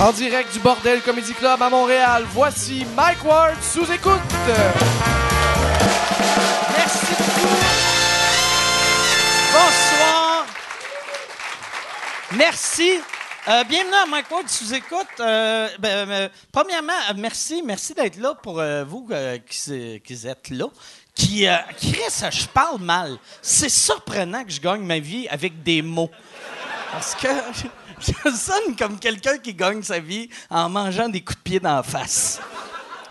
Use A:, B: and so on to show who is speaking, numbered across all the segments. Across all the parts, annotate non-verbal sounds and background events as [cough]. A: En direct du Bordel Comedy Club à Montréal, voici Mike Ward sous écoute. Merci beaucoup.
B: Bonsoir. Merci. Euh, bienvenue à Mike Ward sous écoute. Euh, ben, euh, premièrement, euh, merci, merci d'être là pour euh, vous euh, qui, se- qui êtes là. Qui, euh, Chris, je parle mal. C'est surprenant que je gagne ma vie avec des mots. Parce que [laughs] je, je sonne comme quelqu'un qui gagne sa vie en mangeant des coups de pied dans la face.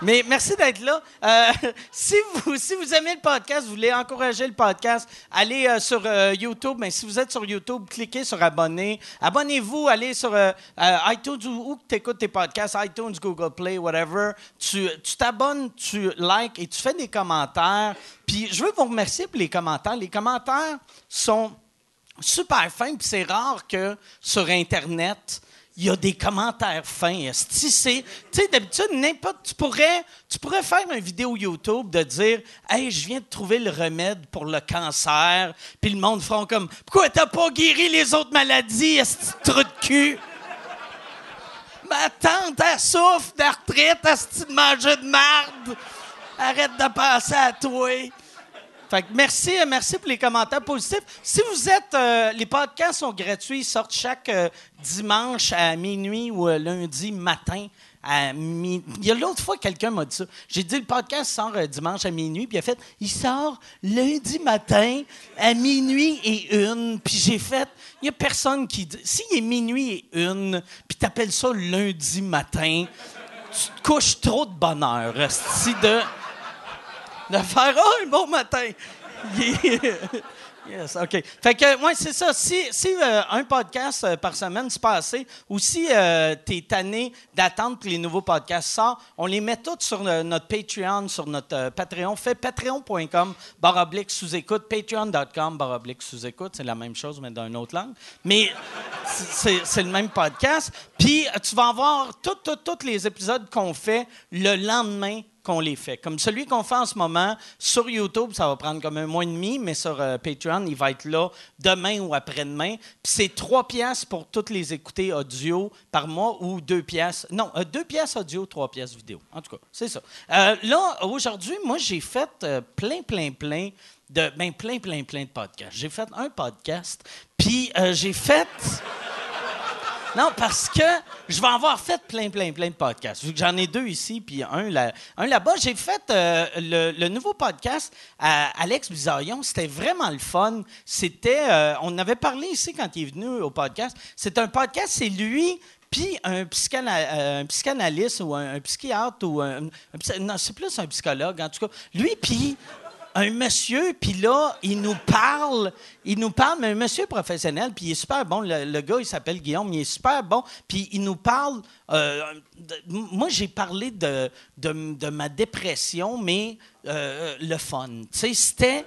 B: Mais merci d'être là. Euh, [laughs] si, vous, si vous aimez le podcast, vous voulez encourager le podcast, allez euh, sur euh, YouTube. Mais si vous êtes sur YouTube, cliquez sur abonner. Abonnez-vous, allez sur euh, euh, iTunes ou où tu écoutes tes podcasts, iTunes, Google Play, whatever. Tu tu t'abonnes, tu likes et tu fais des commentaires. Puis je veux vous remercier pour les commentaires. Les commentaires sont super fin, puis c'est rare que sur Internet, il y a des commentaires fins. esti. C'est- Tu sais, d'habitude, n'importe. Tu pourrais, tu pourrais faire une vidéo YouTube de dire Hey, je viens de trouver le remède pour le cancer. Puis le monde feront comme Pourquoi t'as pas guéri les autres maladies, esti de trou de cul? Ma tante, elle souffre d'arthrite, elle de manger de marde. Arrête de penser à toi. Fait que merci, euh, merci pour les commentaires positifs. Si vous êtes. euh, les podcasts sont gratuits. Ils sortent chaque euh, dimanche à minuit ou euh, lundi matin. À mi- Il y a l'autre fois, quelqu'un m'a dit ça. J'ai dit le podcast sort euh, dimanche à minuit. Puis il a fait il sort lundi matin à minuit et une. Puis j'ai fait il n'y a personne qui dit. S'il est minuit et une, puis t'appelles ça lundi matin, tu te couches trop de bonheur. Si de de faire Ah, un bon matin. Yeah. yes, OK. Fait que, ouais, c'est ça. Si, si, euh, un podcast euh, par semaine, c'est pas assez, ou si euh, t'es tanné d'attendre que les nouveaux podcasts sortent, on les met tous sur euh, notre Patreon, sur notre euh, Patreon. Fait patreon.com, barre oblique sous-écoute, patreon.com, barre oblique sous-écoute. C'est la même chose, mais dans une autre langue. Mais c'est c'est le même podcast. Puis euh, tu vas avoir tous tout, tous les épisodes qu'on fait le lendemain qu'on les fait. Comme celui qu'on fait en ce moment, sur YouTube, ça va prendre comme un mois et demi, mais sur euh, Patreon, il va être là demain ou après-demain. Puis c'est 3 piastres pour toutes les écouter audio par mois ou 2 piastres. Non, 2 piastres audio, 3 piastres vidéo. En tout cas, c'est ça. Euh, là, aujourd'hui, moi, j'ai fait euh, plein, plein, plein de... Ben, plein, plein, plein de podcasts. J'ai fait un podcast, puis euh, j'ai fait... Non, parce que je vais avoir fait plein, plein, plein de podcasts. Vu que j'en ai deux ici, puis un, là, un là-bas. J'ai fait euh, le, le nouveau podcast à Alex Bizarion. C'était vraiment le fun. C'était... euh, on avait parlé ici quand il est venu au podcast. C'est un podcast, c'est lui... Puis un, psychana- euh, un psychanalyste ou un, un psychiatre ou un, un psy- non c'est plus un psychologue en tout cas lui puis un monsieur, puis là, il nous parle, il nous parle, mais un monsieur professionnel, puis il est super bon. Le, le gars, il s'appelle Guillaume, il est super bon, puis il nous parle. euh, de- m- moi, j'ai parlé de, de, m- de ma dépression, mais euh, le fun. Tu sais, c'était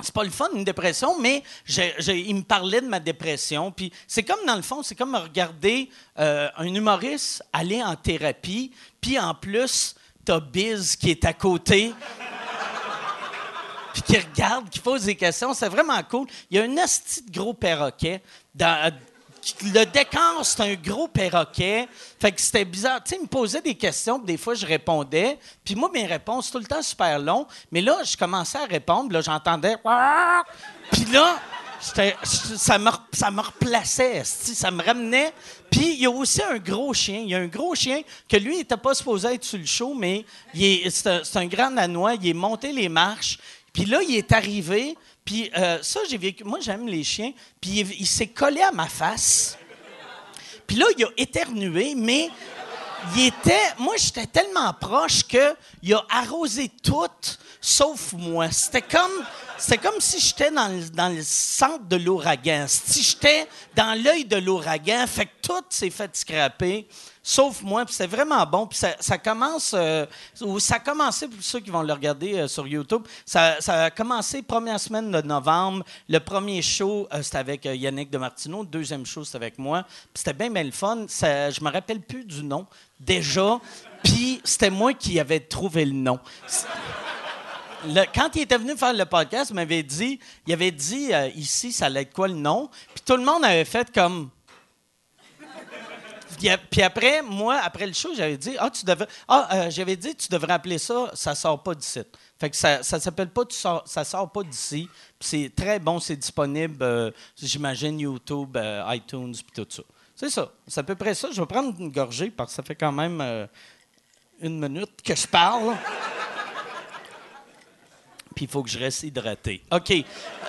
B: c'est pas le fun, une dépression, mais j'ai- j'ai- il me parlait de ma dépression. Puis c'est comme, dans le fond, c'est comme regarder euh, un humoriste aller en thérapie, puis en plus, t'as Biz qui est à côté, puis qui regarde, qui pose des questions. C'est vraiment cool. Il y a un asti de gros perroquet. Dans, euh, le décor, c'est un gros perroquet. Fait que c'était bizarre. Tu sais, il me posait des questions, puis des fois, je répondais. Puis moi, mes réponses, tout le temps super long. Mais là, je commençais à répondre, puis là, j'entendais... Puis là, j'étais- j- ça me, re- ça me replaçait, esti, ça me ramenait. Puis il y a aussi un gros chien. Il y a un gros chien que lui, il n'était pas supposé être sur le show, mais il est- c'est un, c'est un grand Danois. Il est monté les marches. Puis là, il est arrivé. Puis euh, ça, j'ai vécu. Moi, j'aime les chiens. Puis il- il s'est collé à ma face. Puis là, il a éternué, mais il était. Moi, j'étais tellement proche qu'il a arrosé tout, sauf moi. C'était comme. C'était comme si j'étais dans le, dans le centre de l'ouragan. Si j'étais dans l'œil de l'ouragan, fait que tout s'est fait scraper, sauf moi. Puis c'est vraiment bon. Puis ça, ça commence, euh, ou ça a commencé pour ceux qui vont le regarder euh, sur YouTube. Ça, ça a commencé première semaine de novembre. Le premier show, euh, c'était avec euh, Yannick Demartino. Le deuxième show, c'était avec moi. Puis c'était bien, bien le fun. Ça, je me rappelle plus du nom, déjà. Puis c'était moi qui avais trouvé le nom. Le- quand il était venu faire le podcast, il m'avait dit, il avait dit euh, ici, ça allait être quoi le nom? Puis tout le monde avait fait comme. Puis, a- puis après, moi, après le show, j'avais dit, ah, tu devrais, ah, euh, j'avais dit, tu devrais appeler ça, ça sort pas d'ici. Fait que ça, ça s'appelle pas, tu sors- ça sort pas d'ici. Puis c'est très bon, c'est disponible, euh, j'imagine, YouTube, euh, iTunes, puis tout ça. C'est ça. C'est à peu près ça. Je vais prendre une gorgée parce que ça fait quand même euh, une minute que je parle. Puis il faut que je reste hydraté. OK.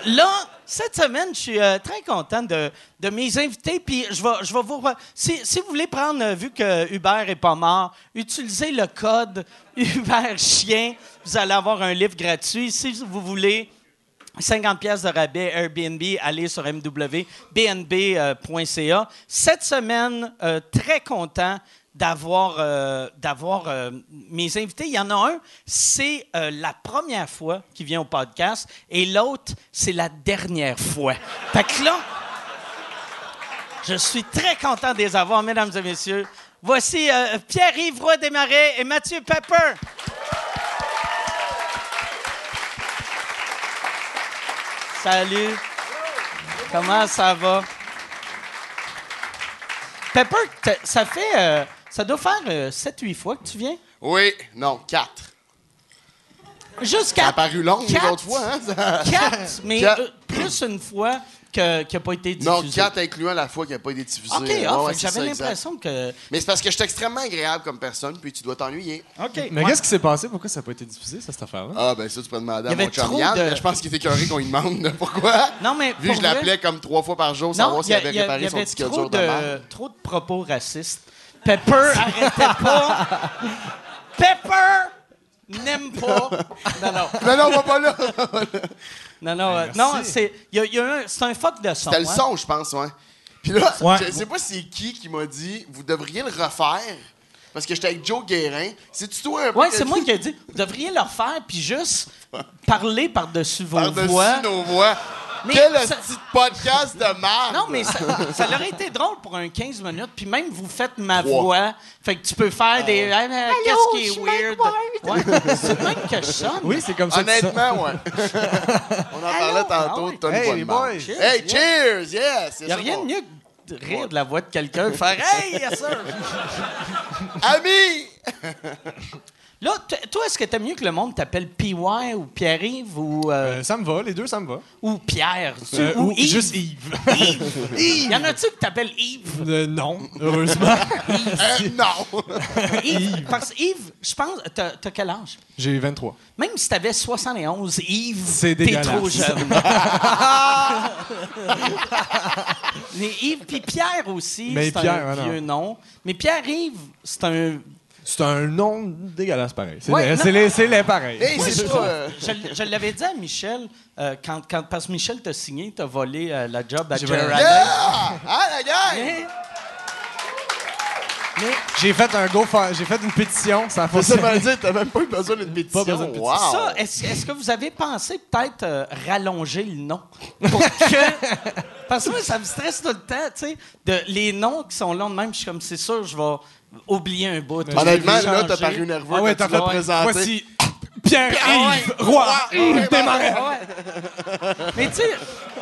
B: Là, cette semaine, je suis euh, très content de, de mes invités. Puis je vais, je vais vous. re- Si, si vous voulez prendre, euh, vu que Hubert est pas mort, utilisez le code [laughs] Hubert Chien. Vous allez avoir un livre gratuit. Si vous voulez. 50 pièces de rabais Airbnb, allez sur euh, mwbnb.ca. Cette semaine, euh, très content d'avoir euh, d'avoir euh, mes invités. Il y en a un, c'est euh, la première fois qu'il vient au podcast, et l'autre, c'est la dernière fois. Fait que là, je suis très content de les avoir, mesdames et messieurs. Voici euh, Pierre-Yves Roy Desmarais et Mathieu Pepper. Salut. Comment ça va? Pepper, t'as- ça fait. euh, ça doit faire 7-8 fois que tu viens.
C: Oui, non, quatre.
B: Jusqu'à.
C: Ça a paru long les
B: Quatre.
C: autres fois, hein? [laughs] ça?
B: 4, mais
C: Quatre.
B: euh, plus une fois que- qui n'a pas été diffusée.
C: Non, quatre incluant la fois qu'il n'a pas été diffusé.
B: OK,
C: Ouais,
B: ah, fait
C: ouais,
B: que
C: c'est ça,
B: j'avais
C: exact.
B: l'impression que.
C: Mais c'est parce que je suis extrêmement agréable comme personne, puis tu dois t'ennuyer.
B: OK.
D: Mais qu'est-ce qui s'est passé? Pourquoi ça n'a pas été diffusé, ça, cette affaire-là?
C: Ah, ben ça, tu peux demander
B: Il y
C: à
B: avait
C: mon chum
B: trop
C: Yann,
B: de-
C: mais je pense qu'il est écœuré qu'on lui demande de pourquoi.
B: Non, mais pour
C: Vu que je
B: vrai-
C: l'appelais comme trois fois par jour, savoir s'il
B: y a-
C: avait
B: y a-
C: réparé
B: y
C: son
B: avait
C: petit cœur
B: trop
C: dur
B: [laughs]
C: de merde.
B: Trop de propos racistes. Pepper arrêtait pas.
C: [laughs]
B: Pepper n'aime pas. Non, non.
C: Non, non, on
B: [laughs]
C: va pas là!
B: Non, non, euh, non, c'est il y a- il y a un, c'est un fuck de son.
C: C'était le
B: hein.
C: son, je pense, ouais. Puis là,
B: Ouais.
C: je sais pas c'est qui qui m'a dit, vous devriez le refaire, parce que j'étais avec Joe Guérin. C'est-tu toi un peu-
B: Ouais, c'est moi qui ai dit, vous devriez le refaire, puis
C: [laughs]
B: juste parler par-dessus vos
C: Par-dessus
B: voix.
C: nos voix.
B: Mais
C: Quel
B: ça-
C: petit podcast de merde!
B: Non, mais ça, ça aurait été drôle pour un 15 minutes, puis même vous faites ma
C: Trois.
B: voix, fait que tu peux faire des... Ah, mais Qu'est-ce qui est weird? Ouais, c'est de même que je sonne.
D: Oui, c'est comme ça. que ça-
B: [laughs]
C: Honnêtement, ouais. On en parlait
B: Ah
C: tantôt,
B: ouais.
C: t'as une
D: Hey,
C: voix de
D: les
C: marde.
D: boys.
C: Hey, cheers! Yes!
B: Il n'y a rien de mieux que de rire de la voix de quelqu'un, faire Hey, yes, sir! [laughs]
C: Ami!
B: Là, t- toi, est-ce que t'aimes mieux que le monde t'appelle PY ou Pierre-Yves ou, euh,
D: Euh, ça me va, les deux, ça me va.
B: ou Pierre? tu-
D: Euh,
B: ou, Yves?
D: Juste Yves.
B: Yves! Y en a-tu qui t'appellent Yves?
D: Euh, non, heureusement.
C: Euh, non!
B: Yves? Parce que Yves, je pense, t'as t'as quel âge?
D: J'ai 23.
B: Même si t'avais 71, Yves,
D: C'est
B: t'es trop
D: dégueulasse. [laughs]
B: jeune. Mais Yves, puis Pierre aussi,
D: Mais
B: c'est un
D: Pierre, ouais,
B: vieux nom. Mais Pierre-Yves, c'est un...
D: C'est un nom dégueulasse pareil. C'est
B: Ouais,
D: laid,
B: non.
D: c'est laid- c'est laid pareil.
C: Hey,
B: Moi, je
C: c'est
B: trouve-
C: pas... euh,
B: Je, l- je l'avais dit à Michel, euh, quand, quand- parce que Michel t'a signé, t'a volé euh, la job à Hein?
D: J'ai
B: Jared.
D: volé.
C: Yeah! Ah, la gang!
B: Mais-
D: J'ai fait un go, j'ai fait une pétition, ça a
C: Faut ça
D: fonctionné.
C: me le dire, t'as même pas eu besoin d'une pétition.
D: besoin de pétition.
C: wow!
B: Ça, est-ce est-ce que vous avez pensé peut-être euh, rallonger le nom? Pour que... [laughs] Parce que moi, ça me stresse tout le temps, tu sais, de, les noms qui sont longs de même, je suis comme, c'est sûr, je vais oublier un bout.
D: Mais-
C: Honnêtement,
B: Je vais
C: là, t'as
B: changer.
C: paru nerveux
D: Ah ouais,
C: quand
D: t'as
C: tu l'as
D: fait
C: présenté.
D: Voici Pierre-Yves Roy.
C: [laughs]
D: Desmarais.
B: Ouais. Mais tu sais,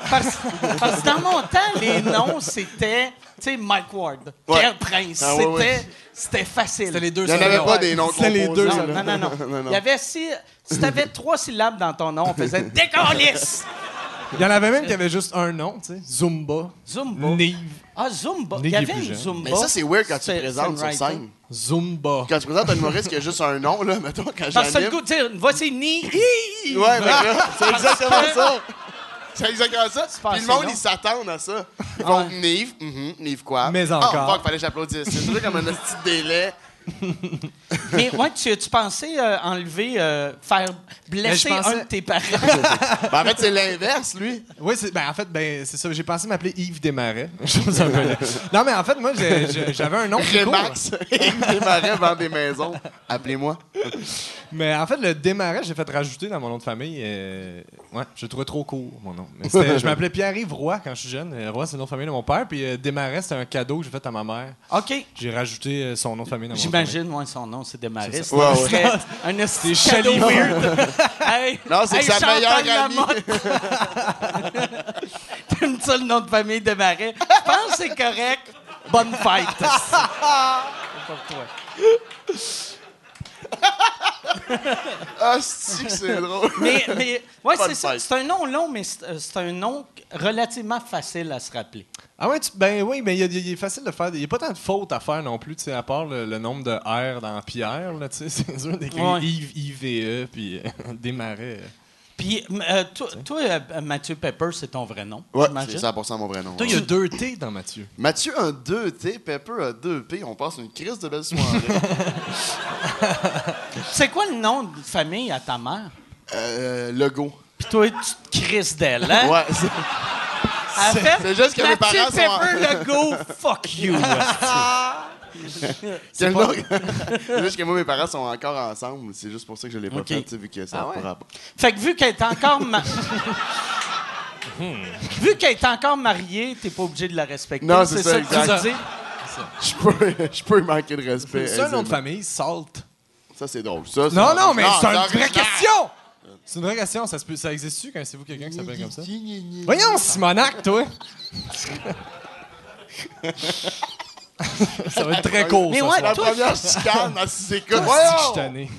B: parce, parce que dans mon temps, les noms, c'était, tu sais, Mike Ward,
C: Ouais.
B: Pierre Prince,
C: Ah ouais,
B: c'était,
C: ouais.
B: c'était facile.
D: C'était les deux
C: Il y en avait
D: seuls noms.
C: pas des noms
D: C'était les
C: composés,
D: deux.
B: Non,
C: là.
B: non, non, non.
C: [laughs] Non, non.
B: Il y avait si. Si t'avais trois syllabes dans ton nom, on
C: [laughs]
B: faisait décalisse!
D: Il y en avait même qui avaient juste un nom, tu sais. Zumba.
B: Zumba.
D: Nive.
B: Ah, Zumba. Il
D: Nick
B: y
D: est
B: avait
D: plus
B: une
D: jeune.
B: Zumba.
C: Mais ça, c'est weird quand tu
B: C'est-
C: te présentes sur
B: c'est
C: scène.
D: Zumba.
C: Quand tu présentes un humoriste qui a juste un nom, là, mettons, quand
B: Parce que le
C: j'anime...
B: goût de dire une voix, c'est ni.
C: Ouais, [laughs] mais là, c'est exactement
B: que-
C: ça. C'est exactement ça.
B: pas
C: Puis le
B: assez
C: monde,
B: long.
C: ils s'attendent à ça. Ils vont,
B: Ouais.
C: Nive, mhm, Nive quoi?
D: Mais
C: Oh,
D: encore.
C: fuck, fallait que j'applaudisse. C'est toujours comme un petit délai.
B: Mais ouais, tu, tu pensais euh, enlever, euh, faire blesser
D: Mais je pensais-
B: un de tes parents.
D: [laughs]
C: Ben, en fait, c'est l'inverse, lui.
D: Oui, c'est- ben, en fait, ben, c'est ça. J'ai pensé m'appeler Yves Desmarais. [laughs] Je trouve ça un peu laid. Non, mais en fait, moi, j'ai- j'ai- j'avais un nom plus court.
C: Remax, [laughs] il démarrait vend des maisons. Appelez-moi.
D: Mais en fait, le Desmarais, j'ai fait rajouter dans mon nom de famille. euh, Ouais, je le trouvais trop court, mon nom. Mais c'était- je m'appelais Pierre-Yves Roy quand je suis jeune. Euh, Roy, c'est le nom de famille de mon père. Puis euh, Desmarais, c'était un cadeau que j'ai fait à ma mère.
B: OK.
D: J'ai rajouté euh, son nom de famille dans mon nom de famille.
B: J'imagine, moi, son nom, c'est Desmarais.
D: C'est
B: C'est
C: ça. Ouais, ouais.
B: un esti
D: C'est
B: cadeau
D: Chalimard. [laughs]
B: weird. Hey,
C: Non, c'est
B: hey,
C: sa
B: Chantal
C: meilleure amie.
B: [laughs] Lamotte. T'aimes ça le nom de famille Desmarais? Je pense que c'est correct. Bonne fête. C'est pour toi.
C: Ah, c'est que c'est drôle. [laughs]
B: Mais, mais ouais,
C: Bonne
B: c'est ça.
C: fête.
B: C'est un nom long, mais c'est euh, c'est un nom relativement facile à se rappeler.
D: Ah ouais, tu- ben oui, mais il y a- il y a- il est facile de faire. Il n'y a pas tant de fautes à faire non plus, tu sais, à part le, le nombre de R dans Pierre, là, tu sais, [laughs] c'est sûr d'écrire
B: Ouais.
D: Yves, IVE, puis euh, [laughs] démarrer.
B: Puis, m- euh, toi, toi, euh, Mathieu Pepper, c'est ton vrai nom,
C: Ouais, c'est
B: j'imagine.
C: 100% mon vrai nom. Mm.
D: Toi, il y a deux T dans Mathieu.
C: Mathieu a 2T, Pepper a 2P. On passe une crise de belle soirée.
D: [laughs]
B: C'est quoi le nom de famille à ta mère?
C: euh, Lego.
B: Puis toi, tu te crises d'elle, hein?
C: Ouais, c'est-
B: Elle fait,
C: c'est juste que mes
B: Mathieu
C: parents sont en-
B: Pepper, le go, fuck
C: [laughs]
B: you.
C: Quel nom? C'est juste que [laughs] moi, mes parents sont encore ensemble. C'est juste pour ça que je l'ai pas
B: Ok.
C: fait, tu sais, vu que ça
B: Ah
C: a
B: ouais?
C: pas rapport. [laughs]
B: Fait que vu qu'elle est encore... ma- vu qu'elle est encore mariée, t'es pas obligé de la respecter.
C: Hmm. Non, c'est ça,
B: que tu
C: exact.
B: dis?
C: Je peux, je peux manquer de respect.
D: C'est un nom de
C: aisément.
D: famille, Salt.
C: Ça, c'est drôle. Ça, Ah, c'est-
D: Non, non, mais c'est une vraie
C: original.
D: question! C'est une vraie question, ça, se peut- ça existe-tu quand c'est vous quelqu'un qui s'appelle comme ça?
C: Gni, gni, gni.
D: Voyons, Simonac, toi! ça va être très court,
B: Mais
D: ça,
B: ouais,
D: ce
C: La
D: soir.
B: Toi-
C: première chicane, elle s'écoute.
D: Ah, c'est que je suis
C: Voyons!
D: tanné.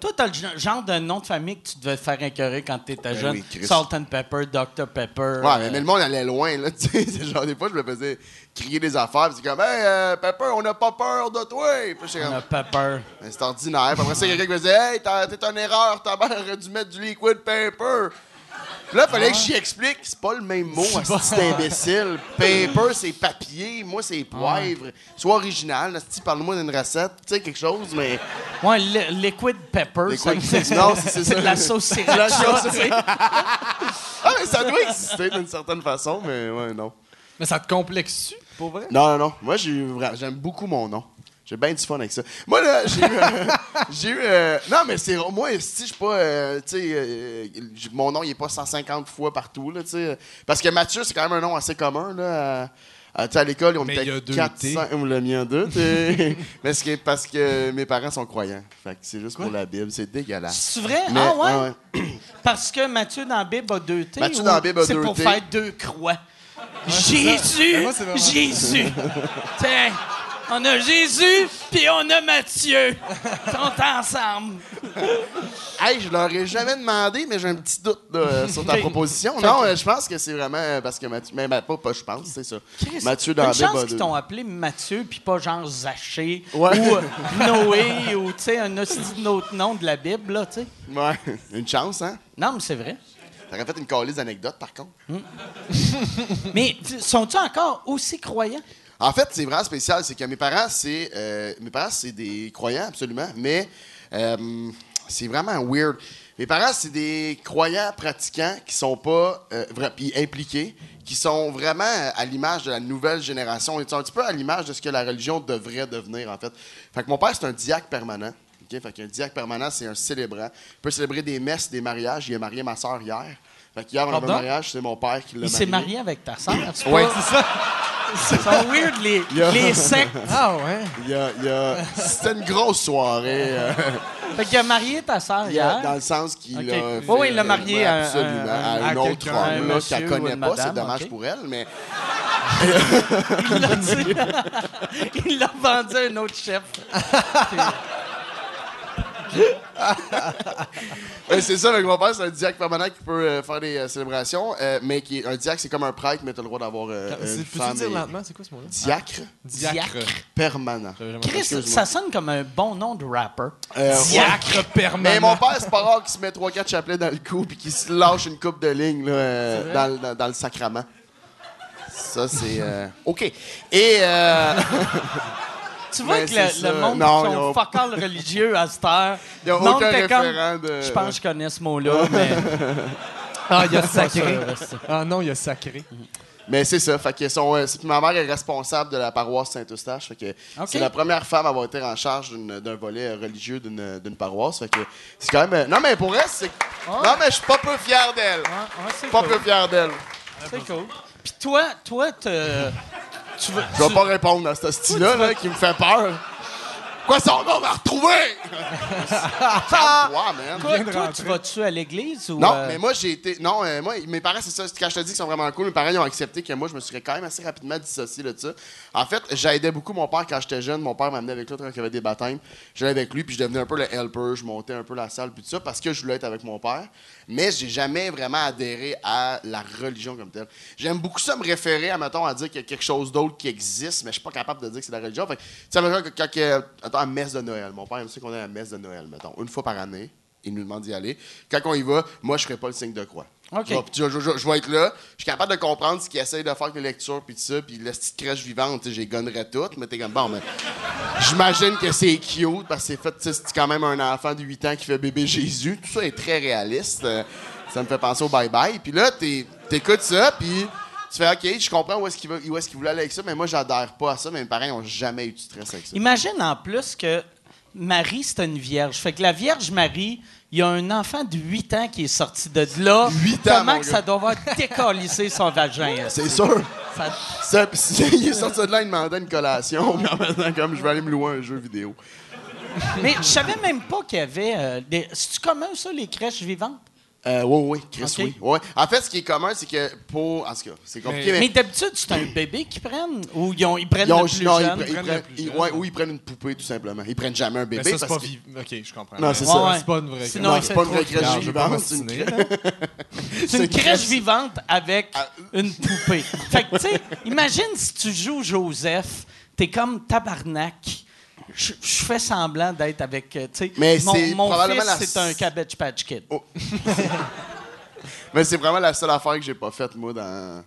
B: Toi, t'as le gen- genre de nom de famille que tu devais faire écœurer quand t'étais
C: Ben
B: jeune.
C: oui, Chris.
B: Salt and Pepper, Dr Pepper.
C: Ouais,
B: euh,
C: mais, mais le monde allait loin, là, [laughs] tu sais. C'est genre, des fois, je me faisais crier des affaires, puis c'est comme, hey, euh, Pepper, on n'a pas peur de toi. Puis j'étais comme,
B: euh, Pepper.
C: Mais Ben, c'est ordinaire. Puis après ça, quelqu'un qui me disait Hey, t'as- t'es en erreur, ta mère aurait dû mettre du liquid paper. Puis là, fallait que j'y explique, c'est pas le même mot à cet imbécile. Paper, c'est papier, moi, c'est poivre. Sois original, si parle-moi d'une recette, tu sais, quelque chose, mais.
B: Ouais, li- liquid Pepper. ça
C: Liquid-
B: existe
C: Non,
B: pas.
C: c'est- c'est
B: C'est de
C: ça.
B: la sauce
C: C'est de la
B: sriracha,
C: sauce-
B: tu sais.
C: Ah, mais ça doit exister d'une certaine façon, mais ouais, non.
D: Mais ça te complexe-tu, pour vrai?
C: Non, non, non. Moi, j'ai eu vra- j'aime beaucoup mon nom. J'ai bien du fun avec ça. Moi, là, j'ai eu. euh, [laughs] j'ai eu euh, non, mais c'est. Moi, si je suis pas. euh, tu sais, euh, j- mon nom, il est pas 150 fois partout, là, tu sais. Parce que Mathieu, c'est quand même un nom assez commun, là. À, à- tu sais, à l'école, on
D: Mais il y a
C: était
D: deux
C: 400. On l'a mis en deux, tu sais. [laughs] Mais c'est que- parce que mes parents sont croyants. Fait que c'est juste pour la Bible. C'est dégueulasse.
B: C'est vrai?
C: Mais-
B: ah ouais?
C: ouais, ouais.
B: Parce que Mathieu dans la Bible a deux T.
C: Mathieu
B: ou
C: dans la Bible a
B: C'est
C: deux
B: pour
C: T.
B: faire deux croix. Jésus!
C: Ben,
D: Mais moi, c'est vraiment-
B: Jésus! Tiens, on a Jésus, puis on a Mathieu. Ils sont ensemble.
C: Hey, je leur ai jamais demandé, mais j'ai un petit doute là,
B: [laughs]
C: euh, sur ta
B: Ok.
C: proposition. Non, euh, je pense que c'est vraiment euh, parce que Mathieu. Mais ben, pas, pas je pense, c'est ça.
B: Chris,
C: Mathieu dans
B: Une chance
C: Bible,
B: qu'ils
C: euh,
B: t'ont appelé Mathieu, puis pas genre Zaché,
C: Ouais.
B: ou euh, Noé, ou tu sais, un hostie de autre nom de la Bible, là, tu sais.
C: Ouais, [laughs] une chance, hein?
B: Non, mais c'est vrai.
C: T'aurais fait une calisse d'anecdotes, par contre.
B: Mais t- sont-tu encore aussi croyants?
C: En fait, c'est vraiment spécial, c'est que mes parents, c'est euh, mes parents, c'est des croyants, absolument, mais euh, c'est vraiment weird. Mes parents, c'est des croyants pratiquants qui sont pas euh, vra- puis impliqués, qui sont vraiment à l'image de la nouvelle génération. Ils sont un petit peu à l'image de ce que la religion devrait devenir, en fait. Fait que mon père, c'est un diacre permanent. OK? Fait qu'un diacre permanent, c'est un célébrant. Il peut célébrer des messes, des mariages. Il a marié ma soeur hier. Fait qu'hier, on avait
B: Pardon?
C: un mariage, c'est mon père qui l'a
B: Il s'est marié avec ta sœur. c'est
C: Ouais,
B: pas- [laughs] Ils sont weird, les,
C: Il y a-
B: les sectes.
D: Ah ouais?
C: Il y a- il y a- [laughs] C'était une grosse soirée. euh,
B: Fait qu'il a marié ta sœur
C: il y a-
B: hier.
C: dans le sens qu'il
B: Ok.
C: a.
B: Oui,
C: fait
B: oui, il l'a marié à un-
C: absolument,
B: un-
C: à
B: à
C: un autre
B: quelqu'un, un
C: homme là,
B: monsieur
C: qu'elle
B: ou
C: connaît
B: une
C: pas.
B: madame,
C: C'est dommage
B: ok.
C: pour elle, mais
B: Il l'a dit- [laughs] Il l'a vendu à un autre chef.
C: Ouais, c'est ça. Avec mon père, c'est un diacre permanent qui peut euh, faire des euh, célébrations, euh, mais qui est un diacre, c'est comme un prêtre, mais t'as le droit d'avoir euh,
D: C'est-
C: une
D: Peux-tu
C: femme.
D: dire
C: et-
D: lentement, c'est quoi ce mot-là?
C: Diacre
B: Diacre.
C: permanent.
D: J'avais jamais
B: Chris,
C: Excuse-moi.
B: ça sonne comme un bon nom de rapper.
C: Euh, ouais.
D: Diacre permanent.
C: Mais mon père, c'est pas rare qu'il se met 3-4 chapelets dans le cou puis qu'il se lâche une coupe de ligne là, euh, dans, le- dans- dans le sacrament. Ça, c'est. euh, OK. Et. euh,
B: Tu vois
C: Mais
B: que le,
C: c'est
B: le
C: ça.
B: monde
C: Non,
B: sont
C: ils ont-
B: fuck all religieux à cette heure.
C: [laughs] Ils ont
B: Le monde
C: aucun
B: était comme,
C: référent de-
B: Je pense que je connais ce mot-là, mais...
D: Ah, il y a
B: sacré.
D: sacré. Ah non, il y a sacré.
C: Mais c'est ça. Fait que son, euh, c'est- puis ma mère est responsable de la paroisse Saint-Eustache. Fait que
B: Ok.
C: c'est la première femme à avoir été en charge d'une- d'un volet euh, religieux d'une d'une paroisse. Fait que c'est quand même. euh, Non, mais pour elle, c'est. Non, mais je suis pas peu fier d'elle.
B: Ouais, Ah, ouais, c'est
C: Pas
B: cool,
C: peu fier d'elle.
B: c'est cool. Puis toi, toi, te- tu veux...
C: Je vais
B: tu-
C: pas répondre à ce style-là là, qui me fait peur. Quoi, son nom
B: [laughs]
C: m'a retrouvé? Calme-toi, man.
B: Toi,
D: vient de
B: toi,
D: rentrer.
B: tu vas-tu à l'église ou.
C: Non,
B: euh,
C: mais moi, j'ai été. Non, euh, moi, mes parents, c'est ça. Quand je te dis qu'ils sont vraiment cool, mes parents, ils ont accepté que moi, je me serais quand même assez rapidement dissocié là, de ça. En fait, j'aidais beaucoup mon père quand j'étais jeune. Mon père m'amenait avec lui quand il y avait des baptêmes. J'allais avec lui, puis je devenais un peu le helper. Je montais un peu la salle, puis tout ça, parce que je voulais être avec mon père. Mais j'ai jamais vraiment adhéré à la religion comme telle. J'aime beaucoup ça me référer, à, mettons, à dire qu'il y a quelque chose d'autre qui existe, mais je suis pas capable de dire que c'est la religion. Fait que, tu sais, mettons, quand, quand, euh, attends, à messe de Noël, mon père aime ça qu'on ait à messe de Noël, mettons, une fois par année. Il nous demande d'y aller. Quand on y va, moi, je ferai pas le signe de croix.
B: OK.
C: Je vais- Je, je- je- je vais être là. Je suis capable de comprendre ce qu'il essaye de faire avec les lectures, puis tout ça, puis la petite crèche vivante, tu sais, j'ai gonnerais toutes, mais t'es comme, bon, mais j'imagine que c'est cute, parce que c'est fait, tu sais, c'est quand même un enfant de 8 ans qui fait bébé Jésus. Tout ça est très réaliste. Euh, Ça me fait penser au bye-bye. Puis là, t'es- t'écoutes ça, puis tu fais, OK, je comprends où est-ce qu'il va- où est-ce qu'il voulait aller avec ça, mais moi, j'adhère pas à ça. Mes parents n'ont jamais eu de stress avec ça.
B: Imagine en plus que Marie, c'est une vierge. Fait que la Vierge Marie, il y a un enfant de 8 ans qui est sorti de là.
C: Huit ans,
B: Comment
C: mon
B: que
C: gars.
B: ça doit avoir décalissé son vagin? hein?
C: C'est sûr.
B: Ça-
C: [laughs] Ça, pis si- il est sorti de là, il demandait une collation, [laughs] mais en faisant comme je vais aller me louer un jeu vidéo.
B: Mais je savais même pas qu'il y avait. euh, des... C'est-tu commun, ça, les crèches vivantes?
C: Euh, oui, oui, Chris,
B: Ok.
C: oui. Ouais. En fait, ce qui est commun, c'est que pour. En tout cas, c'est compliqué, mais.
B: Mais d'habitude, c'est un bébé qu'ils prennent? Ou ils, ont- ils prennent
C: ils ont-
B: le plus
C: non, ils
B: jeune?
C: pre- ils
D: prennent
C: prennent-
D: le plus
C: ils-
D: jeune.
C: ouais, ou ils prennent une poupée, tout simplement. Ils prennent jamais un bébé.
D: Mais ça, c'est
C: parce que-
D: pas vivant. OK, je comprends.
C: Non, c'est
D: Mais
C: ça.
D: C'est pas une vraie
B: Sinon,
D: crème.
C: Non,
B: il
C: c'est
B: fait
C: pas une
B: trop
C: vraie
B: de
C: crèche
D: Non, je veux pas
C: vivante, c'est une
D: m'obstiner,
C: crèche.
D: là.
B: C'est une
C: C'est une
B: crèche
C: crèche-
B: vivante avec
C: Ah.
B: une
C: [laughs]
B: poupée. Fait que, tu sais, imagine si tu joues Joseph, t'es comme tabarnak. Je je fais semblant d'être avec. euh, Tu sais,
C: Mais c'est
B: mon, mon
C: probablement
B: fils,
C: la-
B: c'est un Cabbage Patch
C: [laughs]
B: Kid.
C: [laughs] Mais c'est vraiment la seule affaire que j'ai pas faite, moi, dans.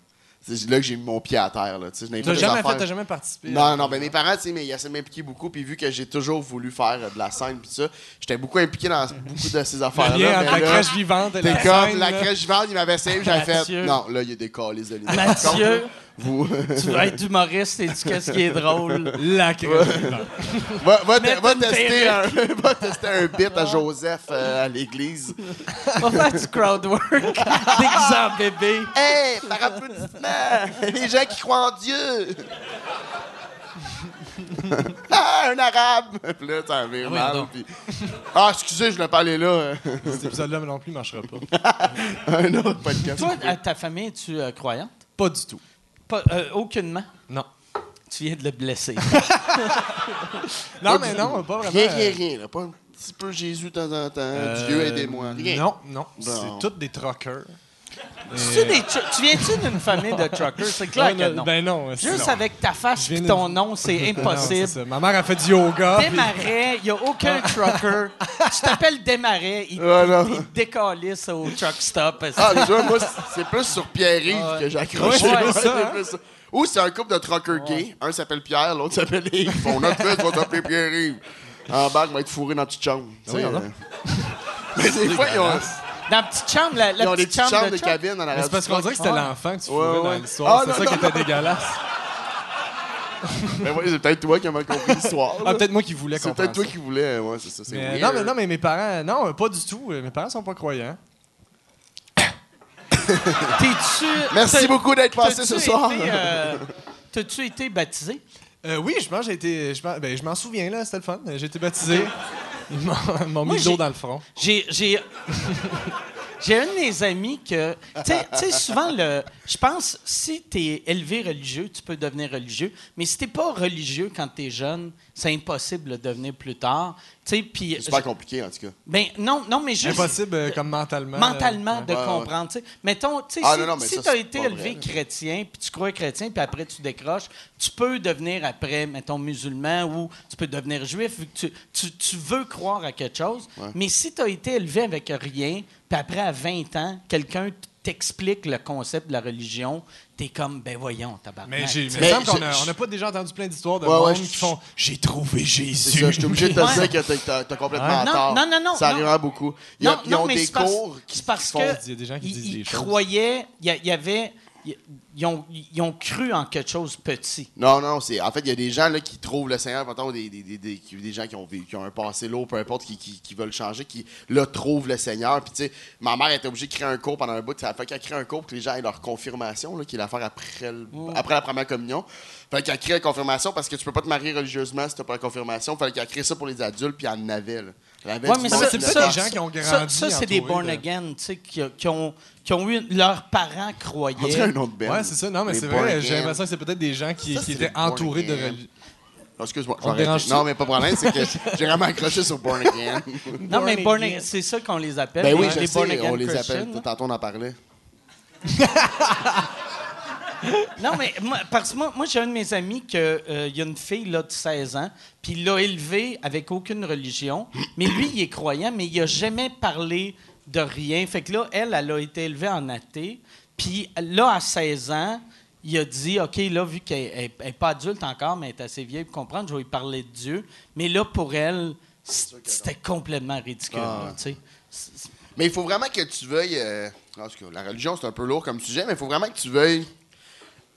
C: C'est là que j'ai mis mon pied à terre, là. Tu sais, je n'ai
D: T'as
C: pas des
D: jamais
C: affaires-
D: fait, t'as jamais participé.
C: Non, non, ben mes parents, tu sais, mais ils essaient de m'impliquer beaucoup, puis vu que j'ai toujours voulu faire euh, de la scène, puis tout ça, j'étais beaucoup impliqué
D: [laughs]
C: dans beaucoup de ces affaires-là.
D: Rien
C: mais
D: entre la
C: là-
D: crèche vivante et
C: T'es
D: la
C: comme
D: scène,
C: la
D: là.
C: crèche vivante, il m'avait essayé, puis j'avais
B: Mathieu.
C: fait. Non, là, il y a des calices de lumière.
B: Mathieu.
C: Par contre, Vous.
B: [laughs] Tu vas être humoriste et tu qu'est-ce qui est
C: [laughs]
B: drôle.
D: La crèche vivante.
C: va, va te-
B: Mettre
C: va
B: une
C: tester un, [laughs] va tester un bit à Joseph euh, à l'église.
B: On va faire du crowd work, déguisé en bébé.
C: Hey, par applaudissement, les gens qui croient en Dieu. [laughs] ah, un arabe. Puis là, t'en vire
B: oui,
C: mal.
B: donc.
C: puis- Ah, excusez, je l'ai pas allé là. euh,
D: Cet épisode-là non plus marchera pas.
C: [laughs] un autre podcast.
B: Toi, à ta famille, es-tu euh, croyante?
D: Pas du tout.
B: Pas, euh, aucunement.
D: Non.
B: Tu viens de le
C: [laughs]
B: blesser.
D: Non, Ah, mais non, pas vraiment.
C: Rien, rien, rien. Là. Pas un petit peu Jésus de temps en temps.
D: Euh,
C: Dieu, aidez-moi. Rien.
D: Non, non.
C: Bon.
D: C'est toutes des truckers.
B: tu, des tru- tu viens-tu d'une famille de truckers? C'est clair que non.
D: Ben non. c'est-
B: Juste
D: non.
B: avec ta face
D: Je viens
B: et
D: de-
B: ton nom, c'est
D: [laughs] Non, c'est
B: impossible.
D: ça. Ma mère a fait du
C: Ah,
D: yoga. puis-
B: Desmarais, il n'y a aucun trucker. Tu t'appelles Desmarais, il
C: Ah, non.
B: te décalisse au truck stop.
C: Ah, tu vois, moi, c'est plus sur Pierre-Yves
B: Ah ouais.
C: que j'accroche.
D: Ouais, c'est
C: Ouais,
D: ça,
C: c'est
D: hein?
C: plus ça. Ou c'est un couple de truckers gays. Un s'appelle Pierre, l'autre s'appelle Yves. Ils font notre fête, tu vas t'appeler Pierre-Yves. En bas, on va être fourré dans la petite chambre. Tu sais,
D: Ah Oui, on a.
C: euh. [laughs] Mais des fois, ils ont,
B: Dans la petite chambre, la, la
C: ils ont des
B: petite
C: petites
B: chambre
C: chambres de,
B: de truck.
C: cabine dans la
D: Mais c'est parce qu'on dirait que c'était
B: Ouais.
D: l'enfant que tu
C: Ouais,
D: fourrais
C: ouais.
D: dans l'histoire.
C: Ah,
D: c'est
C: non,
D: ça
C: non,
D: qui était dégueulasse.
C: Mais ouais, c'est peut-être toi qui as mal compris l'histoire.
D: Ah,
C: là.
D: peut-être moi qui voulais
C: c'est
D: comprendre
C: peut-être toi
D: ça.
C: qui voulais. Ouais, c'est ça. c'est
D: Mais-
C: weird.
D: non, mais, non, mais mes parents... Non, euh, pas du tout. Euh, Mes parents sont pas croyants.
B: T'es-tu.
C: Merci
B: t'as-
C: beaucoup d'être passé
B: t'as-tu
C: ce soir.
B: été, euh, T'as-tu été baptisé?
D: Euh, oui, je pense que j'ai été... Je, m'en- ben, je m'en souviens, là, c'était le fun. Euh, J'ai été baptisé. Ils m'ont- ils m'ont
B: Moi,
D: mis de l'eau
B: j'ai-
D: dans le front.
B: J'ai. J'ai. [laughs] J'ai un de mes amis que. Tu sais- tu sais, souvent, le, je pense, si tu es élevé religieux, tu peux devenir religieux. Mais si tu pas religieux quand tu es jeune, c'est impossible de devenir plus tard. Tu sais, puis.
C: C'est super compliqué, en tout cas.
B: Ben, non, non, mais juste.
D: Impossible, euh, comme mentalement.
B: mentalement
D: euh,
B: de
C: Ouais, ouais.
B: comprendre. tu sais. Mettons, tu sais,
C: Ah,
B: si,
C: non, non, mais ça,
B: tu as
C: c'est
B: été
C: pas
B: élevé
C: vrai.
B: chrétien, puis tu crois chrétien, puis après tu décroches, tu peux devenir après, mettons, musulman ou tu peux devenir juif, vu que tu, tu- tu veux croire à quelque chose. Mais si tu as été élevé avec rien, puis après, à 20 ans, quelqu'un t'explique le concept de la religion, t'es comme, ben voyons, tabarnak.
D: Mais j'ai...
B: tu
D: Mais
B: sais.
D: il me semble
C: je-
D: qu'on a-
C: je-
D: on n'a pas déjà entendu plein d'histoires de
C: Ouais,
D: monde
C: ouais, je-
D: qui font « J'ai trouvé
C: C'est
D: Jésus ».
C: ça, je suis
D: [laughs]
C: obligé de te
B: Ouais.
C: dire que t'as- t'as t'as complètement
B: Ouais. Non,
C: tort.
B: non, non, non,
C: Ça
B: non.
C: arrive vraiment beaucoup. Ils ont,
B: Non,
C: ils
B: non,
C: ont
B: mais
C: des
B: c'est parce-
C: cours qui
B: c'est parce
C: font
B: que
D: Il y a des gens qui
B: ils-
D: disent des
B: ils
D: choses.
B: croyaient, il y, a- il y avait ils- ils ont, ils ont cru en quelque chose de petit.
C: Non, non, c'est. En fait, il y a des gens là, qui trouvent le Seigneur, mettons, des, des, des, des, qui- des gens qui ont, vécu- qui ont un passé lourd, peu importe, qui, qui, qui veulent changer, qui là trouvent le Seigneur. Puis, tu sais, ma mère était obligée de créer un cours pendant un bout. Ça fait qu'elle crée un cours pour que les gens aient leur confirmation, là, qui est l'affaire après, le- après la première communion. Fait qu'elle crée la confirmation parce que tu peux pas te marier religieusement si t'as pas la confirmation. Fait qu'elle crée ça pour les adulets, puis elle en avait, là. Elle avait
B: Ouais,
C: du
B: mais
C: monde
B: ça,
C: Ah, qui
D: c'est
C: la-
D: peut-être
B: ça,
D: des gens qui ont
B: ça-
D: grandi
B: Ça, c'est des
D: entourés
B: born
D: de-
B: again, tu sais, qui, qui ont, qui ont eu. Leurs parents
C: On dirait un
B: croyaient.
C: nom de band.
D: Ouais, c'est ça. Non, mais
C: Les
D: c'est
C: Born
D: vrai.
C: Again.
D: J'ai l'impression que c'est peut-être des gens qui,
C: Ça,
D: qui
C: c'est
D: étaient
C: les born
D: entourés de
C: again.
D: religion.
C: Oh, Excuse-moi, je vais
D: On te
C: arrêter.
D: dérange-tu?
C: Non, mais pas de problème,
B: [laughs]
C: c'est que j'ai vraiment accroché sur Born Again.
B: Non, mais born again, c'est ça qu'on les appelle.
C: Ben oui,
B: les-
C: je
B: les
C: sais,
B: born again
C: on les
B: Christians, hein.
C: appelle.
B: là.
C: Tantôt, on en parlait.
B: Non, mais moi, parce que moi, moi, j'ai un de mes amis qui y a une fille là, de 16 ans, puis il l'a élevée avec aucune religion. Mais lui, il est croyant, mais il n'a jamais parlé de rien. Fait que là, elle, elle a été élevée en athée. Puis là, à 16 ans, il a dit OK, là, vu qu'elle n'est pas adulte encore, mais elle est assez vieille pour comprendre, je vais lui parler de Dieu. Mais là, pour elle, c- c'était complètement ridicule.
C: Ah.
B: là, tu sais. C- c-
C: Mais il faut vraiment que tu veuilles. euh, en tout cas, la religion, c'est un peu lourd comme sujet, mais il faut vraiment que tu veuilles.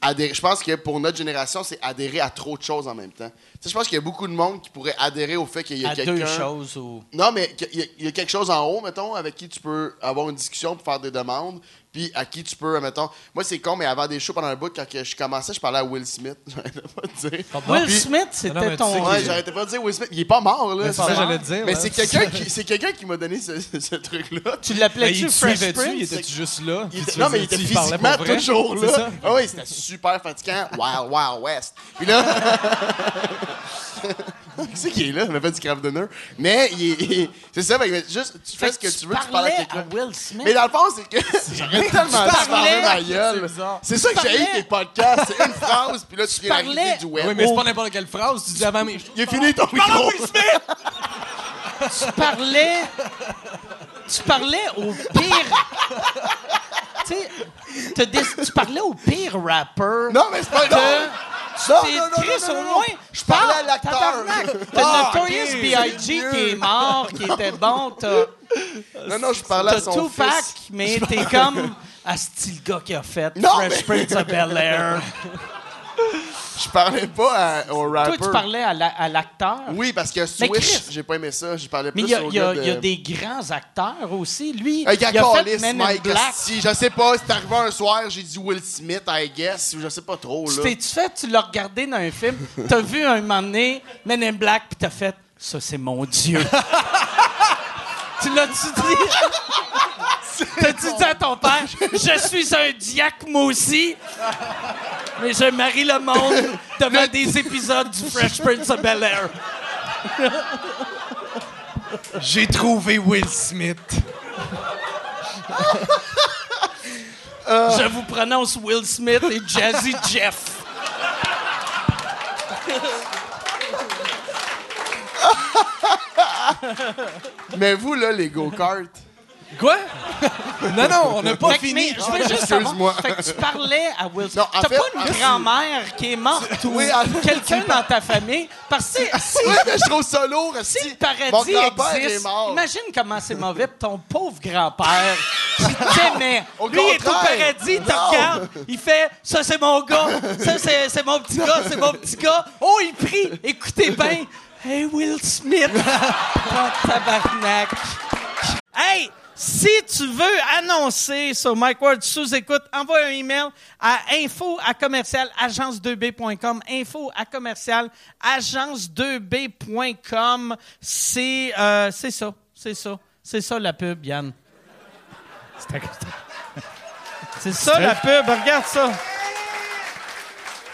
C: Adhérer. Je pense que pour notre génération, c'est adhérer à trop de choses en même temps. Tu sais, je pense qu'il y a beaucoup de monde qui pourrait adhérer au fait qu'il y a
B: à deux
C: quelqu'un.
B: choses. Ou...
C: Non, mais qu'il y a- il y, a quelque chose en haut, mettons, avec qui tu peux avoir une discussion pour faire des demandes, puis à qui tu peux, mettons. Moi, c'est con, mais avant des shows pendant un bout, quand que je commençais, je parlais à Will Smith. [laughs] J'arrêtais pas de dire.
B: Will
D: Puis-
B: Smith,
D: Non, mais
B: c'était
D: tu
B: ton.
D: sais
C: Ouais, j'arrêtais pas de dire Will Smith. Il est pas mort, là.
D: Mais c'est ça,
C: mort.
D: j'allais te dire,
C: Mais
D: ouais.
C: c'est quelqu'un qui, c'est quelqu'un qui m'a donné ce, ce- ce truc-là.
B: tu
D: Mais Ben, il
B: l'appelais-tu
D: te
B: Fresh
D: suivait-tu? Il
B: Prince?
D: était juste là?
C: Il
D: [laughs] Puis
C: était-
D: tu
C: non, mais il
D: faisais-
C: était
D: tu parlais pour
C: physiquement
D: vrai?
C: toujours
D: C'est
C: là.
D: ça?
C: Ah oui, c'était super fatigant. Wild, wild west. Puis là. [laughs] qui c'est qui est là? On a fait du craft dinner. Mais il est- il est- c'est ça, mais juste, tu fais
B: Fait
C: ce que tu veux, tu parles à
B: parlais à
C: quelqu'un.
B: Will Smith.
C: Mais dans le fond, c'est que
D: [laughs]
C: [laughs] j'aurais tellement dû
B: parlais-
C: parler dans la
D: C'est
C: gueule.
D: bizarre.
C: C'est ça que j'ai eu
B: parlais-
C: tes podcasts. C'est une phrase, puis là, tu viens
B: parlais-
C: d'arriver du web.
D: Oui, mais c'est pas n'importe quelle phrase. Tu dis avant mes
C: Il a fini ton micro.
B: tu parlais. tu parlais au pire. tu sais, t'as des- tu parlais au pire rapper.
C: Non, mais c'est pas non. Non,
B: C'est
C: non, non,
B: Chris,
C: non, non,
B: au
C: non.
B: moins.
C: Je parlais à
B: parle,
C: l'acteur.
B: tabarnak. T'as
C: Ah,
B: Notorious
C: ok,
B: B.I.G.
C: c'est
B: qui est
C: mieux.
B: mort, qui était bon.
C: [laughs]
B: T'as
C: Non, non, je parlais à
B: t'as
C: son
B: Tupac,
C: fils.
B: mais t'es comme. Ah, c'est le gars qui a fait
C: Non,
B: Fresh Prince of Bel Air.
C: Je parlais pas à- au
B: Toi,
C: rapper.
B: tu parlais à la- à l'acteur.
C: Oui, parce que
B: Mais
C: Swish,
B: Chris-
C: j'ai pas aimé ça. J'ai parlé
B: Mais il
C: plus
B: y, a-
C: au
B: il y a-
C: gars de...
B: il y a des grands acteurs aussi. Lui,
C: Hey,
B: il a
C: Gacalis,
B: fait Men in
C: Mike,
B: Black.
C: si, je sais pas, c'est arrivé un soir, j'ai dit Will Smith, I guess, ou je sais pas trop,
B: Tu
C: là.
B: t'es-tu fait, tu l'as regardé dans un
C: [laughs]
B: film, t'as vu un moment donné Men in Black, puis t'as fait « Ça, c'est mon
C: [laughs]
B: Dieu! » Tu l'as-tu dit? T'as-tu dit à ton père « Je suis un diacre, moi aussi, mais je marie le monde devant des épisodes du Fresh Prince of Bel-Air.
D: J'ai trouvé Will Smith.
C: Ah.
B: Je vous prononce Will Smith et Jazzy Jeff.
C: Mais vous, là, les go-karts,
D: Quoi? non, non, on n'a pas
B: Fait que,
D: fini.
B: mais je veux juste
C: Excuse-moi.
B: savoir, fait que tu parlais à Will Smith.
C: Non, en
B: T'as
C: fait,
B: pas une
C: en-
B: grand-mère qui est morte ou
C: Oui, en fait,
B: quelqu'un dans ta famille? Parce
C: [laughs]
B: que si,
C: Oui, mais je trouve ça lourd,
B: si
C: esti.
B: le
C: Mon
B: paradis
C: grand-père est
B: existe,
C: mort.
B: imagine comment c'est mauvais pour ton pauvre grand-père qui t'aimait.
C: Au
B: Lui, il est au
C: contraire.
B: paradis, il te
C: Non.
B: regarde, il fait « Ça, c'est mon gars! Ça, c'est c'est mon petit gars! C'est mon petit gars! » Oh, il prie! Écoutez bien! Hey, Will
C: [laughs]
B: Smith! Oh, tabarnak! Hey, si tu veux annoncer sur Mike Ward sous écoute, envoie un email à info à commercial agence2b.com. Info à commercial agence2b.com. C'est euh, c'est ça, c'est ça, c'est ça la pub, Yann. C'est ça la pub, regarde ça.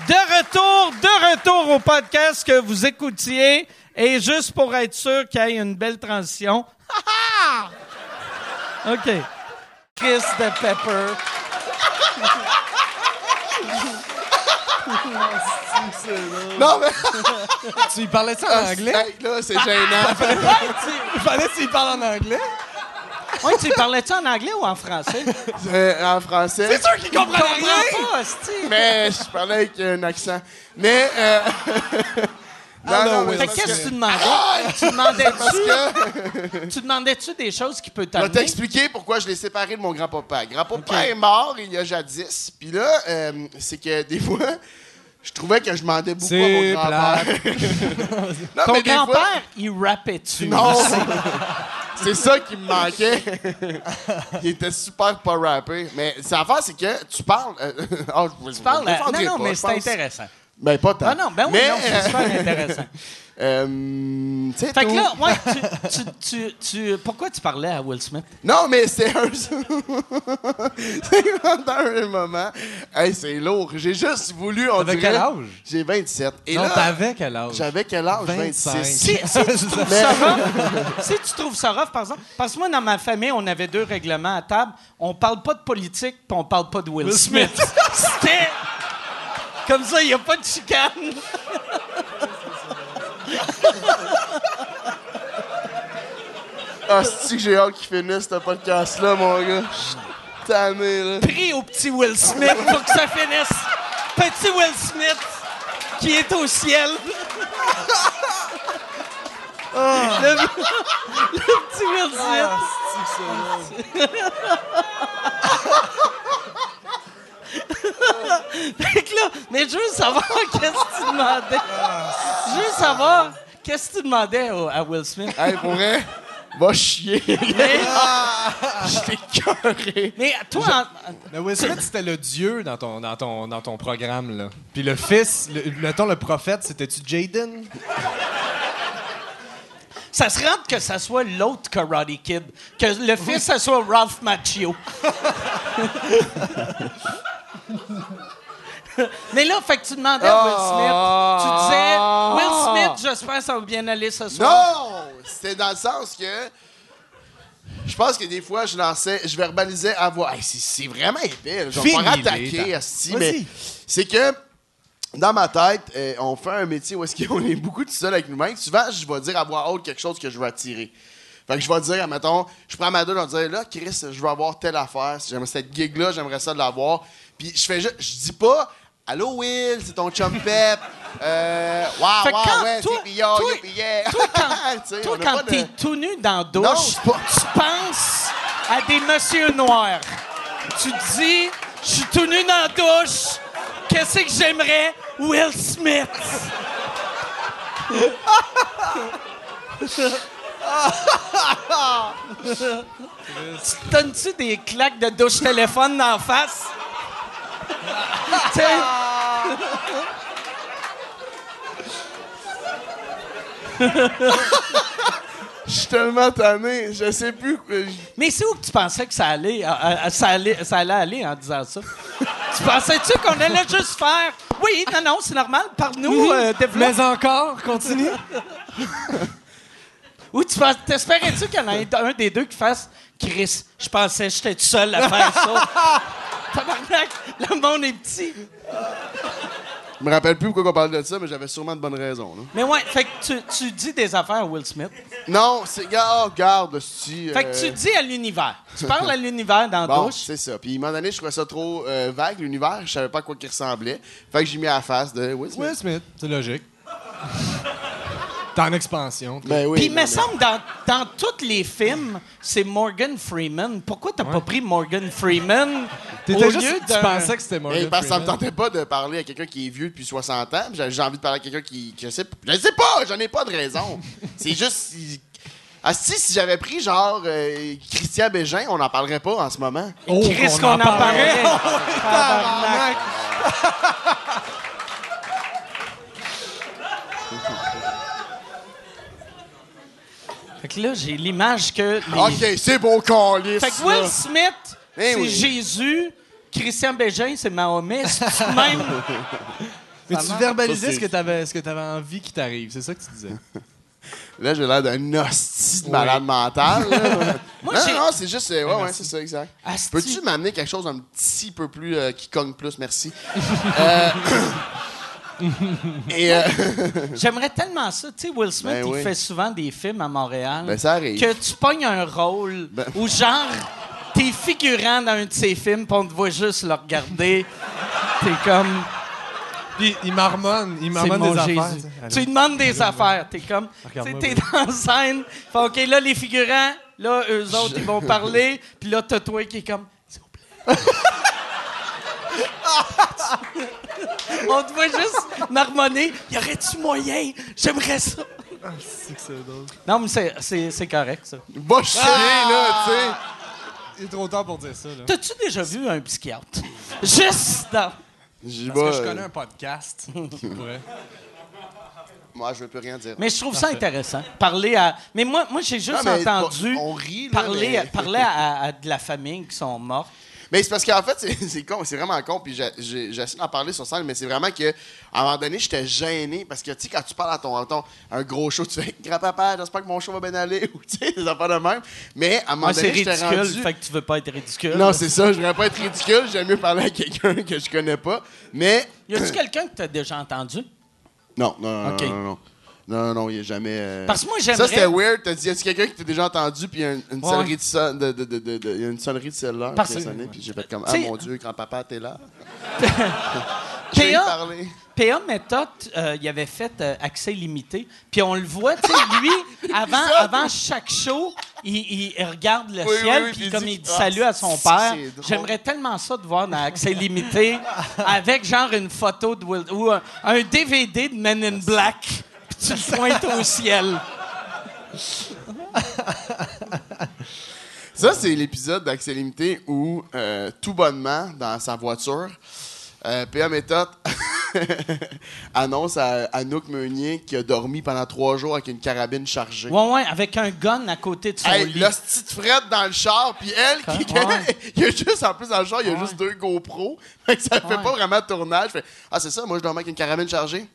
B: De retour, de retour au podcast que vous écoutiez. Et juste pour être sûr qu'il y ait une belle transition. Ha, ha! OK. Chris de Pepper.
C: Non, mais...
D: Tu y parlais ça en
C: Ah,
D: anglais?
C: [laughs] Hey, là, c'est
B: [laughs]
C: gênant.
D: Il fallait que tu y parles en anglais?
B: Oui, tu parlais-tu en anglais ou en français?
C: Euh, en français. C'est sûr
B: Je comprends pas, hostie.
C: Mais je parlais avec un accent. Mais... euh, [laughs] Non, non, mais
B: Fait
C: parce
B: que Ah, qu'est-ce que
C: que- Ah,
B: tu demandais? Tu demandais-tu
C: Parce que
B: tu demandais-tu des choses qui peuvent
C: je vais
B: t'amener?
C: t'expliquer pourquoi je l'ai séparé de mon grand-papa.
B: Ok.
C: Grand-papa est mort il y a jadis. Puis là, euh, c'est que des fois, je trouvais que je demandais beaucoup à mon
D: C'est
C: grand-père. [laughs] Non,
B: Ton
C: mais des fois-
B: grand-père, il rappait-tu? [laughs]
C: Non! c'est ça qui me manquait. [laughs] il était super pas rappé. Mais sa affaire, c'est que tu parles. euh, [laughs] ah, je- je-
B: Tu parles- euh,
C: je me défendrai
B: non, non,
C: pas,
B: mais
C: je
B: c'est
C: pense.
B: intéressant.
C: Ben, pas tant.
B: Non, non, ben oui,
C: mais,
B: non, c'est super intéressant.
C: [laughs] euh, euh, c'est
B: Fait que
C: tout.
B: là, ouais, tu, tu, tu, tu- pourquoi tu parlais à Will Smith?
C: Non, mais c'est un. [laughs] c'est pendant un moment. Hey, c'est lourd. J'ai juste voulu. On
D: T'avais
C: dirait-
D: quel âge?
C: J'ai 27. Et
D: non,
C: là,
D: t'avais quel âge?
C: j'avais quel âge? 26.
B: Si, si tu trouves
C: Mais-
B: ça rough, si tu trouves ça rough, par exemple, parce que moi, dans ma famille, on avait deux règlements à table. On parle pas de politique, puis on parle pas de Will Smith. [laughs] C'était... Comme ça, il n'y a pas de chicane.
C: Ah, si que j'ai hâte qu'il finisse ce podcast-là, mon gars. Je suis tanné, là.
B: Pris au petit Will Smith pour que ça finisse. Petit Will Smith qui est au ciel. Le, le petit Will Smith. Fait que là, mais je veux savoir [laughs] qu'est-ce que tu demandais. Je veux savoir qu'est-ce que tu demandais au- à Will Smith.
C: Hey, pour vrai, va chier. [laughs]
B: Mais,
C: J'étais cœuré.
B: mais toi, en-
D: Mais Will Smith, c'était le dieu dans ton, dans ton, dans ton programme, là. Puis le fils, le, le ton, le prophète, c'était-tu Jaden?
B: ça se rend que ça soit l'autre Karate Kid, que le fils, ça soit Ralph Macchio. mais là, fait que tu demandais à Will Smith, tu disais, Will Smith, j'espère que ça va bien aller ce soir.
C: Non! C'était dans le sens que. Je pense que des fois, je lançais, je verbalisais à voix. Hey, c'est- c'est vraiment épais. là. Je vais
D: Finis-les,
C: pouvoir attaquer,
D: t'as-
C: asti,
D: Vas-y.
C: mais c'est que dans ma tête, euh, on fait un métier où est-ce [laughs] qu'on est beaucoup tout seul avec nous-mêmes. Souvent, je vais dire à voix haute quelque chose que je veux attirer. Fait que je vais dire, mettons, je prends ma douche, je vais dire, là, Chris, je veux avoir telle affaire. Si J'aimerais cette gig-là, j'aimerais ça de l'avoir. Puis je fais juste, je dis pas, Allô, Will, c'est ton chum Pep. Euh, wow,
B: Fait que quand
C: wow, ouais,
B: toi-
C: c'est yo,
B: toi-
C: youpi, yeah.
B: Toi,
C: [laughs] Tu
B: quand,
C: sais,
B: toi,
C: on a
B: quand
C: pas de-
B: t'es tout nu dans la douche,
C: Non, c'est pas-
B: tu penses à des messieurs noirs. Tu te dis, je suis tout nu dans la douche, qu'est-ce que j'aimerais? Will
C: [laughs]
B: Smith. tu te donnes-tu des claques de douche téléphone dans la
C: [laughs]
B: face? Tu sais,
C: Je suis tellement tanné, je sais plus. euh, j-
B: Mais c'est où que tu pensais que ça allait, euh, euh, ça allait, ça allait aller en disant ça? tu pensais-tu qu'on allait juste faire Oui, non, non, c'est normal, parle-nous, euh, développe.
D: Mais encore, continue.
B: Ou tu penses- t'espérais-tu qu'il y en ait un des deux qui fasse Chris, je pensais que j'étais tout seul à faire ça.
D: [laughs]
B: Tabarnak, le monde est petit.
C: Je me rappelle plus pourquoi on parle de ça, mais j'avais sûrement de bonnes raisons. là.
B: Mais ouais, fait que tu, tu dis des affaires à Will Smith.
C: Non, c'est. ga- Oh, garde, si. euh,
B: Fait
D: Euh.
B: que tu dis à l'univers. Tu parles à l'univers dans la
C: Bon,
B: douche.
C: c'est ça. Puis, à un moment donné, je trouvais ça trop euh, vague, l'univers. Je savais pas à quoi qu'il ressemblait. Fait que j'ai mis à la face de Will Smith.
D: Will Smith, c'est logique. T'es en expansion. toi.
C: Ben oui.
B: Puis, il
C: non,
B: me
C: mais-
B: semble, dans, dans tous les films, c'est Morgan Freeman. Pourquoi t'as pas pris Morgan Freeman au
D: T'étais juste,
B: lieu
D: tu
B: d'un-
D: pensais que c'était Morgan
C: Eh, parce que ça me
D: Freeman.
C: tentait pas de parler à quelqu'un qui est vieux depuis 60 ans. puis J'ai j'ai envie de parler à quelqu'un qui. qui- je, sais, je sais pas, j'en ai pas de
B: [laughs]
C: raison. C'est juste. si- Ah, si, si j'avais pris genre euh, Christian Bégin, on n'en parlerait pas en ce moment.
D: Oh,
B: Chris, qu'on en parlerait. Tabarnak. Fait que là, j'ai l'image que... les-
C: Ok, c'est bon qu'on lisse.
B: Fait que Will
C: là.
B: Smith,
C: Ah, Eh
B: c'est
C: oui.
B: Jésus. Christian Bégin, c'est Mahomet. C'est tout de même...
D: Mais tu verbalisais
C: Ça,
D: ce que t'avais, ce que t'avais envie qui t'arrive, c'est ça que tu disais.
C: Là, j'ai l'air d'un hostie de
D: Oui.
C: malade mental. là.
B: [laughs] Moi, j'ai-
C: non, non, c'est juste. euh, Ouais, ouais, c'est ça, exact.
B: Asti.
C: Peux-tu m'amener quelque chose un petit peu plus euh, qui cogne plus,
B: [laughs]
C: merci. euh... [coughs] Et euh,
B: J'aimerais tellement ça. Tu sais, Will Smith,
C: Ben
B: il
C: oui.
B: fait souvent des films à Montréal.
C: Ben, ça arrive.
B: Que tu pognes un rôle
C: Ben-
B: où, genre, t'es figurant dans un de ses films, puis on te voit juste le regarder. t'es comme.
D: Puis il marmonne, il
B: C'est
D: marmonne
B: mon
D: des affaires.
B: Jésus.
D: Allô?
B: Tu lui demandes des affaires. T'es comme.
D: Regarde-moi,
B: T'es
D: oui.
B: dans la scène. Fait OK, là, les figurants, là, eux autres, ils vont parler. Puis là, t'as toi qui est comme. S'il vous
C: [laughs]
B: plaît. On te voit juste marmonner. Y aurait-tu moyen? J'aimerais ça.
D: C'est que c'est drôle.
B: Non, mais c'est- c'est c'est correct, ça.
C: Va chier, là,
D: Il est trop tard pour dire ça. Là.
B: T'as-tu déjà vu un psychiatre? Juste dans.
C: tu sais. J'y
D: Parce
C: vais,
D: que je
C: euh,
D: connais
C: [laughs]
D: un podcast qui pourrait.
C: Moi, euh, je veux plus rien dire.
B: Mais je trouve ça intéressant. Parler à. Mais moi, moi j'ai juste
C: Non, mais
B: entendu.
C: on rit, là,
B: parler
C: mais-
B: à, parler à- à- à de la famille qui sont mortes.
C: Mais c'est parce qu'en fait, [laughs] c'est- c'est con, c'est vraiment con, puis j'a- j'ai- j'essaie d'en parler sur scène, mais c'est vraiment que, à un moment donné, j'étais gêné, parce que, tu sais, quand tu parles à ton, à ton- à un gros show, tu fais « Grand-papa, j'espère que mon show va bien aller », [laughs] ou tu sais, des affaires de même, mais à un moment
B: Moi, Ah, c'est
C: donné, j'étais
B: ridicule.
C: rendu...
B: Fait que tu veux pas être ridicule.
C: Non, c'est ça, je voudrais pas être ridicule, j'aime mieux parler à quelqu'un que je connais pas, mais...
B: Y a-tu quelqu'un que t'as déjà entendu?
C: Non, non, non,
B: Ok.
C: non, non, non. Non, non, non, il n'y a jamais. euh,
B: Parce que moi,
C: Ça,
B: j'aimerais-
C: c'était weird. T'as dit, y a-tu quelqu'un qui t'a déjà entendu, puis il y a une, une
B: Ouais.
C: sonnerie de, son- de, de, de, de- de- il y a une sonnerie de cellulaire
B: Parce-
C: qui a sonné, puis j'ai fait comme, ah
B: T'sais-
C: mon Dieu, grand-papa, t'es là. Je vais lui
B: P.A.
C: parler.
B: P.A. Méthode, euh, il avait fait euh, accès limité. Puis on le voit, tu sais,
C: [laughs]
B: lui, avant, avant chaque show, il, il- il regarde le
C: Oui,
B: ciel,
C: oui, oui,
B: puis
C: puis il
B: comme
C: dit,
B: il dit
C: Ah,
B: salut à son
C: c'est
B: père,
C: drôle.
B: j'aimerais tellement ça de voir dans accès
C: [laughs]
B: limité, avec genre une photo de Will, ou un, un DVD de Men in Black, puis tu le pointes au ciel.
C: Ça, c'est l'épisode d'Accès Limité où, euh, tout bonnement, dans sa voiture, euh, P.A. Méthode [laughs] annonce à Anouk Meunier qui a dormi pendant trois jours avec une carabine chargée.
B: Ouais, ouais, avec un gun à côté de son
C: Hey,
B: lit.
C: la petite frette dans le char, puis elle, qui,
B: Ouais.
C: [laughs] il y a juste, en plus, dans le char, il y a
B: Ouais.
C: juste deux GoPro. [laughs] Fait que ça fait
B: Ouais.
C: pas vraiment de tournage. Fait, ah, c'est ça, moi, je dormais avec une carabine chargée.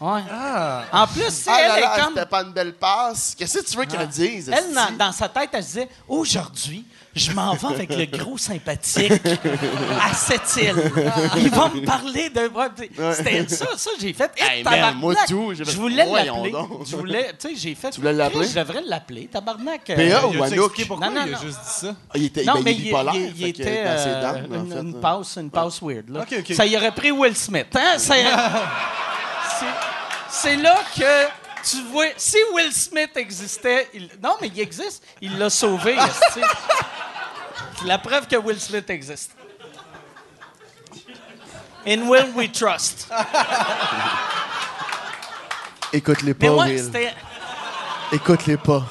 B: Ouais.
D: Ah!
B: En plus, c'est
C: Ah
B: elle
C: là là,
B: est comme.
C: c'était pas une belle passe. Qu'est-ce que tu veux qu'elle dise?
B: Elle,
C: esti?
B: dans, dans sa tête, elle se disait Aujourd'hui, je m'en vais avec le gros sympathique à cette île. Ils vont me parler de. Ouais, puis C'était ça, ça, j'ai fait. Eh,
C: Hey, man,
B: tabarnak!
C: moi, tout, j'ai fait,
B: Je voulais
C: voyons
B: l'appeler.
C: donc.
B: Je voulais. Tu sais, j'ai fait.
C: Tu voulais l'appeler?
B: Chris, Je devrais l'appeler, tabarnak. Euh,
C: P.A.
D: il
C: ou
D: a
C: Anouk?
D: expliqué pourquoi
B: Non, non,
D: il a
B: non.
D: juste dit ça.
C: Il était,
B: Non,
C: ben,
B: mais
C: il est
B: il,
C: bipolaire.
B: il- il
C: fait que
B: était
C: dans ses
B: euh,
C: dents, en
B: une,
C: fait,
B: une
C: euh,
B: passe, une passe weird. Là.
D: Ok, ok.
B: Ça y aurait pris Will Smith. Hein? Ça y aurait- C'est- C'est là que tu vois. Si Will Smith existait, il- non, mais il existe. Il l'a sauvé. [laughs] esti. C'est La preuve que Will Smith existe. In Will We Trust.
C: Ah, Écoute-les
B: Mais
C: pas,
B: moi,
C: Will.
B: c'était.
C: Écoute-les pas.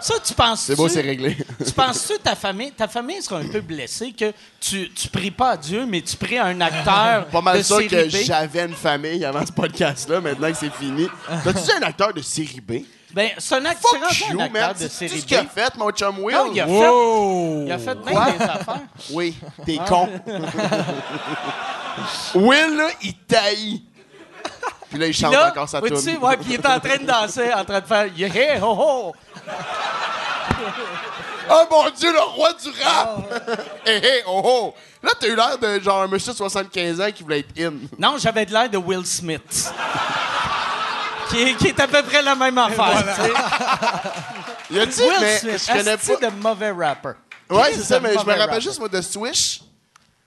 B: Ça, tu penses.
C: C'est beau,
B: [laughs]
C: c'est réglé.
B: Tu penses-tu ta famille, ta famille sera un peu blessée que tu, tu pries pas à Dieu, mais tu pries à un acteur
C: Pas mal
B: de
C: sûr
B: série
C: que
B: B?
C: j'avais une famille avant ce podcast-là, maintenant que c'est fini. T'as-tu dit un acteur de série B?
B: Ben, c'est un acteur,
C: Fuck
B: c'est rendu
C: you,
B: un acteur
C: man!
B: de
C: C'est
B: série
C: ce
B: B.
C: qu'il a fait, mon chum Will?
B: Non, il a fait,
D: Wow!
B: il a fait bien des
C: [laughs]
B: affaires.
C: Oui, t'es
B: Ah.
C: con.
B: [laughs]
C: Will, là, il taillit. Puis là, il chante
B: Là,
C: encore sa
B: ouais,
C: tune.
B: tu sais, ouais, puis il est en train de danser, en train de faire yeah ho ho.
C: Oh mon Dieu, le roi du
B: Ah,
C: rap! [laughs] Hé hé, oh oh! Là, t'as eu l'air de genre un monsieur de 75 ans qui voulait être in.
B: Non, j'avais de l'air de Will Smith. [laughs] qui, est, qui est à peu près la même affaire. tu sais.
C: Y a-tu,
B: Will
C: mais
B: Smith,
C: je connais
B: asti
C: pas.
B: de mauvais rapper.
C: Ouais, c'est ça, mais je me
B: mauvais
C: rappelle
B: rapper.
C: juste, moi, de Swish.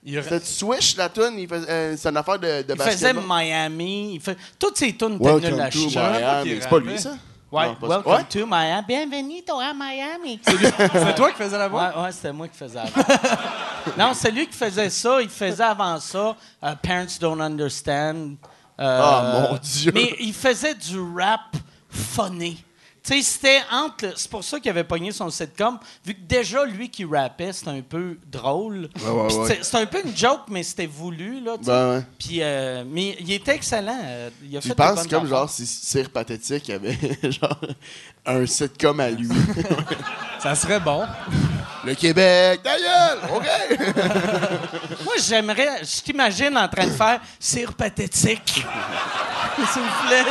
D: Il aurait-
C: C'était Swish, la tune, il faisait- euh, c'est une affaire de, de
B: Il faisait
C: basketball.
B: Miami, il fait toutes ces tunes étaient nulles à
C: Welcome to
B: chier.
C: Miami.
D: qu'il
C: C'est pas
D: rappait.
C: lui, ça?
B: Ouais,
C: Non, pas ça.
B: welcome
C: Ouais?
B: to Miami. Bienvenido à
C: [laughs]
B: Miami.
D: C'est toi qui faisais la voix?
B: Ouais, ouais, c'était moi qui faisais avant. non, c'est lui qui faisait ça. Il faisait avant ça euh, Parents Don't Understand. Euh,
C: Ah, mon Dieu.
B: Mais il faisait du rap funny. Tu sais, c'était entre. le- C'est pour ça qu'il avait pogné son sitcom, vu que déjà, lui qui rappait, c'était un peu drôle.
C: ouais,
B: Puis
C: ouais.
B: c'est- C'est un peu une joke, mais c'était voulu, là. tu sais.
C: Ben ouais.
B: Puis, euh, mais il était excellent. euh, il a fait
C: Tu
B: des
C: penses
B: bonnes
C: comme
B: affaires.
C: genre si Cyr Pathétique avait [laughs] genre un sitcom à lui.
D: Ça serait bon.
C: Le Québec, ta gueule, OK!
B: Moi, j'aimerais. Je t'imagine en train de faire cire
C: [laughs]
B: pathétique. S'il vous plaît.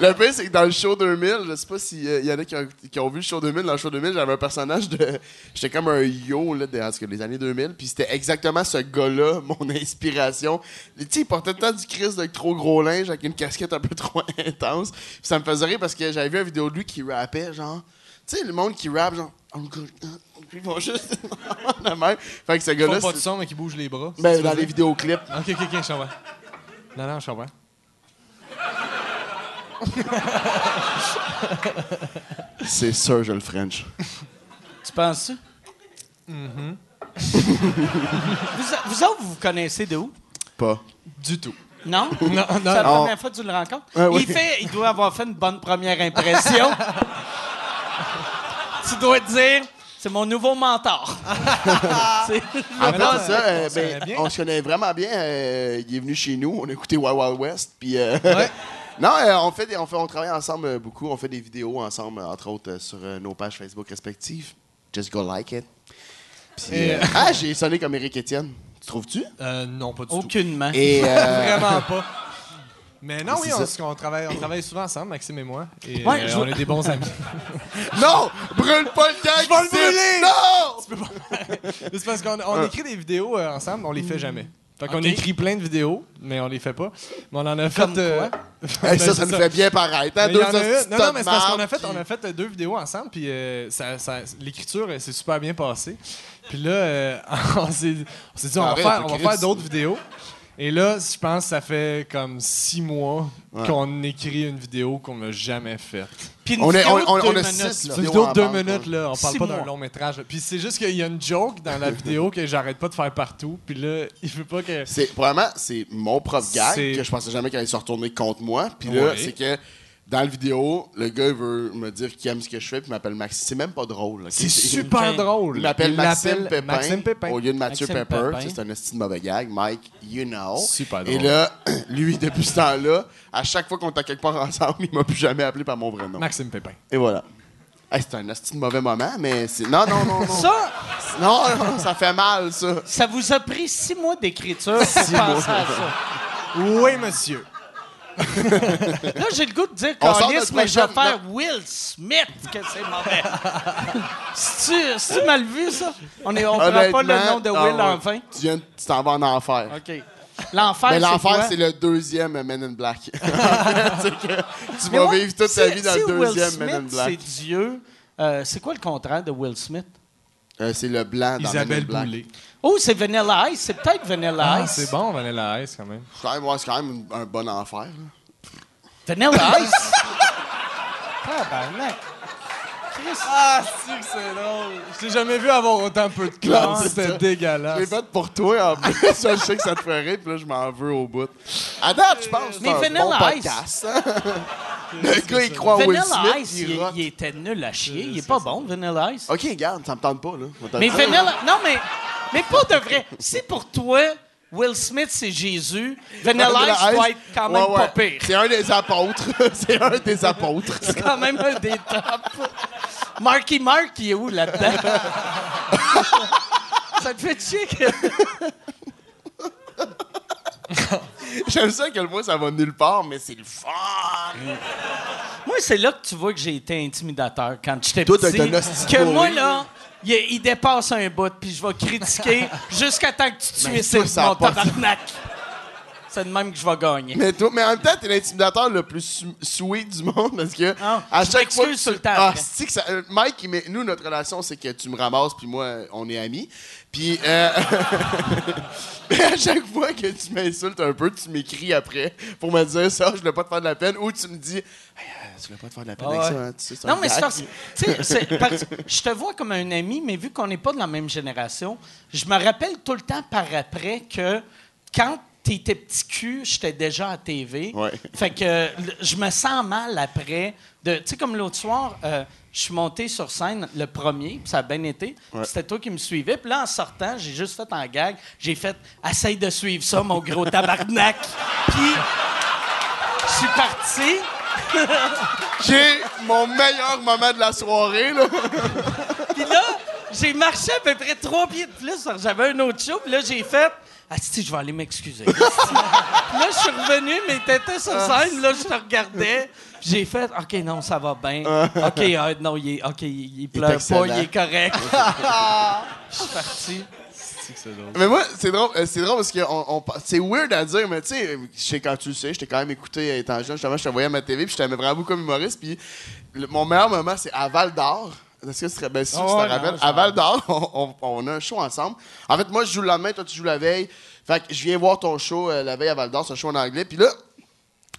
C: Le pire, c'est que dans le show 2000, je sais pas s'il y en a qui ont, qui ont vu le show 2000. Dans le show 2000, j'avais un personnage de... [laughs] J'étais comme un yo, là, de, en tout cas, des années 2000. Puis c'était exactement ce gars-là, [laughs] mon inspiration. Tu sais, il portait tout le temps du Chris de trop gros linge avec une casquette un peu [laughs] trop intense. Puis ça me faisait rire parce que j'avais vu une vidéo de lui qui rappait, genre... oh Tu sais, le monde qui rappe, genre... Puis hein. ils vont juste [laughs] de même. Fait que ce
D: Ils font
C: gars-là,
D: pas de
C: c'est-
D: son, mais qui bougent les bras. c'est
C: ben,
D: ça
C: dans
D: que tu
C: les
D: veux
C: vidéoclips,
D: dire? Ok, ok, ok, je comprends. Non, non, je comprends.
C: c'est sûr, je le French.
B: Tu penses ça?
C: Mm-hmm.
B: vous, a- vous autres, vous vous connaissez de où?
C: Pas.
D: Du tout.
B: Non?
D: Non,
B: C'est la
D: non.
C: Non.
B: première fois que tu le rencontres?
C: Ah oui.
B: il, fait, il doit avoir fait une bonne première
C: [laughs]
B: impression. tu dois te dire, c'est mon nouveau
C: [laughs]
B: mentor. C'est-
C: En
D: Mais
C: fait,
D: non,
C: c'est ça,
D: on
C: euh,
D: se
C: ben,
D: connaît bien.
C: on se connaît vraiment bien. euh, il est venu chez nous, on a écouté Wild Wild West. Puis, euh,
D: Ouais.
C: [laughs] non, euh, on, fait des- on, fait, on travaille ensemble euh, beaucoup. On fait des vidéos ensemble, entre autres, euh, sur euh, nos pages Facebook respectives. Just go like it. Puis,
D: Et,
C: euh, ah, j'ai sonné comme Eric Etienne. Tu trouves-tu?
D: Euh, non, pas du tout.
B: Aucunement.
C: Et, euh,
D: [laughs] Vraiment pas. Mais non,
C: Mais
D: oui,
C: c'est
D: on,
C: ça.
D: on travaille, on travaille souvent ensemble, Maxime et moi. Et
B: Ouais,
D: euh,
B: je-
D: on est des bons [laughs] amis.
C: Non! Brûle pas le gag!
D: Je vais le
C: ici!
D: brûler!
C: Non!
D: Mais c'est parce qu'on on écrit des vidéos euh, ensemble, on les fait jamais. Fait qu'on
B: Ok.
D: écrit plein de vidéos, mais on les fait pas. Mais on en a
B: Comme
D: fait. euh, [laughs]
C: Hey,
D: ben,
C: Eh, ça, ça
D: c'est
C: nous fait bien paraître. Hein?
D: Mais il y
C: Deux
D: en a
C: hosties
D: une-
C: de
D: Non, non, mais c'est parce qu'on a
C: marde,
D: fait, on a fait euh, deux vidéos ensemble, puis euh, ça, ça- l'écriture euh, s'est super bien passée. Puis là, euh, [laughs] on s'est on s'est dit, on va
C: Arrête,
D: faire, on va
C: Chris.
D: faire d'autres vidéos. Et là, je pense que ça fait comme six mois
C: Ouais.
D: qu'on écrit une vidéo qu'on n'a jamais faite.
B: Puis une
C: On est-
B: vidéo
C: on- on-
B: de
C: on
B: deux
C: a
B: minutes,
C: six
B: là.
D: C'est une
C: Vidéo
D: vidéo
C: en
D: de deux
C: banque,
D: minutes,
C: ouais.
D: là. On parle
B: Six
D: pas d'un
B: mois.
D: long métrage. là. Puis c'est juste qu'il y a une joke
C: [laughs]
D: dans la vidéo que j'arrête pas de faire partout. Puis là, il veut pas que.
C: C'est probablement c'est mon propre gag
D: C'est-
C: que je pensais jamais qu'elle allait se retourner contre moi. Puis là,
D: Ouais.
C: c'est que dans la vidéo, le gars il veut me dire qu'il aime ce que je fais puis m'appelle Maxime. C'est même pas drôle. ok?
D: C'est
C: C'est-
D: super
B: Ok.
D: drôle.
C: Il m'appelle
D: Il
C: Maxime
D: l'appelle
C: Pépin,
D: Maxime Pépin.
C: au lieu de Mathieu
B: Maxime
C: Pepper.
B: Pépin.
C: Tu sais, C'est un esti de mauvais gag. Mike, you know.
D: Super
C: Et
D: drôle.
C: là, [clears throat] lui, depuis ce temps-là, à chaque fois qu'on était quelque part ensemble, il m'a plus jamais appelé par mon vrai nom.
D: Maxime Pépin.
C: Et voilà. Hey, c'est un esti de mauvais moment, mais c'est. Non, non, non, non.
B: Ça,
C: Non, non, ça fait mal, ça.
B: ça vous a pris six mois d'écriture pour penser
C: mois.
B: à ça.
D: Oui, monsieur.
B: Là, j'ai le goût de dire
C: On sort
B: Carlis,
C: notre
B: mais je vais
C: prochaine-
B: faire Will Smith, que c'est mauvais. [laughs] C'est-tu c'est-tu mal vu, ça? On ne on prend pas le
C: Honnêtement,
B: nom de
C: ah
B: Will
C: ouais.
B: enfin.
C: Tu viens, de- tu t'en vas en enfer.
B: OK. L'enfer,
C: Mais
B: c'est
C: l'enfer,
B: quoi?
C: c'est le deuxième euh, Men in
B: [laughs]
C: Black. C'est que tu
B: Mais
C: vas
B: ouais,
C: vivre toute ta
B: si-
C: vie dans
B: si
C: le deuxième
B: Will Smith,
C: Men in Black.
B: C'est Dieu. euh, c'est quoi le contraire de Will Smith?
C: Euh, C'est le blanc dans Men in
D: Isabelle
C: Black.
D: Boulay.
B: Oh, c'est Vanilla Ice. C'est peut-être Vanilla
D: Ah,
B: Ice.
D: c'est bon, Vanilla Ice, quand même.
C: C'est quand même, ouais, c'est quand même un bon enfer. là.
B: Vanilla Ice? Tabarnak. Chris.
D: Ah, si que c'est drôle. Je t'ai jamais vu avoir autant peu de
C: classe.
D: classe. C'était
B: Bah,
C: Je l'ai
D: dégueulasse.
C: fait pour toi
B: [laughs]
C: en plus. je sais que ça te ferait, puis là, je m'en veux au bout. À date, je pense que c'est
B: Mais
C: un bon
B: Vanilla Ice.
C: podcast.
B: [laughs]
C: hein. le gars, il croit en [laughs] Will
B: Vanilla
C: Smith,
B: Ice,
C: il Euh,
B: il,
C: rote.
B: il était nul à chier. Il est pas bon, Vanilla Ice.
C: OK, garde, ça me tente pas, hein? là. Je vais te le
B: Mais
C: dire.
B: Vanilla... Non, mais, mais pour de vrai, si pour toi, Will Smith, c'est Jésus, Vanilla, Ice doit être quand même
C: Ouais, ouais.
B: pas pire.
C: C'est un des apôtres. [laughs] c'est un des apôtres. [laughs]
B: C'est [laughs] quand même un des tops. Marky Mark, il est où
C: [laughs]
B: là-dedans? Ça te fait chier que...
C: J'aime ça que le mot, ça va nulle part, mais c'est le fun.
B: Moi, c'est là que tu vois que j'ai été intimidateur quand j'étais
C: Toi, t'as
B: petit.
C: été un hostie de
B: que
C: pourri.
B: moi, là, il, il dépasse un bout, puis je vais
C: [laughs]
B: critiquer jusqu'à temps que tu
C: Mais
B: tues sur
C: toi, ça a
B: mon
C: pas de-
B: tabarnak. C'est de même que je vais gagner.
C: Mais, toi, mais en même temps, t'es l'intimidateur le plus sou- sweet du monde parce que
B: Ah,
C: à
B: je
C: chaque
B: m'excuse
C: fois. que tu-
B: sur le tas,
C: Ah,
B: après.
C: c'est que ça- euh, Mike, il met- nous, notre relation, c'est que tu me ramasses, puis moi, euh, on est amis. Puis. euh, [laughs] mais à chaque fois que tu m'insultes un peu, tu m'écris après pour me dire ça, je voulais pas te faire de la peine, ou tu me dis, Hey, euh, tu voulais pas te faire de la peine avec
B: Ah ouais.
C: ça, hein, tu sais, c'est un
B: Non, mais c'est
C: gag.
B: parce que, tu sais, c'est parce que je te vois comme un ami, mais vu qu'on n'est pas de la même génération, je me rappelle tout le temps par après que quand t'étais petit cul, j'étais déjà à TV.
C: Ouais.
B: Fait que euh, le- je me sens mal après. de- Tu sais, comme l'autre soir, euh, je suis monté sur scène le premier, puis ça a bien été. puis C'était toi qui me suivais. Puis là, en sortant, j'ai juste fait en gag. J'ai fait « Essaye de suivre ça, mon gros
C: [laughs]
B: tabarnak! » Puis je suis parti.
C: J'ai mon meilleur moment de la soirée, là.
B: Puis là, j'ai marché à peu près trois pieds de plus. alors J'avais un autre show. Puis là, j'ai fait. Ah, si, je vais aller m'excuser. [laughs] Puis là, je suis revenu, mais t'étais sur scène. Là, je te regardais. Puis j'ai fait. OK, non, ça va bien. OK, ah, non, il, est- OK, il, il pleure
C: excellent.
B: pas, il est correct. [laughs] je suis parti.
D: Si que c'est drôle.
C: Mais moi, c'est drôle, euh, c'est drôle parce que on, on pa- c'est weird à dire, mais tu sais, euh, je sais quand tu le sais, je t'ai quand même écouté euh, étant jeune, justement, je te voyais à ma TV, puis je t'aimais vraiment beaucoup comme humoriste, puis le- mon meilleur moment, c'est à Val d'Or, dans Est-ce que ce serait bien sûr,
D: Ah
C: tu t'en
D: ouais,
C: rappelles?
D: non, je
C: À Val d'Or, [laughs] on, on- on a un show ensemble. En fait, moi, je joue le lendemain, toi, tu joues la veille. Fait que je viens voir ton show euh, la veille à Val d'Or, ce show en anglais. Puis là,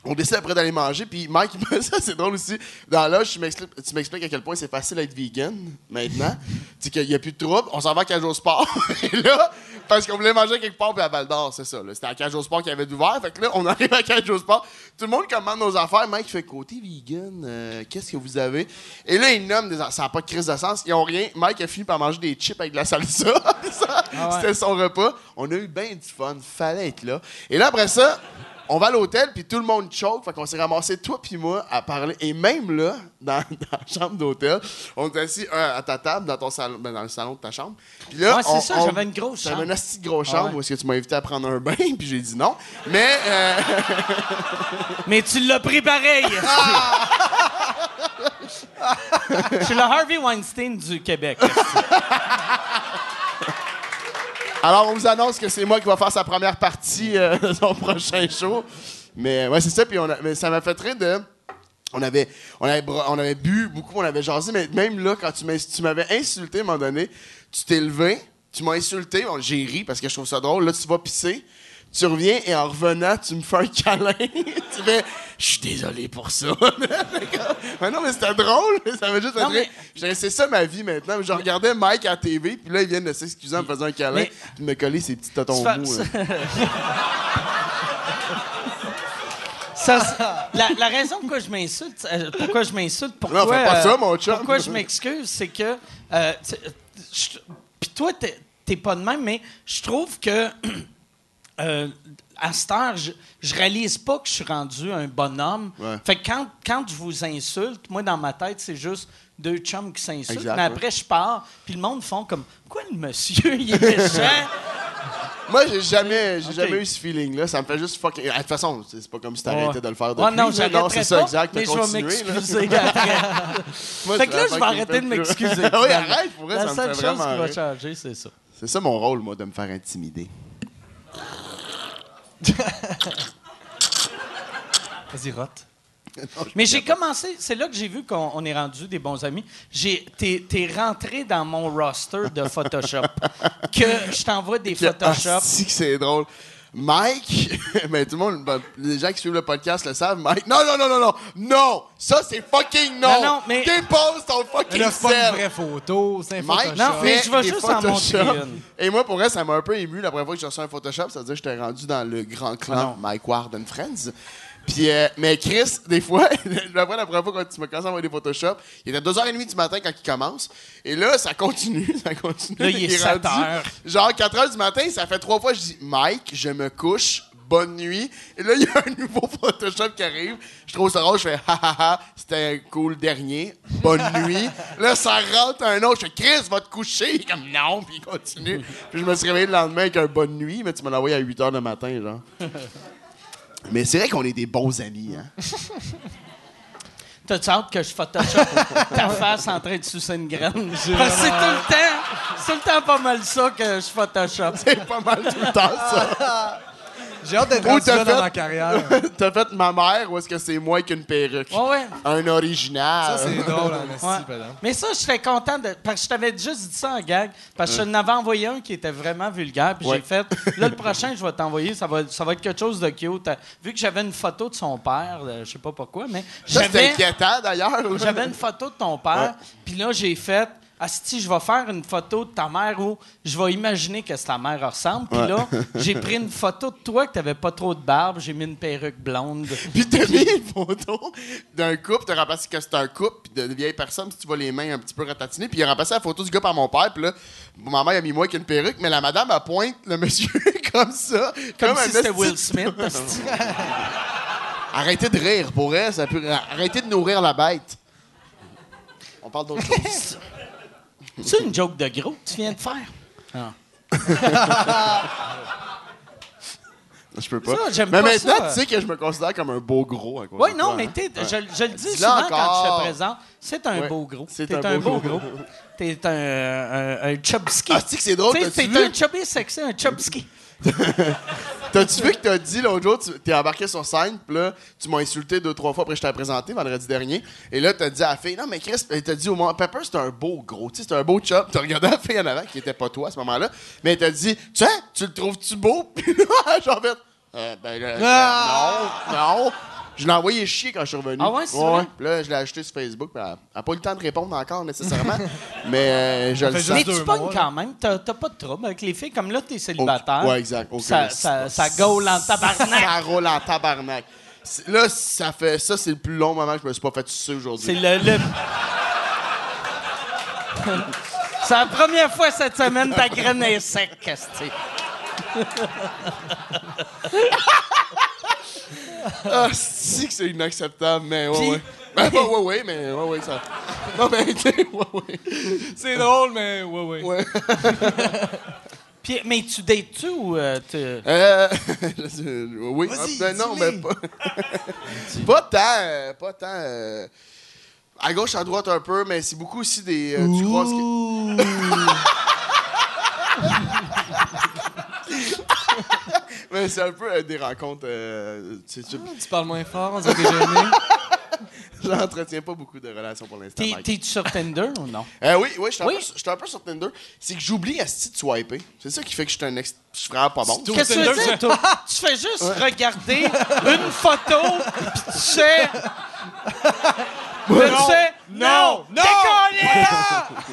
C: on décide après d'aller manger. Puis Mike, [laughs] il me- ça, c'est drôle aussi. Dans la loge, tu m'expliques tu m'expliques à quel point c'est facile d'être vegan maintenant. [laughs] tu sais qu'il n'y a plus de troubles. On s'en va à Cage au Sport. [laughs] Et là, parce qu'on voulait manger quelque part, puis à Val d'Or, c'est ça. là. C'était à Cage au Sport qu'il y avait d'ouvert. Fait que là, on [laughs] arrive à Cage au Sport. Tout le monde commande nos affaires. Mike fait côté vegan, euh, qu'est-ce que vous avez? Et là, ils nomment des. en- Ça n'a pas de crise de sens. Ils n'ont rien. Mike a fini par manger des chips avec de la salsa. [laughs] Ça, C'était son repas. On a eu bien du fun. Fallait être là. Et là, après ça. On va à l'hôtel, puis tout le monde choke. Fait qu'on s'est ramassé, toi puis moi, à parler. Et même là, dans, [laughs] dans la chambre d'hôtel, on était assis un à ta table, dans ton salon, ben, dans le salon de ta chambre. Puis là,
B: Ouais, c'est
C: on-
B: ça,
C: on-
B: j'avais une grosse
C: T'avais
B: chambre. Ah
C: une assez grosse chambre
B: ouais.
C: où est-ce que tu m'as invité à prendre un bain, [laughs] puis j'ai dit non. Mais, euh,
B: Mais tu l'as pris [laughs] pareil. esti. Je suis le Harvey Weinstein du Québec.
C: alors on vous annonce que c'est moi qui va faire sa première partie euh, [laughs] de son prochain show. Mais ouais, c'est ça, puis on a- mais ça m'a fait très de. On avait, on, avait, bro- on avait bu beaucoup, on avait jasé, mais même là, quand tu m'ins- tu m'avais insulté à un moment donné, tu t'es levé, tu m'as insulté, on- j'ai ri parce que je trouve ça drôle. Là, tu vas pisser, tu reviens et en revenant, tu me fais un câlin. [laughs] tu fais, je suis désolé pour ça. [laughs] mais non, mais c'était drôle, ça m'a juste fait
B: Non,
C: rire.
B: mais-
C: J'ai- C'est ça ma vie maintenant. Je regardais Mike à la TV, puis là, il vient de s'excuser en me faisant un câlin,
B: Mais-
C: puis de me coller ses petits totons
B: Tu fais-
C: mous. là.
B: Ça, c'est- la, la raison pourquoi je m'insulte, euh, pourquoi je m'insulte, pourquoi,
C: Non, fais pas
B: euh,
C: ça, mon chum.
B: pourquoi je m'excuse, c'est que, euh, tu- je- puis toi, t'es- t'es pas de même, mais je trouve que [clears throat] euh, à cette heure, je, je réalise pas que je suis rendu un bonhomme.
C: Ouais.
B: Fait que quand, quand je vous insulte, moi, dans ma tête, c'est juste deux chums qui s'insultent.
C: Exact,
B: Mais
C: ouais.
B: après, je pars, puis le monde font comme « Quoi, le monsieur, il est
C: [laughs]
B: méchant?
C: Moi, j'ai jamais, j'ai
B: Ok.
C: jamais eu ce feeling-là. Ça me fait juste fucking. Ah, De toute façon, c'est c'est pas comme si » t'arrêtais de le faire depuis.
B: Ouais, non,
C: là.
B: j'arrêterai
C: c'est ça,
B: pas,
C: exact.
B: mais
C: t'as
B: je vais
C: continué, là.
B: m'excuser [laughs] après.
C: Moi,
B: fait que là,
C: la
B: je vais
C: fucking
B: arrêter de
C: fais- [laughs]
B: m'excuser.
C: Ah oui, arrête, pour vrai,
B: La
C: ça me
B: seule
C: fait
B: chose qui
C: vraiment.
B: va
C: rire.
B: changer, c'est ça.
C: C'est ça mon rôle, moi, de me
B: [laughs]
C: faire intimider.
D: Vas-y, rote.
B: Mais j'ai commencé, c'est là que j'ai vu qu'on on est rendu des bons amis. J'ai, t'es, t'es rentré dans mon roster de
C: [laughs]
B: Photoshop. que je t'envoie des Photoshop.
C: Si que c'est drôle. Mike, [laughs] mais tout le monde, ben, les gens qui suivent le podcast le savent. Mike, non, non, non, non, non, non, ça c'est fucking non.
B: Non, non, mais-
C: Dépose ton
D: Mais
C: fucking
D: là, c'est pas une
C: sel.
D: vraie photo, c'est un
C: Mike,
B: Non,
D: Photoshop.
B: mais
C: fait
B: je vais
C: des
B: juste en
C: Photoshop.
B: montrer une.
C: Et moi, pour vrai, ça m'a un peu ému la première fois que j'ai reçu un Photoshop. Ça veut dire que j'étais rendu dans le grand clan Mike Ward and Friends. Puis, euh, mais Chris, [laughs] des fois, la première la première fois quand tu m'as commencé à envoyer des Photoshop, il était 2h30 du matin quand il commence. Et là, ça continue, [laughs] ça continue.
B: Là, il est 7
C: rendu
B: heures.
C: Genre 4h du matin, ça fait trois fois que je dis Mike, je me couche, bonne nuit. Et là, il y a un [laughs] nouveau Photoshop qui arrive. Je trouve ça drôle, je fais ha ha ha, c'était cool le dernier, bonne nuit.
B: [laughs]
C: Là, ça rentre un autre, je fais Chris, va te coucher. Il est comme non, puis il continue. Puis je me suis réveillé le lendemain avec un bonne nuit, mais tu me l'as envoyé à 8 h le matin, [laughs] genre. Mais c'est vrai qu'on est des bons amis, hein.
B: T'as-tu hâte que je
C: [laughs]
B: Photoshop ta face en train de sucer une graine? Parce que c'est tout le temps, c'est tout le temps pas mal ça que je Photoshop.
C: [laughs] C'est pas mal tout le temps, ça.
D: J'ai hâte d'être
C: Où
D: rendu
C: t'as
D: là dans
C: fait? Euh.
D: ma carrière.
C: Ah, T'as fait ma mère ou est-ce que c'est moi avec une perruque?
B: Ouais, ouais.
C: Un original.
D: Ça, c'est drôle, hein, en esti,
B: Ouais.
D: par exemple.
B: Mais ça, je serais content de. Parce que je t'avais juste dit ça en gag. Parce que je t'en avais envoyé un qui était vraiment vulgaire. Puis
C: Euh. Ouais.
B: j'ai
C: [laughs]
B: fait. Là, le prochain, je vais t'envoyer. Ça va, ça va être quelque chose de cute. Euh, Vu que j'avais une photo de son père, euh, je sais pas pourquoi, mais.
C: Ça, c'est
B: j'avais-
C: inquiétant d'ailleurs.
B: j'avais une photo de ton père, puis là, j'ai fait Asti, je vais faire une photo de ta mère où je vais imaginer que ta mère ressemble. Puis
C: Ouais. [laughs]
B: là, j'ai pris une photo de toi que t'avais pas trop de barbe, j'ai mis une perruque blonde.
C: [laughs] Puis t'as mis une photo d'un couple, t'as remplacé que c'est un couple, puis de vieilles personnes, si tu vois les mains un petit peu ratatinées, puis il a remplacé la photo du gars par mon père, puis là, ma mère a mis moi avec une perruque, mais la madame, elle pointe le monsieur [laughs] comme ça.
B: Comme,
C: un
B: si c'était
C: esti-
B: Will
C: [laughs]
B: Smith. asti.
C: Arrêtez de rire, pour elle, ça peut... Arrêtez de nourrir la bête. On parle d'autre chose.
B: C'est une joke de gros que tu viens de faire.
C: [laughs] Je peux pas.
B: Ça, j'aime
C: mais
B: pas
C: maintenant,
B: ça.
C: tu sais que je me considère comme un beau gros à cause
B: Oui,
C: de
B: non,
C: toi,
B: mais
C: hein.
B: t'es- je, je le dis
C: Dis-le
B: souvent quand
C: encore.
B: je te présente, c'est un
C: Ouais,
B: beau gros.
C: c'est
B: T'es
C: un
B: un beau
C: beau
B: gros. T'es un, euh, un, un chubski.
C: Ah, c'est que c'est drôle,
B: T'sais,
C: t'as-tu
B: T'es
C: vu?
B: un chubby sexy, un chubski.
C: T'as-tu vu que t'as dit l'autre jour, tu- t'es embarqué sur scène, puis là, tu m'as insulté deux, trois fois après que je t'ai présenté vendredi dernier. Et là, t'as dit à la fille, non, mais Chris, elle t'a dit au moins, Pepper, c'est un beau gros, tu sais, c'est un beau chop. T'as regardé la fille en avant, qui était pas toi à ce moment-là, mais elle t'a dit, tu sais, tu le trouves-tu beau? [laughs] Puis là, j'en vais, Euh, ben, euh, non, non. Je l'ai envoyé chier quand je suis revenu.
B: Ah ouais, c'est vrai?
C: Puis là, je l'ai acheté sur Facebook, puis elle n'a pas eu le temps de répondre encore nécessairement, [laughs] mais euh, je le
D: fait
C: sens.
D: Dans
B: Mais
D: deux
B: tu pognes
D: mois,
B: quand même. T'as t'as pas de trouble avec les filles. Comme là, t'es célibataire.
C: Ouais, exact. Aucun
B: Ça,
C: risque.
B: ça, ça gaule en tabarnak.
C: [laughs] Ça roule en tabarnak. C'est- Là, ça fait ça, c'est le plus long moment que je me suis pas fait sucer
B: C'est
C: aujourd'hui.
B: le. le- C'est la première fois cette semaine ta graine est sec, Casti.
C: Ah, si que c'est inacceptable, mais ouais,
B: Puis-
C: ouais. Ben, ouais, ouais, ouais, mais ouais, ouais, ça. Non, mais [laughs] tu sais, ouais, ouais.
D: C'est drôle, mais ouais, ouais.
C: Ouais.
B: Puis, mais tu dates-tu ou euh, tu-
C: Euh, [laughs] je- oui,
D: Vas-y,
C: ben non,
D: dis-les.
C: mais pas. [laughs] pas tant, euh, pas tant. euh, à gauche, à droite un peu, mais c'est beaucoup aussi des. euh, tu croises. que- [laughs] Mais c'est un peu euh, des rencontres. euh, tu sais, tu-
D: Tu parles moins fort, on s'est [laughs] déjeuné.
C: J'entretiens pas beaucoup de relations pour l'instant.
B: Ah. t'es-
C: Mike.
B: T'es-tu sur Tinder ou non?
C: Euh, oui, oui, je suis un,
B: Oui.
C: peu- j'étais un peu sur Tinder. C'est que j'oublie à de swiper. C'est ça qui fait que je suis un ex. Je suis vraiment pas bon.
D: Sur
B: Qu'est-ce que tu veux
D: Tinder,
B: dire,
D: c'est-
B: toi? tu fais juste regarder une photo, puis tu sais. tu sais, non,
D: non,
B: non!
D: non!
B: décollez!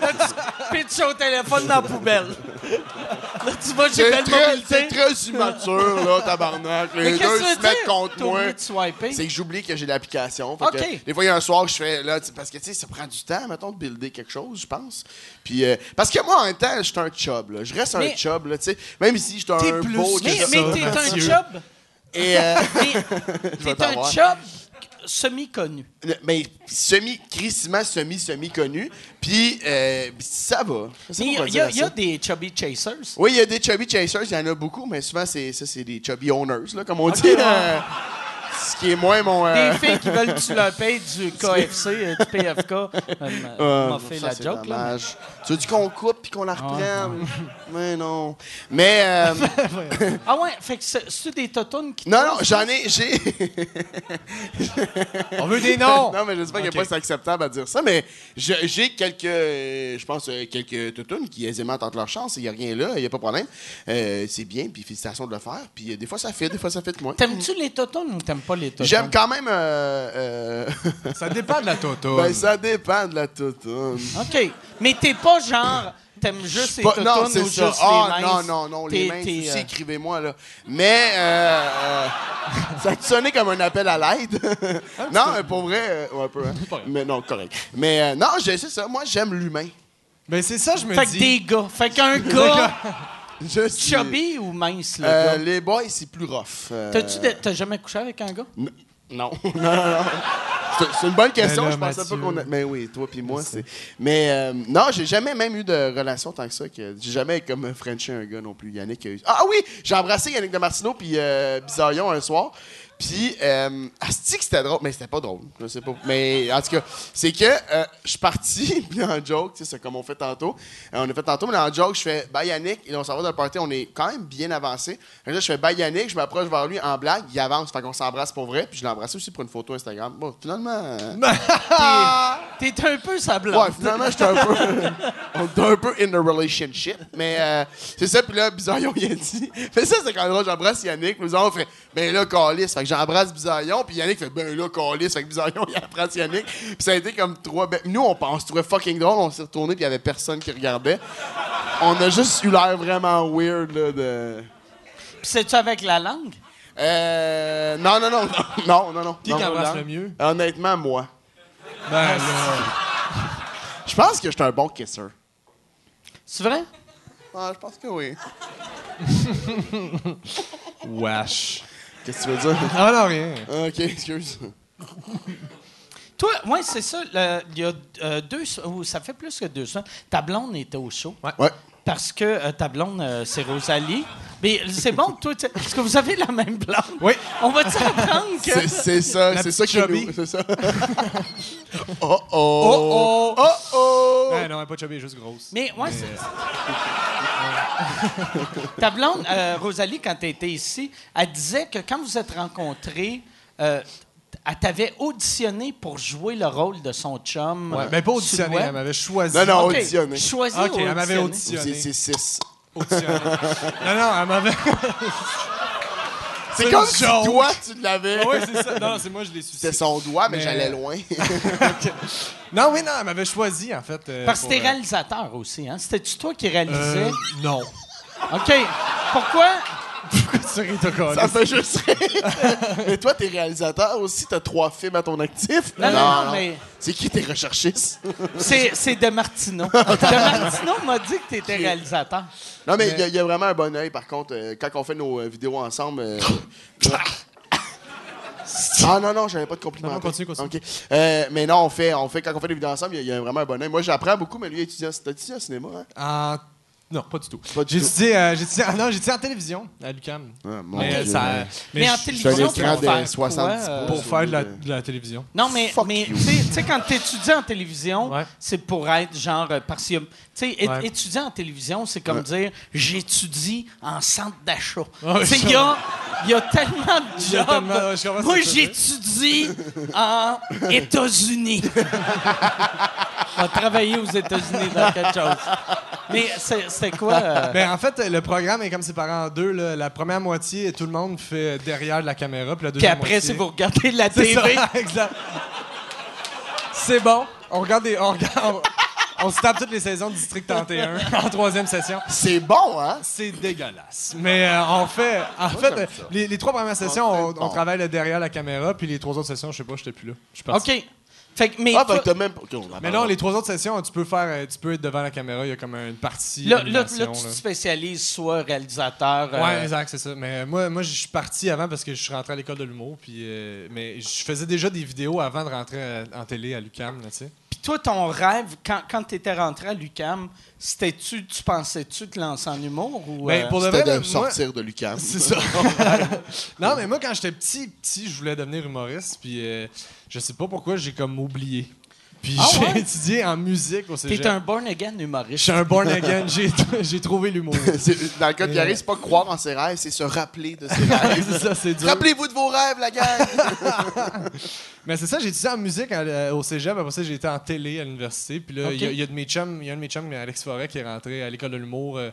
B: Là, tu pitches au téléphone dans la poubelle. Là, tu vas chez
C: C'est
B: Belle
C: très, c'est
B: Mobilité.
C: très immature, là, tabarnak. Les
B: Mais qu'est-ce
C: deux
B: que tu
C: se
B: veux
C: mettent
B: dire?
C: contre
B: T'as
C: moi.
B: oublié de swiper?
C: C'est que j'oublie que j'ai l'application. Fait que,
B: Ok.
C: des fois, il y a un soir, que je fais là, tu- parce que tu sais, ça prend du temps, mettons, de builder quelque chose, je pense. Puis, euh, parce que moi, en même temps, je suis un chub, là. Je reste
B: Mais-
C: un chub, là, tu sais. Même si je suis un
D: plus
C: beau
D: que
B: Mais,
D: ça,
B: mais t'es un
D: Mathieu.
B: chub.
C: [laughs]
B: [laughs]
C: Et, euh,
B: Mais
C: vais
B: t'es un
C: t'avoir.
B: chub semi-connu.
C: Le- mais semi crissement semi semi connu puis euh, ça va Ça,
B: Mais
C: on va
B: Il y, a-
C: dire
B: il y a
C: ça.
B: des chubby chasers.
C: oui il y a des chubby chasers il y en a beaucoup mais souvent c'est ça c'est des chubby owners là comme on dit euh, ce qui est moins mon euh,
B: Des filles qui veulent que tu leur payes du KFC, euh, du PFK. Euh, m'a-
C: euh,
B: m'a fait
C: ça,
B: la
C: c'est
B: joke, là.
C: dommage. tu veux dire qu'on coupe puis qu'on la reprenne [laughs] mais non mais euh,
B: Ah ouais, fait que c'est c'est des totounes qui.
C: non non j'en
B: [laughs]
C: ai j'ai
D: On veut des
C: [laughs]
D: noms.
C: non, mais j'espère qu'il
D: Ok.
C: n'y a pas c'est acceptable à dire ça, mais je- j'ai quelques, euh, je pense, euh, quelques toutounes qui aisément tentent leur chance. Il n'y a rien là, il n'y a pas de problème. Euh, c'est bien, puis félicitations de le faire. Puis euh, des fois, ça fait, des fois, ça fait de moins.
B: T'aimes-tu les totounes ou t'aimes pas les totounes?
C: J'aime quand même. euh, euh, [laughs]
D: Ça dépend de la toto.
C: ben, ça dépend de la toutoune.
B: OK. Mais t'es pas genre. T'aimes juste les
C: Pas-
B: totounes
C: non,
B: ou
C: c'est
B: juste
C: ça. Ah,
B: les
C: non,
B: minces?
C: non, non,
B: T'es-
C: les mains,
B: t'es,
C: aussi,
B: euh,
C: écrivez-moi, là. Mais, euh, euh, [laughs] ça a sonné comme un appel à l'aide.
B: Ah,
C: non, euh, pour vrai, euh, ouais, un peu, hein.
D: Pas grave.
C: Mais non, correct. Mais euh, non, j'ai- c'est ça. Moi, j'aime l'humain.
D: Ben, c'est ça, je me
B: Fait que
D: dis.
B: des gars. Fait
C: [laughs]
B: qu'un gars
C: Je suis-
B: chubby ou mince, le
C: Euh,
B: gars?
C: les boys, c'est plus rough. Euh,
B: T'as-tu de- T'as jamais couché avec un gars?
C: n- Non, [laughs] non, non, non. C'est- C'est une bonne question.
D: là,
C: je pensais
D: Mathieu.
C: pas qu'on. a- Mais oui, toi puis moi, c'est. Mais euh, non, j'ai jamais même eu de relation tant que ça. Que... J'ai jamais comme Frenché un gars non plus. Yannick a eu. Ah oui, j'ai embrassé Yannick de Martino puis euh, Bizarillon un soir. Puis, euh, asti que c'était drôle, mais c'était pas drôle. Je sais pas. Mais en tout cas, c'est que euh, je suis parti, [laughs] puis en joke, tu sais, c'est comme on fait tantôt. Euh, on a fait tantôt, mais en joke, je fais bye Yannick, et on s'en va dans le party, on est quand même bien avancé. Fait que Là, je fais bye Yannick, je m'approche vers lui en blague, il avance, fait qu'on s'embrasse pour vrai, puis je l'embrasse aussi pour une photo Instagram. Bon, finalement. euh,
B: T'es t'es un peu sablant.
C: Ah! Ouais, finalement, j'étais un peu. [laughs] on était un peu in a relationship. Mais euh, c'est ça, puis là, Bisaillon, il a dit. [laughs] Fait ça, c'est quand là, j'embrasse Yannick. Nous on fait, ben là, Calis. Fait que j'embrasse Bisaillon, puis Yannick fait, ben là, Calis. Fait que Bisaillon, [laughs] il embrasse Yannick. Puis ça a été comme trois. be- Nous, on pense, trouvait fucking drôle. On s'est retourné, puis il y avait personne qui regardait. On a juste eu l'air vraiment weird, là, de.
B: Puis C'est-tu avec la langue?
C: Euh. Non, non, [laughs] non, non, non, non, non.
D: Qui
C: non,
D: t'embrasse
C: non.
D: le mieux?
C: Honnêtement, moi.
D: Ben, là.
C: Je pense que j'étais un bon kisser.
B: C'est vrai?
C: Ah, je pense que oui.
D: Wesh.
C: Qu'est-ce que tu veux dire?
D: Ah, non, rien.
C: Ah, Ok, excuse.
B: Toi, ouais, c'est ça. le- Il y a euh, deux. se- ou ça fait plus que deux semaines. Ta blonde était au show.
C: Ouais.
B: parce que euh, ta blonde, euh, c'est Rosalie. Mais c'est bon, toi, tu- est-ce que vous avez la même blonde?
D: Oui.
B: On va-tu apprendre que.
C: C'est c'est ça,
D: La
C: c'est ça
D: petite
C: qui nous.
D: chubby.
C: C'est ça. oh oh.
D: Oh oh!
C: Oh oh.
D: Ah, non, elle est pas chubby, elle est juste grosse.
B: Mais ouais, c'est- Ta blonde, euh, Rosalie, quand tu étais ici, elle disait que quand vous êtes rencontrés, euh, elle t'avait auditionné pour jouer le rôle de son chum. euh,
D: Ouais, mais pas auditionné,
B: Suédois.
D: elle m'avait choisi.
C: Non, non,
B: Ok,
C: auditionné.
B: Choisi
D: Ok,
B: ou
D: elle m'avait
B: auditionné?
D: auditionné.
C: C'est c'est six.
D: [laughs] Auditionné. non, non, elle m'avait.
C: C'est comme
D: une
C: si
D: joke.
C: toi tu l'avais.
D: Ah [laughs] ouais, c'est ça. Non, non, c'est moi, je l'ai sucé.
C: C'était son doigt, mais,
D: Mais-
C: j'allais loin.
D: Non, oui, non, elle m'avait choisi, en fait. euh,
B: Parce que
D: pour,
B: t'es
D: euh,
B: réalisateur aussi, hein? C'était-tu toi qui réalisais?
D: euh, Non. [laughs] Euh.
B: OK. Pourquoi?
D: Pourquoi tu ris, t'as collé?
C: ça fait juste rire. mais toi, t'es réalisateur aussi, t'as trois films à ton actif.
B: Non, non, non, mais-
C: C'est qui tes recherchistes?
B: C'est, c'est De
D: [laughs]
B: Martino. De Martino m'a dit que t'étais réalisateur.
C: Non, mais il y a- il y, a vraiment un bon œil, par contre, euh, quand on fait nos euh, vidéos ensemble.
D: [laughs]
C: euh, ouais. Ah non, non, j'avais pas de compliment.
D: Non, non, continue, continue.
C: Ok. Euh, mais non, on fait, on fait, quand on fait des vidéos ensemble, il y, a- il y a vraiment un bon œil. Moi, j'apprends beaucoup, mais lui, il étudie en, t'as étudié en cinéma. Hein?
D: En- Non, pas du tout.
C: Pas du
D: J'ai
C: tout.
D: étudié, euh, j'ai étudié- ah non, j'ai étudié en télévision à l'UQAM.
C: Ah, mon
D: mais
C: Dieu,
D: ça,
C: mais-
B: Mais, en
D: je-
B: télévision,
C: je suis un
B: pour faire
C: écran de
B: quoi,
C: 70
B: euh,
D: pour faire de la, de la télévision.
B: Non, mais,
C: Fuck
B: mais tu
C: you.
B: sais- tu sais, quand tu étudies en télévision,
D: Ouais.
B: c'est pour être genre. euh, Parce que, tu sais, é-
D: Ouais.
B: étudier en télévision, c'est comme dire j'étudie en centre d'achat.
D: Ouais,
B: tu sais, il y a, il y a tellement de
D: Il y a
B: jobs.
D: tellement- ouais, je comprends
B: Moi,
D: ce que tu veux
B: j'étudie
D: dire.
B: en
D: [laughs]
B: États-Unis. On va travailler aux États-Unis dans quelque chose. Mais c'est c'est quoi? euh,
D: Ben, en fait, le programme est comme séparé en deux. là. La première moitié, tout le monde fait derrière de la caméra. Puis la
B: Puis
D: deuxième
B: après,
D: moitié-
B: si vous regardez la
D: C'est
B: TV,
D: ça, [laughs] exact. C'est bon. On regarde des- On, regarde- on- on se tape toutes les saisons de District 31 [laughs] en troisième session.
C: C'est bon, hein?
D: C'est dégueulasse. Mais euh, on fait. En fait,
C: j'aime
D: euh,
C: ça.
D: les, les trois premières sessions,
C: fait,
D: on,
C: bon.
D: on travaille le derrière la caméra. Puis les trois autres sessions, je sais pas, j'étais plus là. Je suis parti.
B: OK. Fait que, mais
C: Ah, ben,
B: toi-
C: t'as même. ok, on en
D: Mais non,
C: parlera.
D: les trois autres sessions, tu peux faire, euh, tu peux être devant la caméra, il y a comme une partie.
B: Là, là,
D: animation,
B: là, tu te
D: là.
B: spécialises soit réalisateur. euh,
D: Ouais, exact, c'est ça. Mais moi, moi, je suis parti avant parce que je suis rentré à l'école de l'humour, puis euh, mais je faisais déjà des vidéos avant de rentrer à- en télé à l'UCAM, là, tu sais.
B: Puis toi, ton rêve, quand, quand tu étais rentré à l'UCAM, c'était-tu, tu pensais-tu te lancer en humour ou.
D: Ben,
B: euh,
D: pour de vrai,
C: C'était de
D: là, moi-
C: sortir de Lucas.
B: [laughs]
D: C'est ça. [laughs] non, mais moi, quand j'étais petit, petit, je voulais devenir humoriste, puis euh, je sais pas pourquoi j'ai comme oublié. Puis
B: Ah
D: j'ai
B: ouais?
D: étudié en musique au cégep.
B: T'es euh, un born again
D: Je
B: humoriste.
D: suis un born again, j'ai j'ai trouvé
C: [laughs]
D: l'humour.
B: [laughs]
C: C'est- Dans le cas de
D: Mais-
C: Gary, c'est pas croire en ses rêves, c'est se rappeler de ses rêves.
D: [laughs] c'est ça, c'est dur.
C: Rappelez-vous de vos rêves, la gang!
D: Mais c'est ça, j'ai étudié en musique à- au cégep, après ça j'ai été en télé à l'université. Puis là, il
B: Ok.
D: y a- il y, a de mes chums, il y a un de mes chums, Alex Forêt, qui est rentré à l'école de l'humour euh,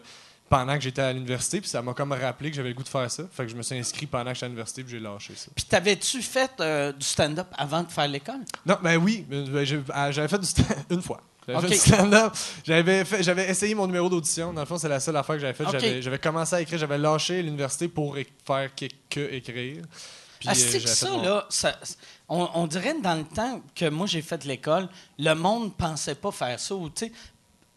D: pendant que j'étais à l'université. Puis ça m'a comme rappelé que j'avais le goût de faire ça. Fait que je me suis inscrit pendant que j'étais à l'université, puis j'ai lâché ça.
B: Puis t'avais-tu fait euh, du stand-up avant de faire l'école?
D: Non, ben oui, ben, ben, j'ai- ah, j'avais fait du stand [laughs] une fois. J'avais
B: Ok.
D: fait du stand-up. J'avais fait- j'avais essayé mon numéro d'audition. Dans le fond, c'est la seule affaire que j'avais faite.
B: Ok.
D: J'avais- J'avais commencé à écrire, j'avais lâché l'université pour é- faire que, que écrire. Puis,
B: Ah,
D: euh,
B: c'est que
D: j'avais fait
B: ça,
D: mon-
B: là, ça- on, on dirait dans le temps que moi j'ai fait l'école, le monde pensait pas faire ça. Ou, tu sais,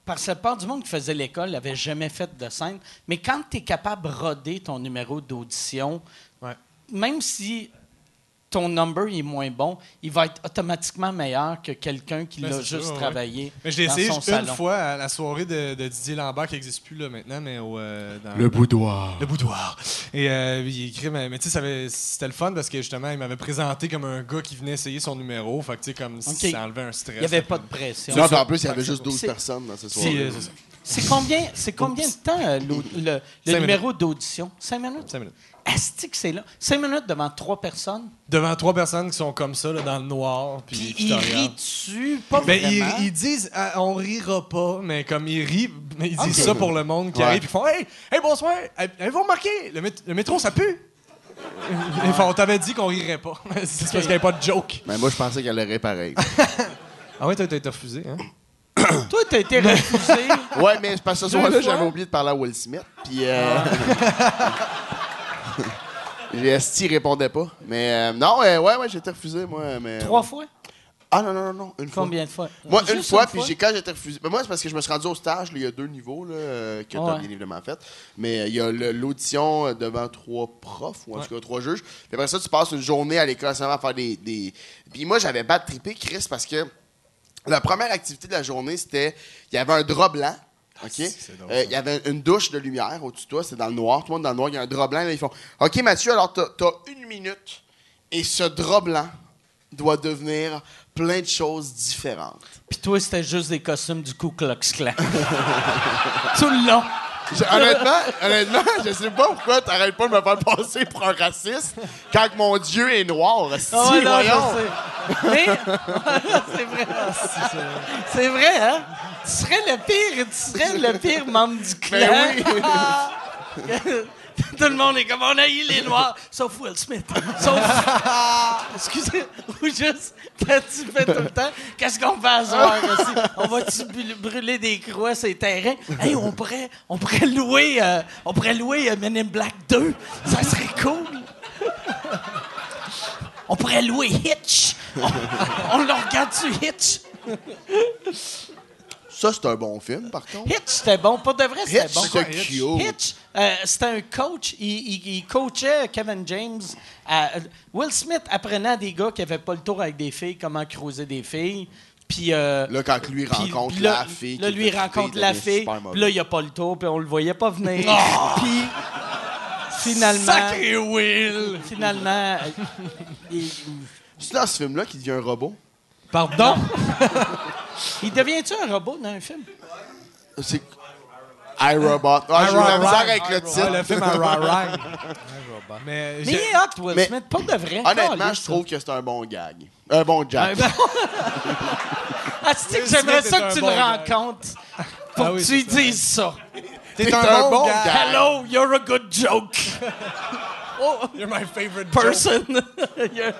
B: parce que la part du monde qui faisait l'école n'avait jamais fait de scène. Mais quand tu es capable de roder ton numéro d'audition,
D: Ouais.
B: même si ton number est moins bon, il va être automatiquement meilleur que quelqu'un qui
D: Ben,
B: l'a
D: c'est sûr,
B: juste
D: ouais.
B: travaillé.
D: Mais je l'ai
B: dans
D: essayé
B: son
D: une
B: salon.
D: fois à la soirée de, de Didier Lambert qui n'existe plus là maintenant, mais au, euh, dans
E: Le boudoir.
D: le boudoir. Et euh, il écrit, mais, mais tu sais, ça avait- c'était le fun parce que justement, il m'avait présenté comme un gars qui venait essayer son numéro. Fait que tu sais, comme si
B: Ok.
D: ça enlevait un stress.
B: Il n'y avait pas de pression.
C: Non, puis en plus, il y avait juste
B: C'est-
C: 12 personnes dans ce soir.
D: Si, euh, c'est ça.
B: C'est combien, c'est combien de temps euh, l'au- le, le
D: Cinq
B: numéro d'audition? Cinq minutes?
D: Cinq minutes.
B: Asti que c'est là. Cinq minutes devant trois personnes.
D: Devant trois personnes qui sont comme ça, là, dans le noir. Puis,
B: Puis
D: qui te
B: ils
D: regardent.
B: rient dessus, pas
D: Ben, ils,
B: vraiment.
D: ils disent ah, on rira pas, mais comme ils rient, mais ils disent
B: Ok.
D: ça pour le monde qui
C: Ouais.
D: arrive, puis ils font Hey, hey bonsoir, avez-vous remarqué Le, mét- le métro, ça pue Ils font On t'avait dit qu'on rirait pas. [laughs] C'est parce qu'il n'y avait pas de joke.
C: Mais moi, je pensais qu'elle aurait pareil.
B: [laughs]
D: Ah ouais, t'as été refusé, hein
B: Toi, t'as été
D: [laughs]
B: refusé.
C: Ouais, mais c'est parce que ce
B: Deux
C: soir-là,
B: fois?
C: j'avais oublié de parler à Will Smith.
B: [laughs]
C: Puis. Euh... Esti répondait pas. Mais euh, non, euh, ouais, ouais, j'ai été refusé, moi. Mais, euh,
B: trois fois?
C: Ah non, non, non, non, une fois.
B: Combien de fois?
C: Moi,
B: Juste
C: une fois, puis j'ai quand j'étais refusé. Mais moi, c'est parce que je me suis rendu au stage, là, il y a deux niveaux là, euh, que t'as
B: Ouais.
C: bien évidemment fait. Mais euh, il y a le- l'audition euh, devant trois profs, ou en tout cas trois juges. Puis après ça, tu passes une journée à l'école seulement à faire des. des- Puis moi, j'avais pas trippé, Chris, parce que la première activité de la journée, c'était. Il y avait un drap blanc OK?
D: Ah, c'est drôle,
C: Euh,
D: ça.
C: Il y avait une douche de lumière au-dessus de toi, c'est dans le noir, tout le monde dans le noir, il y a un drap blanc, là, ils font OK, Mathieu, alors t'as as une minute et ce drap blanc doit devenir plein de choses différentes.
B: Puis toi, c'était juste des costumes du Ku Klux Klan. [laughs] Tout le long.
C: Je- honnêtement, honnêtement, je sais pas pourquoi t'arrêtes pas de me faire passer pour un raciste quand que mon Dieu est noir. Si,
B: Ah ouais, non,
C: voyons. [laughs]
B: je sais. Mais, [laughs] c'est vrai. C'est vrai, hein? Tu serais le pire, tu serais le pire membre du clan.
C: Ben
B: [laughs] Tout le monde est comme, on a eu les Noirs, sauf Will Smith.
C: [laughs]
B: Sauf... Excusez, [laughs] ou juste, quand tu fais tout le temps, qu'est-ce qu'on fait à
C: [laughs]
B: soir aussi? On va-tu bu- brûler des croix sur les terrains? Hey, on pourrait, on pourrait louer, euh, on pourrait louer euh, Men in Black 2. Ça serait cool. On pourrait louer Hitch. On, on le regarde sur Hitch.
C: Ça, c'est un bon film, par contre.
B: Hitch, c'était bon. Pour de vrai, c'était
C: Hitch,
B: bon.
C: c'est cute.
B: Hitch, euh, c'était un coach. Il, il- il coachait Kevin James. à- euh, Will Smith apprenait à des gars qui n'avaient pas le tour avec des filles comment creuser des filles. Puis. euh,
C: Là, quand lui
B: puis-
C: rencontre
B: puis
C: la
B: là,
C: fille.
B: Là,
C: qui
B: lui
C: est occupée,
B: rencontre
C: il
B: la
C: devient
B: fille.
C: super
B: Puis
C: mauvais. Ah!
B: là, il a pas le tour. Puis on le voyait pas venir. puis. Finalement.
E: Sacré Will!
B: Finalement. euh, il,
C: C'est dans ce film-là qu'il devient un robot.
B: Pardon? il devient-tu un robot dans un film?
C: C'est. iRobot. Ah, j'ai eu la misère avec le
D: Ah, le
C: titre.
D: film à
C: [laughs]
D: Rarang. Mais,
B: Mais il
D: j'ai-
B: est hot, Will
C: Mais-
B: Smith, pas de vrai.
C: Honnêtement,
B: Caliste,
C: je trouve que c'est un bon gag. Un bon
B: ça.
C: jack.
B: Ah, c'est que
D: Will
B: j'aimerais
D: Smith
B: ça
D: est
B: que
D: un
B: tu
D: bon
B: le
D: gars.
B: rencontres pour
D: Ah
B: que
D: oui,
B: tu lui
D: c'est ça.
B: dises ça.
D: T'es
C: un
D: un,
C: bon
D: bon gars.
C: gars.
B: Hello, you're a good joke
D: Oh, You're my favorite person.
B: person. [laughs] You're-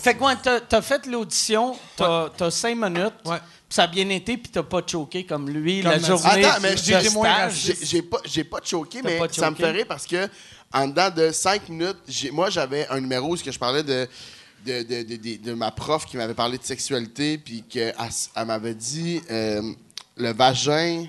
B: fait que ouais, t'as, t'as fait l'audition, t'as, t'as cinq minutes,
D: Ouais.
B: pis ça a bien été, puis t'as pas choqué comme lui
D: Comme
B: la
D: Mathieu.
B: journée.
C: Attends, mais
D: j'ai
C: je te
D: été moins
C: stage,
D: raciste.
C: j'ai- j'ai pas, j'ai pas choqué,
B: T'as
C: mais
B: pas
C: ça me
B: choqué.
C: fait rire parce que en dedans de 5 minutes, j'ai- moi j'avais un numéro où ce que je parlais de de, de, de- de- de ma prof qui m'avait parlé de sexualité puis qu'elle m'avait dit euh, le vagin.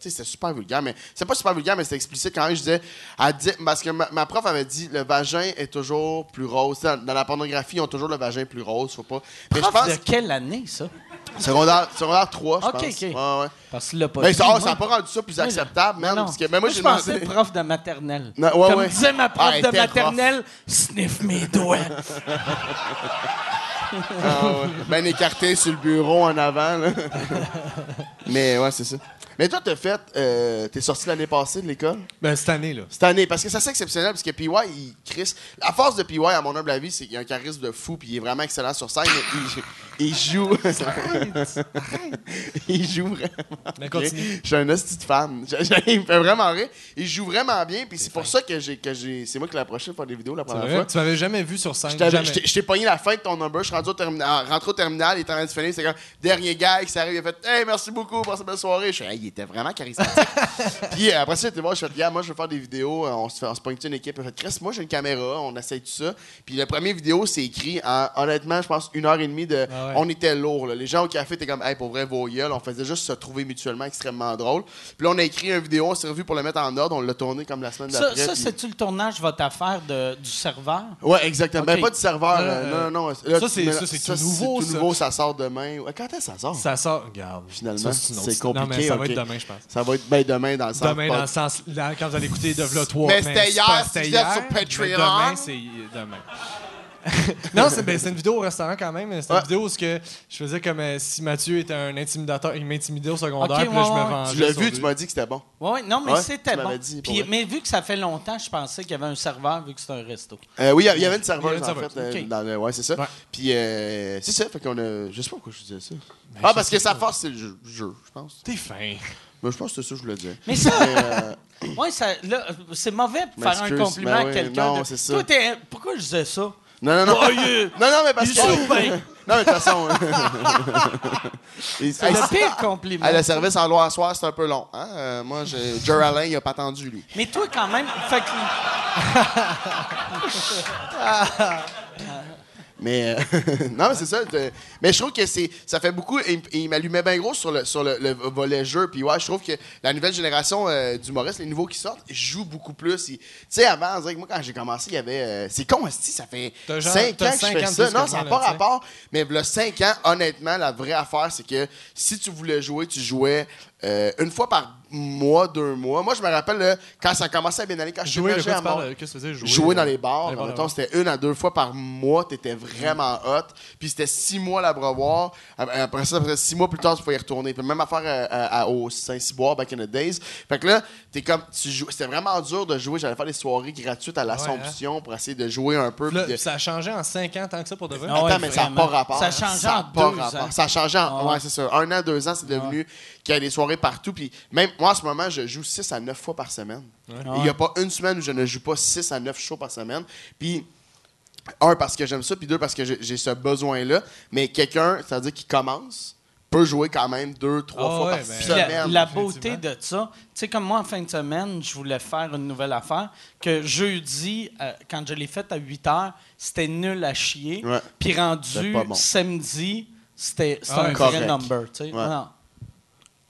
C: Tu sais, c'était super vulgaire, mais c'est pas super vulgaire, mais c'était explicite quand même. Je disais, elle dit- parce que ma, ma prof avait dit le vagin est toujours plus rose. Tu sais, Dans, dans la pornographie, ils ont toujours le vagin plus rose, faut pas. Mais je
B: Prof
C: pense
B: de quelle année, ça?
C: secondaire, secondaire 3, je
B: Ok,
C: pense.
B: ok.
C: Ouais, ouais.
B: Parce que là, pas
C: Mais
B: dit,
C: Ben, ça n'a
B: moi.
C: pas rendu ça plus acceptable, man.
B: Non.
C: Parce que même moi, j'ai
B: je pensais
C: demandé-
B: prof de maternelle.
C: Non, ouais,
B: Comme
C: ouais.
B: disait ma prof
C: Ah, elle
B: de
C: était rough.
B: maternelle, sniff mes
C: [laughs]
B: doigts.
C: Ah, ouais. Ben écarté sur le bureau en
B: [laughs]
C: avant, là. Mais ouais, c'est ça. Mais toi, t'as fait. euh, t'es sorti l'année passée de l'école?
D: Ben, cette année, là.
C: Cette année. Parce que c'est assez exceptionnel, parce que PY, il crisse. La force de PY, à mon humble avis, c'est qu'il a un charisme de fou, puis il est vraiment excellent sur scène. mais il, il joue.
B: [laughs]
C: il joue vraiment.
D: Mais
C: bien.
D: continue.
C: Je suis un hostie de fan. Je- je- il me fait vraiment rire. Il joue vraiment bien, puis c'est pour ça que j'ai. que j'ai- C'est moi qui l'ai approché pour faire des vidéos la
D: C'est
C: première fois.
D: vrai, tu m'avais jamais vu sur scène.
C: Je t'avais-
D: jamais.
C: Je t'ai- je t'ai pogné la fin de ton number, je suis rendu au terminal, rentré au terminal, il était en train de finir, c'est comme dernier gars qui s'arrive, il a fait Hey, merci beaucoup, passez une belle soirée. Je suis Hey, il était vraiment
D: [laughs]
C: charismatique. Puis euh, après ça, j'étais voir, je fais Gars, moi je veux faire des vidéos, euh, on se fait, on se pogne une équipe. Il a fait Chris, moi j'ai une caméra, on essaye tout ça. Puis la première vidéo, c'est écrit en honnêtement, je pense, une heure et demie de
D: Ah ouais.
C: On était lourd. Les gens au café étaient comme Hey, pour vrai, vos gueules. on faisait juste se trouver mutuellement extrêmement drôle. Puis là, on a écrit une vidéo, on s'est revu pour la mettre en ordre, on l'a tournée comme la semaine
B: Ça,
C: d'après.
B: ça
C: puis-
B: c'est-tu le tournage, votre affaire de- du serveur?
C: Ouais, exactement.
B: Ok.
C: Ben, pas du serveur. là. non,
D: Euh,
C: non, non.
D: ça, c'est-
C: tu mets-
D: ça, c'est tout nouveau,
C: C'est tout
D: ça.
C: nouveau, ça sort demain. Ouais, Quand est-ce que ça sort?
D: Ça sort, regarde.
C: Finalement,
D: ça, une autre
C: c'est
D: histoire. Non, mais
C: compliqué,
D: ça
C: ok.
D: va être demain, je pense.
C: Ça va être ben, demain dans le sens.
D: Demain,
C: pas-
D: dans le sens, là, quand vous allez écouter de là 3
C: Mais c'était hier, si
D: c'était
C: vous êtes
D: hier,
C: sur
D: mais
C: Patreon.
D: Demain, c'est demain. [laughs] non, c'est ben, c'est une vidéo au restaurant quand même. C'est
C: Ouais.
D: une vidéo où ce que je faisais comme euh, si Mathieu était un intimidateur, il m'intimidait au secondaire,
B: Ok,
D: puis là,
B: ouais,
D: je me
B: ouais.
D: vengeais.
C: Tu l'as
D: sur
C: vu,
D: lui.
C: tu m'as dit que c'était bon.
B: Oui, non, mais
C: Ouais,
B: c'était
C: tu
B: bon.
C: m'avais dit, pour
B: Puis-
C: vrai.
B: mais vu que ça fait longtemps, je pensais qu'il y avait un serveur, vu que c'est un resto.
C: Euh, oui, il y a- il y avait une
D: Il y
C: serveuse,
D: avait une
C: en fait.
D: serveuse,
C: euh,
B: ok.
C: dans le- ouais, c'est ça.
D: Ouais.
C: Puis, euh, c'est ça. Fait qu'on a. Je sais pas pourquoi je disais ça. ah, parce que sa force, c'est le jeu, jeu, je pense.
D: T'es fin.
C: Mais je pense que c'est ça que je voulais dire.
B: Mais ça,
C: Mais, euh,
B: [laughs] ouais, ça- là, euh, c'est mauvais de faire un
C: M'excuse,
B: compliment
C: ben
B: à
C: oui,
B: quelqu'un.
C: non,
B: de-
C: c'est ça.
B: Toi, t'es- pourquoi je disais ça?
C: non, non, non.
B: Oh, yeah.
C: Non, non, mais parce
B: Il
C: que.
B: joue
D: ben.
B: bien.
C: [laughs] Non, mais de toute façon. hein.
D: [laughs]
C: Il-
B: C'est
C: Hey,
B: le
C: c'est-
B: pire compliment.
C: Ah, le service en loire soir, c'est un peu long. Hein? Euh, moi, j'ai- Jer Alain, il a pas attendu, lui.
B: Mais toi, quand même, fait que-
C: Mais euh, [laughs] non, mais c'est ça. t'es- Mais je trouve que c'est ça fait beaucoup. Et, et il m'allumait bien gros sur le, sur le, le volet jeu. Puis ouais, je trouve que la nouvelle génération euh, d'humoristes, les nouveaux qui sortent, jouent beaucoup plus. Ils- Tu sais, avant, on dirait que moi, quand j'ai commencé, il y avait. euh, c'est con, hostie, ça fait
D: T'as
C: 5
D: genre-
C: ans
D: t'as
C: que je
D: 50
C: fais ça.
D: plus
C: Non,
D: que
C: ça n'a
D: moi, là,
C: pas
D: tu sais.
C: rapport. Mais le 5 ans, honnêtement, la vraie affaire, c'est que si tu voulais jouer, tu jouais euh, une fois par mois, deux mois. Moi, je me rappelle là, quand ça commençait à bien aller, quand je suis
D: Jouer, de
C: déménagé
D: quoi
C: à
D: tu parles,
C: Mont-
D: euh, Qu'est-ce que tu faisais?
C: jouer, dans les bars.
D: les bars,
C: mettons,
D: ouais.
C: c'était une à deux fois par mois, t'étais vraiment hot. Puis c'était six mois à l'abreuvoir. Ap- euh, Après ça, après six mois plus tard, tu pouvais y retourner. Puis même affaire euh, à- à- au Saint-Cyboire, back in the days. Fait que là, t'es comme, tu joues, c'était vraiment dur de jouer. J'allais faire des soirées gratuites à l'Assomption pour essayer de jouer un peu.
D: Là,
C: puis de-
D: ça a changé en 5 ans tant que ça pour de vrai.
B: Ah ouais,
C: Attends, mais ça n'a pas
B: vraiment.
C: rapport.
B: Ça a changé
C: a
B: en
C: pas
B: deux
C: rapport.
B: ans.
C: Ça a changé en...
B: Ah
C: ouais,
B: ouais. Ah
C: c'est ça. Un an, deux ans, c'est devenu qu'il y a des soirées partout. Puis même moi, en ce moment, je joue six à neuf fois par semaine. Et Il n'y a pas une semaine où je ne joue pas six à neuf shows par semaine. Puis un, parce que j'aime ça, puis deux, parce que j'ai j'ai ce besoin-là. Mais quelqu'un, c'est-à-dire qui commence, peut jouer quand même deux, trois
D: Ah
C: fois
D: ouais,
C: par
D: ben-
B: Puis
C: semaine.
B: la, la
D: effectivement.
B: beauté de ça, tu sais, comme moi, en fin de semaine, je voulais faire une nouvelle affaire que jeudi, euh, quand je l'ai faite à 8 h, c'était nul à chier.
C: Ouais.
B: Puis
C: C'était
B: rendu
C: pas bon.
B: samedi, c'était c'était
D: Ah,
B: un
C: correct.
B: vrai number, tu sais.
C: Ouais.
B: Non.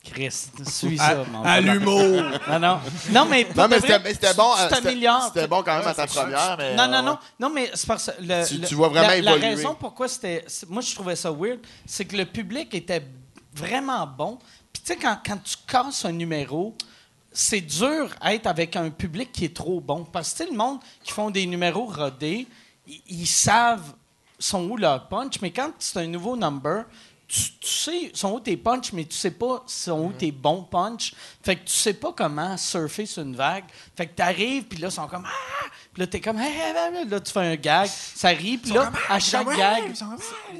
B: Chris, suis
D: À,
B: ça, mon
D: à
B: bonhomme.
D: l'humour.
B: Non, non. Non, mais, pour
C: Non, mais
B: de
C: c'était
B: vrai,
C: mais c'était
B: tu-
C: bon.
B: tu
C: euh, c'était-
B: t'améliores,
C: C'était bon quand même à ta première. mais,
B: non,
C: euh,
B: non, non.
C: ouais.
B: Non, mais c'est parce que. le-
C: Tu-
B: le-
C: tu vois vraiment
B: la, la
C: évoluer.
B: raison pourquoi c'était. c'est- Moi, je trouvais ça weird, c'est que le public était vraiment bon. Puis, tu sais, quand, quand tu casses un numéro, c'est dur à être avec un public qui est trop bon. Parce que, tu sais, le monde qui font des numéros rodés, ils, ils savent sont où leur punch, mais quand c'est un nouveau number, tu, tu sais sont où tes punch, mais tu sais pas sont où
C: Mm-hmm.
B: tes bons punch. Fait que tu sais pas comment surfer sur une vague. Fait que t'arrives, puis là, ils sont comme... Ah! Puis là, t'es comme... Hey, hey, hey, hey. Là, tu fais un gag, ça rit, puis là, à chaque gag...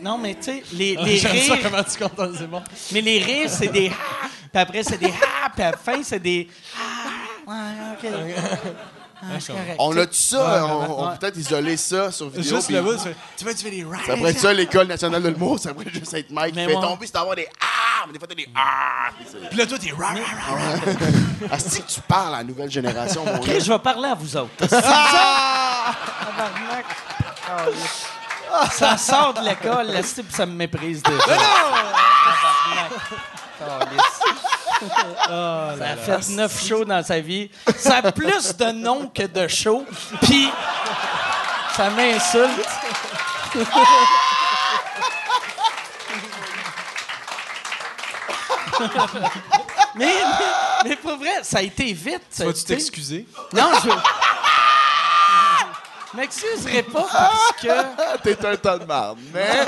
B: Non, mais tu sais, les, les
D: J'aime ça
B: rires...
D: comment tu comptes, c'est bon.
B: Mais les rires, c'est des... Ah! Puis après, c'est des... Ah! Puis à la fin, c'est des... Ah! Ouais, ok. Ah, c'est correct.
C: On a tout ça.
D: Ouais,
C: on on
B: ouais.
C: peut peut-être isoler ça sur vidéo.
D: Juste
C: puis-
D: le bout, tu fais- tu vois, tu fais des rats.
C: Ça pourrait être ça, l'École nationale de l'humour, ça pourrait juste être Mike.
B: Mais
C: Mais fait
B: ouais.
C: tomber, c'est d'avoir des Ah! Mais des fois, t'as des Ah! Puis c'est-
D: Puis là, toi, t'es rats. rats, rats.
C: [laughs] Asti que tu parles à la nouvelle génération, mon gars.
B: Chris, je vais parler à vous autres. [laughs]
C: Ah!
B: Tabarnak. Ah, oui. Ça sort de l'école, la type, ça me méprise déjà. Tabarnak. Oh Calice. Ça a fait neuf shows dans sa vie. Ça a plus de noms que de shows. Puis, ça m'insulte. mais, mais, mais pour vrai, ça a été vite. ça,
D: Vas-tu
B: tu sais.
D: t'excuser?
B: Non, je. Je m'excuserai pas parce que
C: T'es un tas de marde. Mais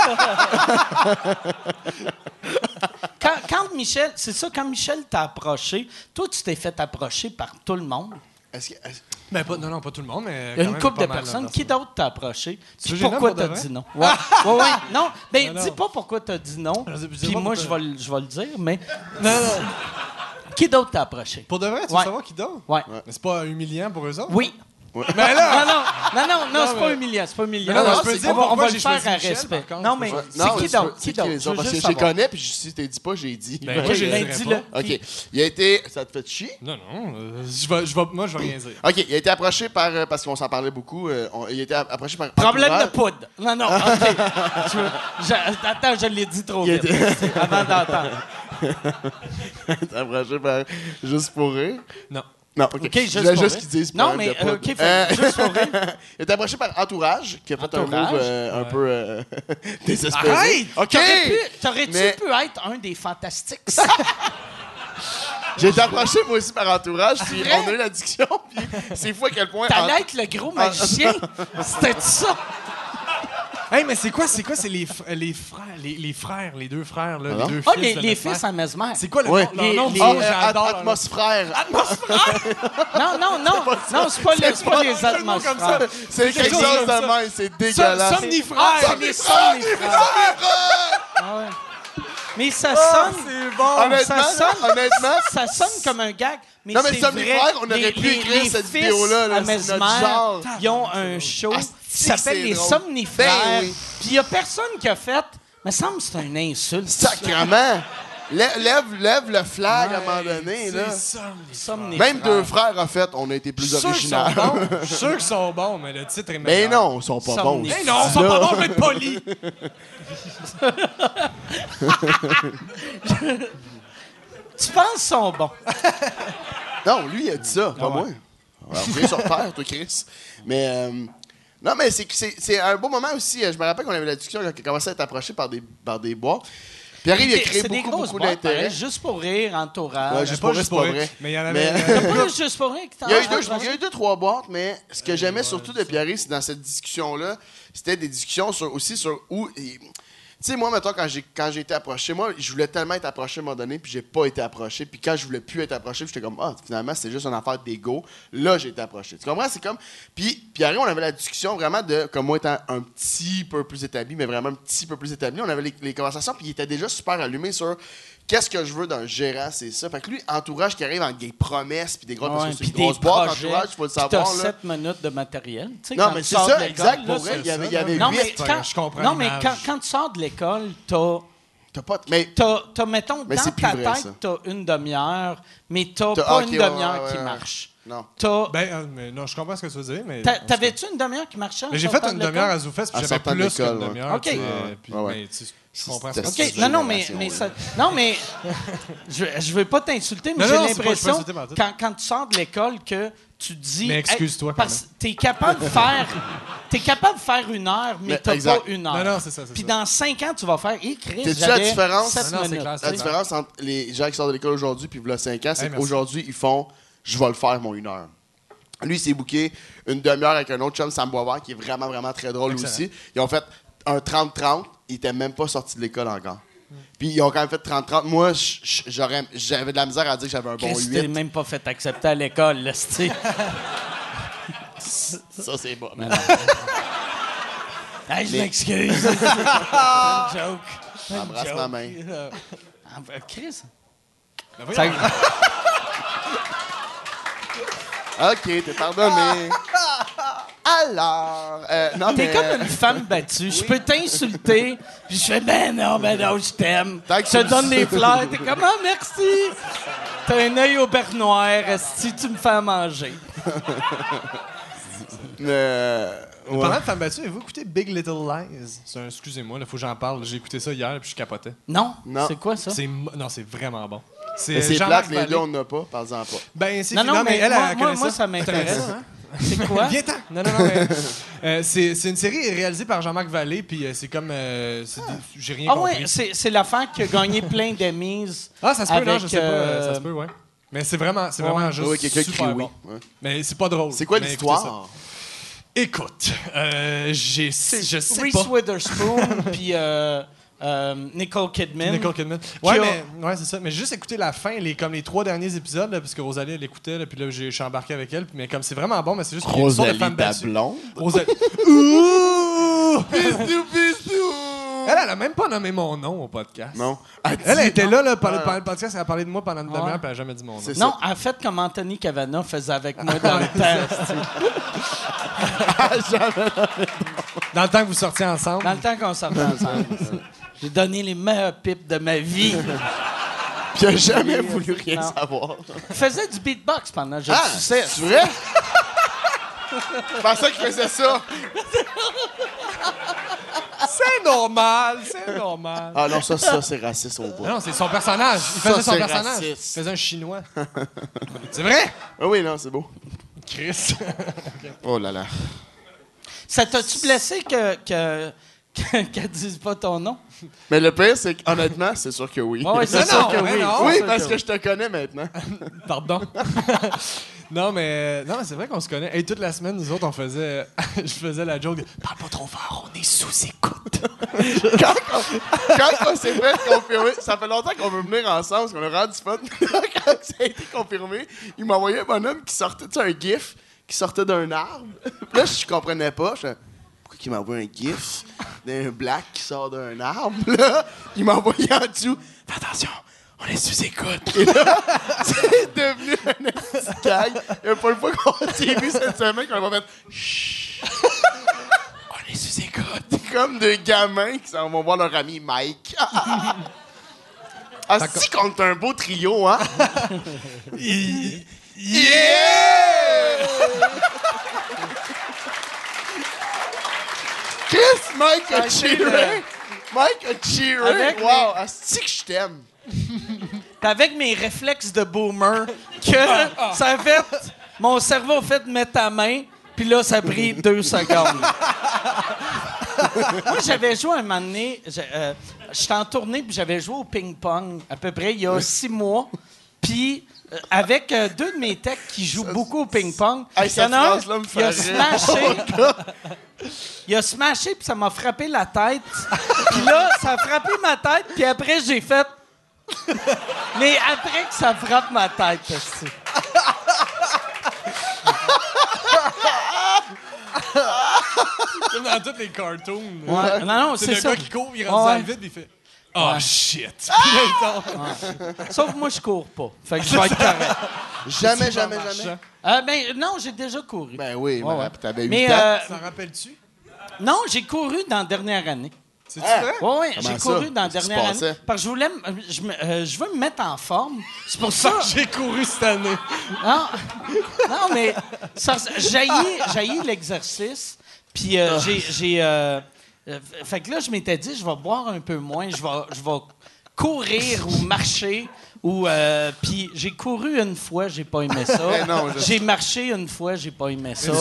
B: quand, quand Michel, c'est ça, quand Michel t'a approché, toi tu t'es fait approcher par tout le monde.
C: est-ce que- est-ce-
D: Mais Ben, pas, non, non, pas tout le monde, mais.
B: Il y a
D: quand
B: une
D: même
B: couple
D: pas
B: de
D: mal, là,
B: personnes.
D: dans
B: Qui
D: ce monde.
B: d'autre t'a approché?
D: veux
B: Puis
D: que je
B: pourquoi
D: nomme pour
B: t'as
D: de vrai?
B: dit non? Ouais, ouais, ouais. [laughs] Non, ben
D: Non, non.
B: dis pas pourquoi t'as dit non.
D: Je sais- je sais
B: Puis
D: pas
B: moi je
D: pourquoi.
B: vais le- je vais le dire, mais [laughs] qui d'autre t'a approché?
D: Pour de vrai, tu veux
B: Ouais.
D: savoir qui d'autre?
B: Ouais.
D: Mais c'est pas humiliant pour eux autres?
B: Oui.
D: Mais là!
B: Non, non, non, non, non, c'est pas
D: mais-
B: humiliant, c'est pas humiliant.
D: Mais non,
C: non,
B: On
C: je peux
B: va-
C: dire
B: on
D: pourquoi
B: va
D: j'ai
B: le faire
D: choisi
B: à
D: Michel,
B: respect.
D: par contre.
B: Non, mais
C: Ouais,
B: c'est qui
C: c'est-
B: d'autre?
C: c'est
B: Qui d'autre?
C: les
B: Je
C: autres?
B: veux
C: Parce que
B: juste
C: je les
B: savoir.
C: connais, puis je- si t'es dit pas, j'ai dit.
D: Ben, moi,
B: Oui,
D: je les
B: ben,
D: dirais
B: dis-le.
C: OK.
B: Puis-
C: Il a été. Ça te fait chier?
D: Non, non. euh, je vais, je vais, moi, je vais rien dire.
C: OK. Il a été approché par. euh, parce qu'on s'en parlait beaucoup. euh, on- il a été a- approché par.
B: Problème de
C: [laughs] Entourage.
B: poudre. Non, non, OK.
C: [laughs]
B: Je veux- je- attends, je l'ai dit trop
C: Il
B: vite. Avant d'entendre.
C: [laughs] Il a été approché par. Juste pour rire.
D: Non.
C: Non, OK.
B: OK, juste
C: Je voulais
B: pour
C: juste
B: rire.
C: qu'ils disent.
B: Non,
C: problème
B: mais,
C: de
B: euh,
C: poudre.
B: OK, fait- juste pour
C: [laughs] il a été approché par Entourage, qui a fait un
B: Entourage?
C: move euh, un
D: Ouais.
C: peu euh, [laughs] désespéré.
B: Arrête!
C: OK!
B: T'aurais pu- T'aurais-tu
C: Mais-
B: pu être un des
C: [laughs]
B: fantastiques?
C: J'ai été approché moi aussi par entourage, puis
B: Arrête!
C: on a eu la discussion, [laughs] puis c'est fou à quel point.
B: T'allais être le gros
C: Ah. [laughs]
B: magicien? C'était ça?
D: Hey, mais c'est quoi, c'est quoi, c'est les, fr- les frères, les, les frères, les deux frères, là,
C: Pardon?
D: les deux fils.
B: Ah, les,
D: de
B: les
D: notre
B: fils
D: mère.
B: à mesmer.
D: C'est quoi le
C: Ouais.
D: nom? leur
B: Les-
D: nom?
B: les-
D: Oh,
C: Ah,
B: Oh,
C: euh,
D: j'adore
C: At-
D: leur nom.
C: Atmosphère.
B: Non, non, non. Non, c'est pas, le- c'est pas les atmosphères.
C: C'est quelque
D: chose
C: chose
D: comme ça.
C: de même, Ah, c'est
D: Som-
C: dégueulasse.
D: Somnifrères!
C: Somnifrères!
B: Ah ouais. Mais ça sonne...
D: C'est bon!
C: Honnêtement,
B: ça sonne-
C: honnêtement,
B: Ah, Ça sonne comme un gag, mais
C: Non, mais
B: c'est
C: Somnifère,
B: vrai.
C: on aurait
B: Les-
C: pu
B: les-
C: écrire
B: les
C: cette
B: fils
C: vidéo-là, là,
B: à
C: c'est notre
B: Mesmer,
C: genre.
B: Ils ont un show qui
C: Asti, c'est
B: s'appelle Les
C: drôle.
B: Somnifères.
C: Ben oui.
B: Puis il n'y a personne qui a fait. Me semble que c'est une insulte.
C: Sacrement! Lè- Lève, lève le flag à un moment donné. Là.
B: Somnifère.
C: Même deux frères, en fait, on a été plus
D: Je suis sûr qu'ils sont
C: originaux.
D: bons. Je suis sûr qu'ils sont bons, mais le titre
B: Ben
D: est
C: Mais
D: meilleur.
C: non, ils sont pas bons.
B: Somnifère.
D: Mais non, ils sont pas bons, je vais être poli.
C: [laughs]
B: Tu penses qu'ils sont bons?
C: Non, lui, il a dit ça, pas
B: Ah ouais.
C: moi. Alors, viens
D: [laughs]
C: sur terre, toi, Chris. Mais. euh, non, mais c'est- c'est c'est un beau moment aussi. Je me rappelle qu'on avait la discussion quand il commençait à être approché par des, par des bois. Puis arrive, il a créé
B: C'est des
C: beaucoup,
B: grosses
C: beaucoup
B: boîtes,
C: d'intérêt.
B: pareil, Juste pour rire, entourage.
C: Ouais,
D: hein, Pas
C: juste pour vrai, c'est pas
D: rire,
C: vrai.
D: Mais il y en avait.
C: Mais-
D: euh,
B: T'as pas juste pour rire que t'en
C: Il y, a eu deux, il y a eu deux, trois boîtes, mais ce que j'aimais surtout de Pierre, c'est dans cette discussion-là, c'était des discussions sur, aussi sur où. il- Tu sais, moi, maintenant, quand j'ai, quand j'ai été approché, moi, je voulais tellement être approché à un moment donné, puis j'ai pas été approché. Puis quand je voulais plus être approché, puis j'étais comme, ah, finalement, c'est juste une affaire d'ego. Là, j'ai été approché. Tu comprends? C'est comme. Puis, Pierre, on avait la discussion vraiment de, comme moi, étant un petit peu plus établi, mais vraiment un petit peu plus établi. On avait les, les conversations, puis il était déjà super allumé sur. Qu'est-ce que je veux d'un gérant, c'est ça. Fait que lui, entourage qui arrive en des promesses, puis des gros, parce que c'est une grosse boîte, entourage, faut le savoir.
B: T'as
C: là.
B: 7 minutes de matériel. tu sais,
C: Non,
B: quand
C: mais
B: tu
C: c'est
B: sors de
C: ça,
B: l'école,
C: exact.
B: là,
C: Pour vrai,
D: c'est
C: il y avait,
D: ça,
C: il y avait
B: Non,
C: huit.
B: mais,
D: Ouais,
B: quand,
D: je comprends
B: non, mais
D: l'image.
B: quand, quand tu sors de l'école, t'as,
C: T'as pas. Mais
B: t'as, t'as, mettons,
C: Mais
B: dans
C: c'est plus
B: ta
C: vrai, ça.
B: tête, t'as une demi-heure, mais t'as,
C: T'as-
B: pas
C: ok,
B: une
C: ouais,
B: demi-heure
C: ouais,
B: qui
C: ouais.
B: marche.
C: non.
B: T'as-
D: ben, euh, mais non, je comprends ce que tu veux dire, mais.
B: t'a- t'avais-tu une demi-heure qui marchait? en
D: Mais j'ai
B: sortant
D: fait une
B: de l'école?
D: demi-heure à Zoufès,
C: En
D: puis j'avais
C: sortant de
D: plus qu'une
C: l'école, ouais.
D: demi-heure.
B: Ok.
D: tu sais,
B: Ouais,
D: puis-
C: ouais.
D: mais tu- Je comprends ce
C: C'est-
D: que tu
C: c'est-
D: veux
B: OK,
D: dire.
B: non, non, mais,
C: génération,
B: mais
C: ouais.
B: ça- non, mais
D: [laughs]
B: je ne vais pas t'insulter, mais
D: Non,
B: j'ai
D: non, c'est pas- je suis pas
B: l'impression,
D: insulté par tout.
B: quand, quand tu sors de l'école, que tu dis...
D: Mais excuse-toi,
B: Hey, parce que t'es capable de faire... T'es capable de faire une heure, mais,
C: Mais
B: t'as
C: exact.
B: pas une heure.
D: Non, non, c'est ça, c'est
B: Puis
D: ça.
B: dans cinq ans, tu vas faire écrire.
C: T'as-tu la différence?
D: Non, non, c'est
B: minutes.
D: clair,
C: La
D: c'est clair.
C: différence entre les gens qui sortent de l'école aujourd'hui puis voilà 5 ans, c'est
D: Hey, merci.
C: qu'aujourd'hui, ils font je vais le faire, mon une heure. Lui, il s'est booké une demi-heure avec un autre chum, Sam Boisvert, qui est vraiment, vraiment très drôle
D: Excellent.
C: aussi. Ils ont fait un 30-30. Ils n'étaient même pas sortis de l'école encore. Puis ils ont quand même fait 30-30. Moi, je- je- j'aurais- j'avais de la misère à dire que j'avais un bon
B: Chris, t'es
C: 8.
B: même pas fait accepter à l'école, là,
C: [laughs]
B: c'est-
C: Ça, c'est bon.
B: Hey, je
C: [laughs]
B: m'excuse. C'est une joke. C'est une
C: Embrasse
B: joke.
C: ma main.
B: Euh, euh, Chris,
D: Ben, voyons.
B: ça-
C: OK, t'es pardonné. [laughs] Alors, euh, non,
B: T'es
C: mais,
B: comme une femme battue. Je peux t'insulter, puis je fais ben non, ben non, je t'aime.
C: Tant que
B: Je te
C: tu le
B: donne
C: sais.
B: des fleurs. T'es comme ah merci. T'as un œil au beurre noir. Si tu me fais à manger.
C: euh, ouais.
D: Pendant de femme battue, avez-vous écouté Big Little Lies? C'est un- Excusez-moi, il faut que j'en parle. J'ai écouté ça hier, puis je capotais.
B: Non.
C: Non.
B: C'est quoi ça?
D: C'est mo- Non, c'est vraiment bon.
C: Mais c'est
D: euh, Jean-Marc
C: plate, les
D: Vallée.
C: deux, on n'a pas, par exemple. pas.
D: Ben, c'est
B: Non, non, mais,
D: elle,
B: moi,
D: elle
B: moi,
D: connaît
B: moi, ça
D: T'as
B: m'intéresse.
D: raison, hein?
B: C'est
D: [laughs]
B: quoi?
D: Viens-t'en! Non, non, non, [laughs] mais, euh, c'est c'est une série réalisée par Jean-Marc Vallée, puis euh, c'est comme. euh, c'est des- J'ai rien
B: Ah
D: compris.
B: ouais, c'est c'est l'affaire qui a gagné plein d'Emmys.
D: Ah, ça se peut, non,
B: avec,
D: je sais pas.
B: euh,
D: euh, ça se peut, ouais. Mais c'est vraiment, c'est vraiment juste
C: Ouais, quelqu'un qui
D: super
C: crie oui.
D: bon.
C: Ouais.
D: Mais c'est pas drôle.
C: C'est quoi
D: Mais écoutez ça.
C: l'histoire?
D: Écoute, euh, j'ai, je sais
B: Reese
D: pas. [laughs]
B: Witherspoon puis euh, euh, Nicole Kidman.
D: Nicole Kidman. Ouais,
B: a-
D: mais, ouais, c'est ça. Mais j'ai juste écouté la fin, les, comme les trois derniers épisodes, là, parce que Rosalie, elle écoutait, là, puis là, j'ai- je suis embarqué avec elle. Mais comme c'est vraiment bon, mais c'est juste qu'il y a une sorte de femme battue.
C: blonde.
D: [laughs] Rosalie. Ouh!
C: Bisous, bisous!
D: Elle, elle a même pas nommé mon nom au podcast.
C: Non.
D: Elle était là, là, pendant
C: Ah.
D: pendant le podcast, elle a parlé de moi pendant une
B: Ouais.
D: demi-heure, puis elle a jamais dit mon nom.
C: C'est ça.
B: Non, en fait, comme Anthony Cavana faisait avec
D: [laughs]
B: moi dans le temps.
D: Dans le temps que vous sortiez ensemble.
B: Dans le temps qu'on sortait ensemble. J'ai donné les meilleures pipes de ma vie.
C: Puis elle a jamais voulu rien
B: Non.
C: savoir.
B: Je faisais du beatbox pendant que je
C: Ah,
B: suçais.
C: c'est vrai? Je pensais qu'il faisait ça.
D: C'est normal, c'est normal.
C: Ah non, ça, ça c'est raciste au bout.
D: Non, non, c'est son personnage. Il
C: Ça,
D: faisait son
C: c'est
D: personnage.
C: raciste.
D: Il faisait
C: [laughs]
D: un chinois. c'est vrai?
C: Ah oui, non, c'est beau.
D: Chris.
C: Oh là là.
B: Ça t'a-tu blessé que, que, [laughs] que- qu'elle dise pas ton nom?
C: Mais le pire, c'est qu'honnêtement, [laughs] c'est sûr que oui.
B: Ouais, ouais, c'est
D: Non,
B: sûr
D: non,
B: que
D: mais
B: oui.
D: non.
C: Oui,
B: C'est
C: parce
B: sûr
C: que je te connais maintenant.
D: [laughs] Pardon. [laughs] non, mais, non, mais c'est vrai qu'on se connaît. Et toute la semaine, nous autres, on faisait. [laughs] je faisais la joke de Parle pas trop fort, on est sous écoute.
C: quand, on- quand on s'est fait confirmer, ça fait longtemps qu'on veut venir ensemble, parce qu'on a rendu fun. [laughs] quand ça a été confirmé, il m'a envoyé un bonhomme qui sortait, tu sais, un gif, qui sortait d'un arbre. Là, je comprenais pas. Je fais, pourquoi il m'envoie un gif d'un black qui sort d'un arbre? Là, il m'a envoyé en dessous. Fais attention! On est sous écoute. Et là, [laughs] c'est devenu un esti de gag. Il y a pas une fois qu'on s'est vu cette semaine qu'on a pas fait on est sous écoute. Comme deux gamins qui s'en vont voir leur ami Mike. Ah, si qu'on est un beau
B: [laughs]
C: trio, hein?
B: [laughs]
C: Chris, Mike a cheeré! Mike a cheeré!
B: euh, Avec
C: Wow, asti que je t'aime!
B: Puis avec mes réflexes de boomer,
C: Ah,
B: que ça a fait. Mon cerveau a fait mettre ta main, puis là, ça a pris deux secondes. Moi, j'avais joué un moment donné. j'ai- euh, J'étais en tournée, puis j'avais joué au ping-pong à peu près il y a six mois. Puis. euh, avec euh, deux de mes techs qui jouent beaucoup au ping-pong,
C: Hey,
B: il y en
C: cette
B: a un,
C: phrase-là me fait
B: il a
C: rire. Oh,
B: smashé, il a smashé, puis ça m'a frappé la tête. Puis là, ça a frappé ma tête, puis après, j'ai fait. Mais après que ça frappe ma tête, aussi.
D: Comme dans tous les cartoons.
B: Ouais. Non, non, c'est
D: le
B: ça.
D: gars qui court, il rentre dans
B: Ouais.
D: le vide, il fait Oh shit! Puis là, il tombe.
B: Ah! Sauf que moi, je cours pas. Fait que je vais
C: [laughs]
B: être correct.
C: Jamais, jamais,
D: En marchant.
C: jamais.
B: Euh, ben, non, j'ai déjà couru.
C: Ben oui,
B: Ouais, ouais.
C: mais t'avais 8
B: Mais
C: ans.
B: euh,
D: T'en rappelles-tu?
B: non, j'ai couru dans la dernière année.
D: C'est
C: Ah.
D: vrai?
B: Oui, oui,
C: Comment
B: j'ai
C: ça?
B: couru dans la
C: Qu'est-ce qui
B: dernière
C: se
B: année.
C: passait?
B: Parce que je voulais. me- Je, me- euh, je veux me mettre en forme. C'est pour ça.
D: J'ai couru cette année.
B: Non, non mais ça- ça- j'haïs j'haïs l'exercice. Puis
D: Ah.
B: euh, j'ai- j'ai. euh, euh, fait que là, je m'étais dit, je vais boire un peu moins, je vais, je vais courir ou marcher. Ou, euh, puis j'ai couru une fois, j'ai pas aimé ça.
C: Ben non, je-
B: J'ai marché une fois, j'ai pas aimé ça.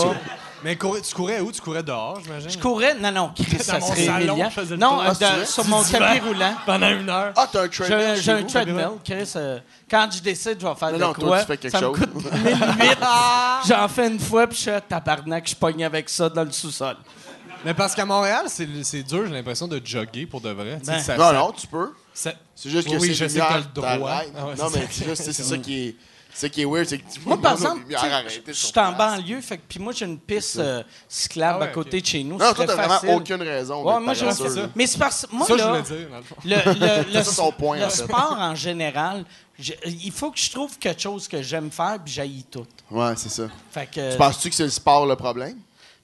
D: Mais courir- tu courais où? Tu courais dehors, j'imagine?
B: Je courais, non, non, Chris, ça
D: mon
B: serait
D: salon,
B: humiliant.
D: je faisais le
B: Non,
D: tour.
B: euh,
C: Ah, c'est
B: dans-
C: vrai?
B: sur mon
D: Divan.
B: tapis roulant.
D: Pendant une heure.
C: Ah, t'as un
B: J'ai
C: trailer
B: j'ai
C: chez
B: un
C: vous?
B: treadmill, Chris. euh, quand je décide, je vais faire de
C: non,
B: quoi,
C: toi, tu fais quelque
B: ça
C: chose.
B: me
C: Ah!
B: coûte
C: [laughs]
B: 1008. J'en fais une fois, puis je suis ah, tabarnak, je pogne avec ça dans le sous-sol.
D: Ah! Mais parce qu'à Montréal, c'est c'est dur, j'ai l'impression, de jogger pour de vrai. Tu sais,
B: Ben.
D: ça-
C: Non,
D: ça-
C: non, tu peux.
D: ça-
C: C'est juste que
D: Oui,
C: c'est
D: je sais que
C: lumière,
D: t'as le droit.
C: t'arrêtes.
D: Ah ouais,
C: non,
D: c'est
C: mais c'est juste, c'est c'est ça qui est... C'est ça qui est weird, c'est que tu
B: Moi, par
C: Non, non,
B: exemple,
C: lumière
B: tu sais,
C: arrêtée
B: je
C: sur
B: suis en
C: place.
B: banlieue, fait que puis moi, j'ai une piste euh, cyclable
D: Ah ouais,
B: à côté
D: ok.
B: de chez nous.
C: Non,
B: c'est très
C: toi, t'as vraiment
B: facile.
C: aucune raison.
B: Ouais,
C: d'être
B: moi, j'ai
C: paresseux,
D: ça.
C: là.
B: Mais c'est parce moi,
D: ça, je
B: là,
D: voulais dire, dans le fond.
B: Le, le, le,
C: [laughs] ça son point,
B: le
C: en fait.
B: sport en général, je- il faut que je trouve quelque chose que j'aime faire, puis j'haïs tout.
C: Ouais, c'est ça.
B: Fait que,
C: Tu penses-tu que c'est le sport le problème?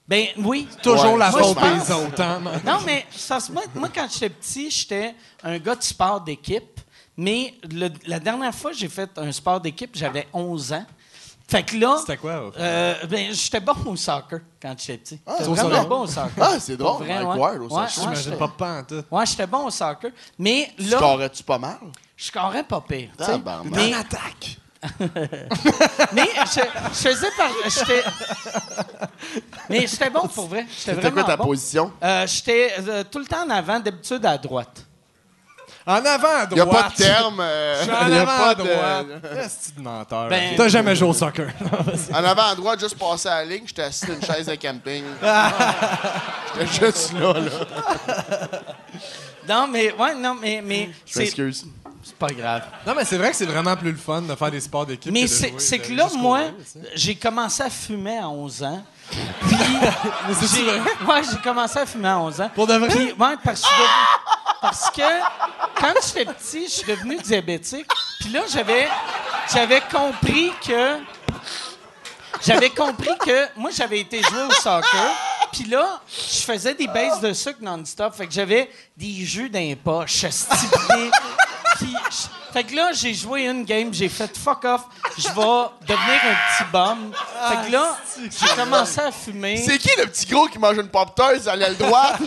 B: ben oui.
D: Toujours
C: Ouais,
D: la
B: moi,
D: faute
B: je pense-
D: des autres, hein, man.
B: Non, mais ça se moi, moi, quand j'étais petit, j'étais un gars de sport d'équipe. Mais le- la dernière fois que j'ai fait un sport d'équipe, j'avais 11 ans. Fait que là.
D: C'était quoi, au fait?
B: Euh, ben, j'étais bon au soccer quand j'étais petit.
C: Ah,
B: j'étais
C: au
B: vraiment
C: soccer?
B: bon au soccer.
C: Ah, c'est
B: Pour
C: drôle,
B: vrai,
C: Mike
B: ouais.
C: Ward au
B: Ouais,
C: soccer.
B: ouais,
D: J'imagine
B: j'étais-
D: pas pantoute.
B: Ouais, j'étais bon au soccer. Mais
C: Tu Ah,
B: là,
C: scorerais-tu pas mal?
B: je scorais pas pire. tu sais.
C: Tabarnak.
B: Mais,
D: attaque!
B: mais je, je faisais par. j'étais-
C: [laughs]
B: Mais j'étais bon pour vrai. J'étais
C: C'était
B: vraiment
C: quoi ta
B: bon.
C: position?
B: Euh, j'étais euh, tout le temps en avant, d'habitude à droite.
D: En avant à droite!
C: Il n'y a pas de terme. euh,
D: Je suis en [laughs]
C: y a
D: avant
C: pas
D: à
C: de-
D: droite. C'est de menteur.
B: Ben-
D: T'as jamais joué au soccer. [laughs]
C: En avant à droite, juste passé à la ligne, j'étais assis sur une chaise de camping. j'étais juste là, là.
B: Non, mais, ouais, non, mais, mais
C: Je
B: c'est
C: m'excuse.
B: c'est pas grave.
D: non, mais c'est vrai que c'est vraiment plus le fun de faire des sports d'équipe.
B: Mais
D: que de
B: c'est
D: jouer,
B: c'est
D: de
B: que là,
D: juste
B: moi,
D: courir, tu sais.
B: j'ai commencé à fumer à 11 ans. Puis, j'ai [laughs] ouais, j'ai commencé à fumer à 11 ans.
D: Pour de vrai?
B: Puis, ouais, parce que, je suis devenu- parce que quand j'étais petit, je suis devenu diabétique. Puis là, j'avais j'avais compris que j'avais compris que moi j'avais été jouer au soccer. Puis là, je faisais des baisses de sucre non-stop. Fait que j'avais des jus dans les poches, stipulés. Puis, je- fait que là, j'ai joué une game, j'ai fait fuck off, je vais devenir un petit bum. Fait que là, j'ai commencé à fumer.
C: C'est qui le petit gros qui mange une pop-tart à l'aile droite?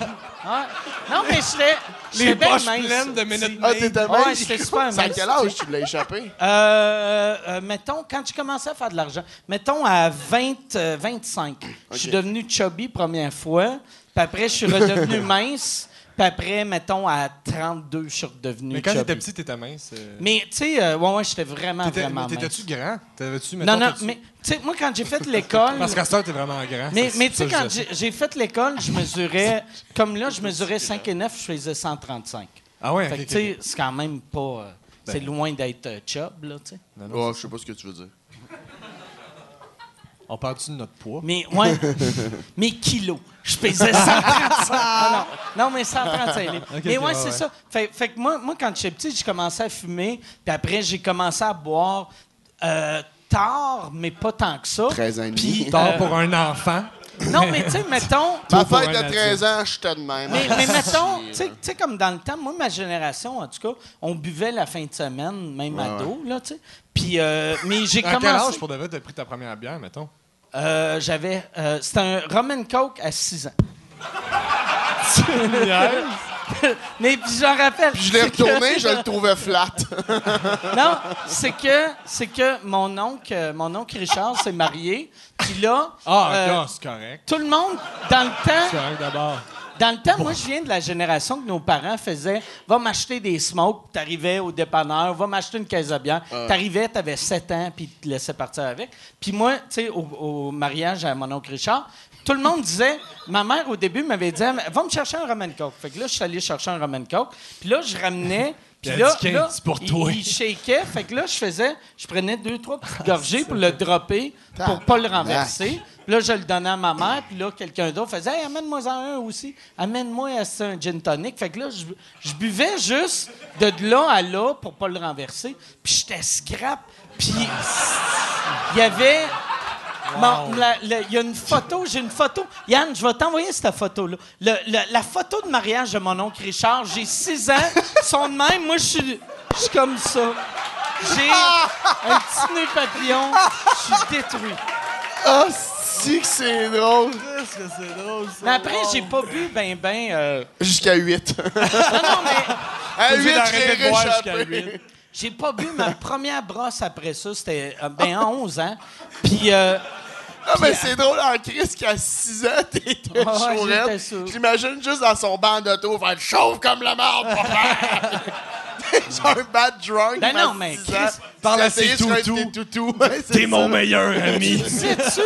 B: Ah, Non, mais j'étais. j'étais
D: Les
B: bien
D: poches
B: mince.
D: pleines de minutes.
C: Ah, t'es de
B: Ouais,
C: même?
B: j'étais super
C: C'est à
B: mince,
C: quel
B: tu
C: âge
B: sais.
C: tu l'as échappé?
B: Euh, euh, mettons, quand j'ai commencé à faire de l'argent, mettons à 20, euh, 25, je suis
C: Ok.
B: devenu chubby première fois, puis après, je suis
C: [laughs]
B: redevenu mince, puis après, mettons, à 32, je suis redevenu
D: Mais quand
B: chubby.
D: t'étais petit, t'étais mince. euh,
B: Mais, tu sais, euh, ouais, ouais, j'étais vraiment,
D: t'étais-
B: vraiment
D: mais
B: mince.
D: T'étais-tu grand? T'avais-tu, mettons,
B: Non, non,
D: t'as-tu-
B: mais, tu sais, moi, quand j'ai fait l'école...
D: [laughs] Parce qu'à cette heure, t'es vraiment grand.
B: Mais,
D: Ça,
B: mais
D: ça,
B: tu sais,
D: je
B: quand
D: le sais.
B: j'ai j'ai fait l'école, je mesurais... Comme là, je mesurais 5 et 9, je faisais 135.
D: Ah ouais,
B: Fait
D: ok,
B: que,
D: ok, Ben.
B: tu sais, c'est quand même pas... euh, c'est loin d'être euh, chub, là, tu sais.
C: Oh, je sais pas ce que tu veux dire.
D: ok. On parle-tu de notre poids?
B: Mais,
D: [laughs]
B: ouais. mais kilos. Je pesais 135. Ah non, non, mais 135 livres.
D: Ok,
B: mais
D: ok,
B: ouais,
D: ouais,
B: c'est
D: ouais.
B: ça. Fait, fait que moi, moi, quand j'étais petit, j'ai commencé à fumer. Puis après, j'ai commencé à boire euh, tard, mais pas tant que ça.
C: 13 ans et demi.
B: Puis, euh,
D: Tard pour un enfant.
B: Non, mais tu
D: [laughs]
B: sais, mettons.
C: Ma
D: Tout pour
C: fête
D: un
C: de 13 ans, je te demande.
B: Mais,
C: [laughs]
B: mais mettons, tu sais-
C: Chier,
B: tu sais, comme dans le temps, moi, ma génération, en tout cas, on buvait la fin de semaine, même ado, là, tu sais. Puis, euh, mais j'ai
D: À quel âge,
B: commencé.
D: pour de vrai, t'as pris ta première bière, mettons?
B: euh, J'avais. euh, C'était un Roman Coke à 6 ans. Mais puis, j'en rappelle.
C: Puis je l'ai
B: c'est que-
C: retourné, je le trouvais flat.
B: Non, c'est que, c'est que mon oncle, euh, mon oncle Richard s'est marié. Puis là,
D: Ah,
B: euh,
D: non, c'est correct.
B: tout le monde, dans le temps,
D: C'est correct d'abord.
B: Dans le temps, moi, je viens de la génération que nos parents faisaient Va m'acheter des smokes, puis t'arrivais au dépanneur, va m'acheter une caisse de bière.
D: Ah.
B: T'arrivais, t'avais 7 ans, puis ils te laissaient partir avec. Puis moi, tu sais, au, au mariage à mon oncle Richard, tout le monde disait Ma mère, au début, m'avait dit Ah, Va me chercher un Roman Coke. Fait que là, je suis allé chercher un Roman Coke. Puis là, je ramenais. Puis
D: Elle
B: là,
D: dit, Kate,
B: là,
D: c'est pour
B: il-
D: toi.
B: il shakeait. Fait que là, je faisais, je prenais deux, trois petites gorgées pour le dropper, pour pas le renverser. Puis là, je le donnais à ma mère. Puis là, quelqu'un d'autre faisait, hey, amène-moi en un aussi. Amène-moi à ça, un gin tonic. Fait que là, je, je buvais juste de de là à là pour pas le renverser. Puis j'étais scrap. Puis il y avait. Mon- la- la- Il y a une photo, j'ai une photo. Yann, je vais t'envoyer cette photo-là. Le- le- la photo de mariage de mon oncle Richard, j'ai 6 ans, ils sont de même, moi je suis je suis comme ça. J'ai un petit nez papillon, je suis détruit.
C: Ah, si que c'est drôle.
B: Mais après, j'ai pas bu ben ben. euh,
C: Jusqu'à 8.
B: Non, non, mais
C: À 8,
D: d'arrêter de
C: j'ai
D: boire jusqu'à
C: réchappé.
D: huit.
B: j'ai pas bu ma première brosse après ça, c'était euh, ben à 11 ans. Puis euh,
C: Ah, mais c'est drôle, en crise qu'à 6 ans, t'étais
B: Ah ouais, j'étais
C: chourette.
B: sûr.
C: J'imagine juste dans son banc d'auto, faire chauve comme la mort, papa. [laughs] Genre un bad drunk.
B: Ben
C: à
B: non, mais
C: six ans.
B: Chris,
D: parle à
C: Tu t'essayais
D: ses
C: sur un de
D: toutous.
C: tes toutous. [laughs] Ouais, c'est
D: T'es
C: ça.
D: mon meilleur ami.
B: Sais-tu?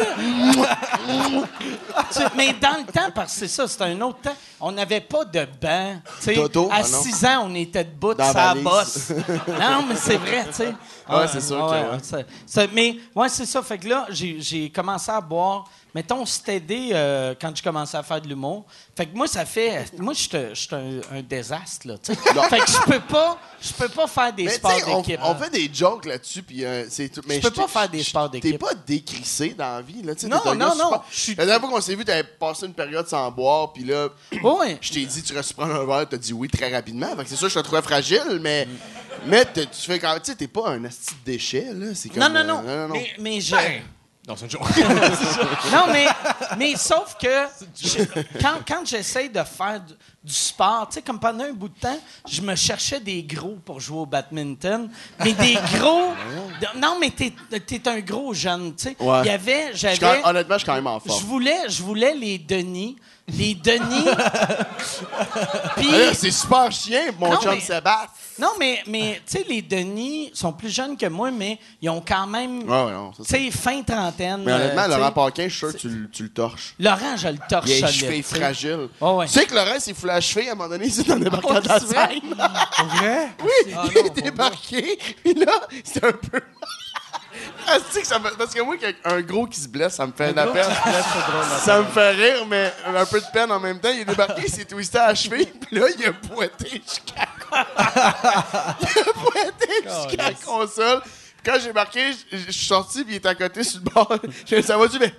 B: Tu- mais dans le temps, parce que c'est ça, c'était un autre temps, on n'avait pas de banc. tu sais.
C: Dodo,
B: à
C: ah non.
B: 6 ans, on était debout de
C: Dans la
B: sa
C: valise.
B: bosse. Non, mais c'est vrai, tu sais.
C: [laughs] Ouais, c'est sûr que, ouais.
B: c'est- c'est- mais, ouais, c'est ça. Fait que là, j'ai j'ai commencé à boire. Mettons, c'était aidé euh, quand j'ai commencé à faire de l'humour. Fait que moi, ça fait. Moi, je suis un- je suis un, un désastre, là, tu sais.
C: Non.
B: Fait que je peux pas, je peux pas faire des
C: Mais tu
B: sports
C: sais, on,
B: d'équipe.
C: on fait des jokes là-dessus, puis euh, c'est tout. Mais
B: Je peux
C: te-
B: pas faire des
C: je-
B: sports d'équipe.
C: T'es pas décrissé dans la vie, là. tu sais,
B: Non,
C: t'es un
B: non,
C: gars
B: non,
C: super-
B: je suis-
C: La dernière fois qu'on s'est vu, t'avais passé une période sans boire, puis
B: [coughs]
C: là,
B: Oh, Ouais.
C: je t'ai dit, tu restes prendre un verre, t'as dit oui très rapidement. Fait que c'est sûr, je te trouvais fragile, mais. Mais t'es- tu fais quand même. Tu sais, t'es pas un asti de déchet, là. C'est comme,
B: Non, non,
C: euh,
B: non.
C: non, Ben, non.
B: Mais, mais je.
D: Non, c'est une joke.
B: Non, mais, mais sauf
C: [laughs]
B: que je- quand, quand j'essaye de faire du, du sport, tu sais, comme pendant un bout de temps, je me cherchais des gros pour jouer au badminton. Mais
C: [laughs]
B: des gros. de- non, mais t'es es un gros jeune, tu sais.
C: Ouais.
B: Il y avait.
C: Je suis quand
B: J'avais.
C: même- honnêtement, je suis quand même en
B: Je
C: forme.
B: voulais, je voulais les Denis. Les Denis.
C: [laughs]
B: Puis.
C: Ah, là, C'est super chien, mon
B: Non,
C: chum
B: mais-
C: Sébastien.
B: Non, mais, mais tu sais, les Denis sont plus jeunes que moi, mais ils ont quand même.
C: Ouais, ouais, non. ça,
B: Tu sais,
C: c'est-
B: fin trentaine.
C: Mais honnêtement,
B: euh, tu sais.
C: Laurent Paquin, je suis sûr que tu, le- tu le torches.
B: Laurent, je le torche
C: Il a les
B: solide,
C: cheveux
B: tu sais.
C: fragiles.
B: Ouais, ouais.
C: Tu sais que Laurent s'est foulé à cheveux à un moment donné, c'est dans le débarquant
B: Oh,
C: de la
B: c'est vrai?
C: scène.
B: [laughs]
D: Vrai?
C: Oui,
B: Ah
C: il
B: non,
C: est débarqué. Puis là, c'est un peu. [laughs] Ah, c'est que ça me- Parce que moi, un gros qui se blesse, ça me fait de la peine. Ça me fait rire, mais un peu de peine en même temps. Il est débarqué, il s'est twisté à la cheville, [laughs] puis là, il a boité jusqu'à [laughs] Il a boité jusqu'à la console. Puis Quand j'ai débarqué, je- je suis sorti, puis il était à côté sur le bord. [laughs] Je dit, ça va-tu? Mais.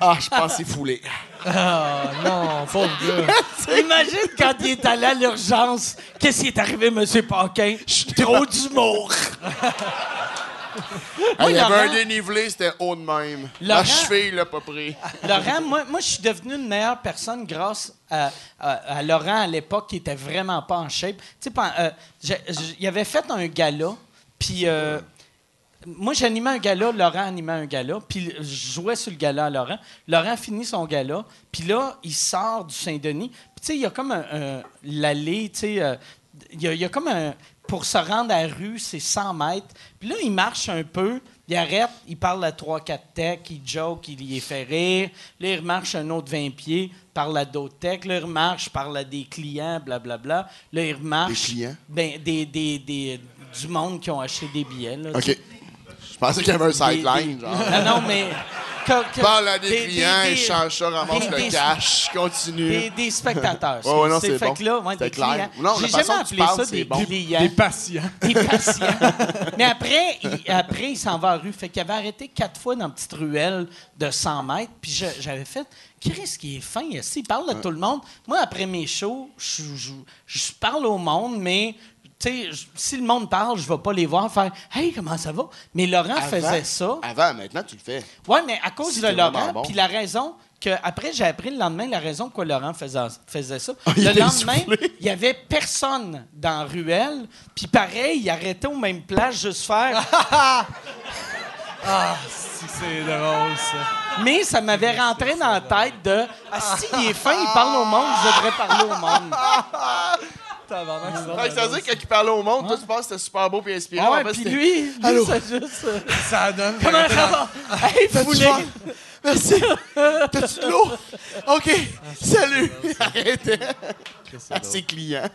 C: Ah, je pense qu'il est foulé.
D: Ah Non, pauvre gars.
B: Imagine quand il est allé à l'urgence, qu'est-ce qui est arrivé, M. Paquin? Je suis trop d'humour.
C: Ah, il y avait un
B: Hein, Laurent-
C: dénivelé, c'était haut de même.
B: Laurent- Ah,
C: La cheville, il l'a pas pris.
B: [laughs] Laurent, moi, moi, je suis devenu une meilleure personne grâce à, à- à Laurent à l'époque qui était vraiment pas en shape. Tu sais, pen- euh, j'ai- j'ai- il avait fait un gala, puis euh, moi, j'animais un gala, Laurent animait un gala, puis je jouais sur le gala à Laurent. Laurent finit son gala, puis là, il sort du Saint-Denis. Puis tu sais, il y a comme un- un- l'allée, tu sais, euh, il y, a- il y a comme un... Pour se rendre à la rue, c'est 100 mètres. Puis là, il marche un peu, il arrête, il parle à 3-4 techs, il joke, il y est fait rire. Là, il remarche un autre 20 pieds, parle à d'autres techs. Là, il remarche, parle à des clients, blablabla. Là, il remarche...
C: Des clients?
B: Ben, des, des- des- du monde qui ont acheté des billets. Là,
C: OK. Je pensais qu'il y avait un
B: des- [laughs]
C: sideline,
B: des-
C: genre.
B: Ah. Non, non, mais que- que-
C: Parle à
B: des-
C: des
B: des-
C: clients,
B: des-
C: échange ça, ramasse
B: des-
C: le
B: des-
C: cash,
B: Des,
C: continue.
B: des spectateurs.
C: Ouais, ouais, non, c'est
B: fait
C: bon.
B: que là, ouais,
C: C'était
B: des
C: clair.
B: clients.
C: Non, la
B: J'ai
C: façon
B: jamais
C: que tu
B: appelé
C: parles,
B: ça
C: c'est
B: des
C: bon.
B: clients.
D: Des patients.
B: [laughs] des patients. Mais après, il, après, il s'en va à la rue. Fait qu'il avait arrêté quatre fois dans une petite ruelle de 100 mètres. Puis je- j'avais fait, Chris, qui est fin, ici, il parle à tout le monde. Moi, après mes shows, je, je- je parle au monde, mais. tu sais, je- si le monde parle, je ne vais pas les voir faire Hey, comment ça va? Mais Laurent
C: Avant-
B: faisait ça.
C: Avant, maintenant, tu le fais.
B: Oui, mais à cause
C: Si
B: de
C: t'es
B: Laurent,
C: vraiment bon.
B: puis la raison que après j'ai appris le lendemain la raison pourquoi Laurent faisait, faisait ça.
C: Ah, il
B: le
C: était
B: lendemain,
C: essoufflé.
B: il y avait personne dans la ruelle, puis pareil, il arrêtait aux mêmes places juste
C: [laughs]
B: faire.
D: Si, C'est drôle, ça.
B: mais ça m'avait rentré dans la tête de ah si il est fin, il parle au monde, je devrais parler au monde.
C: Ah, Fait que ça veut dire que quand il parlait au monde, toi, tu penses que c'était super beau et inspirant.
B: Ah ouais,
C: En fait,
B: puis
C: c'était-
B: lui, lui,
C: bah, Allô?
B: c'est juste.
C: [laughs]
B: euh,
D: Ça donne.
B: Comment ça va? Hey,
C: T'as-tu
B: poulet.
C: faim? Merci.
B: [laughs]
C: T'as-tu de l'eau? OK. Salut. [laughs] Arrêtez. À ses clients.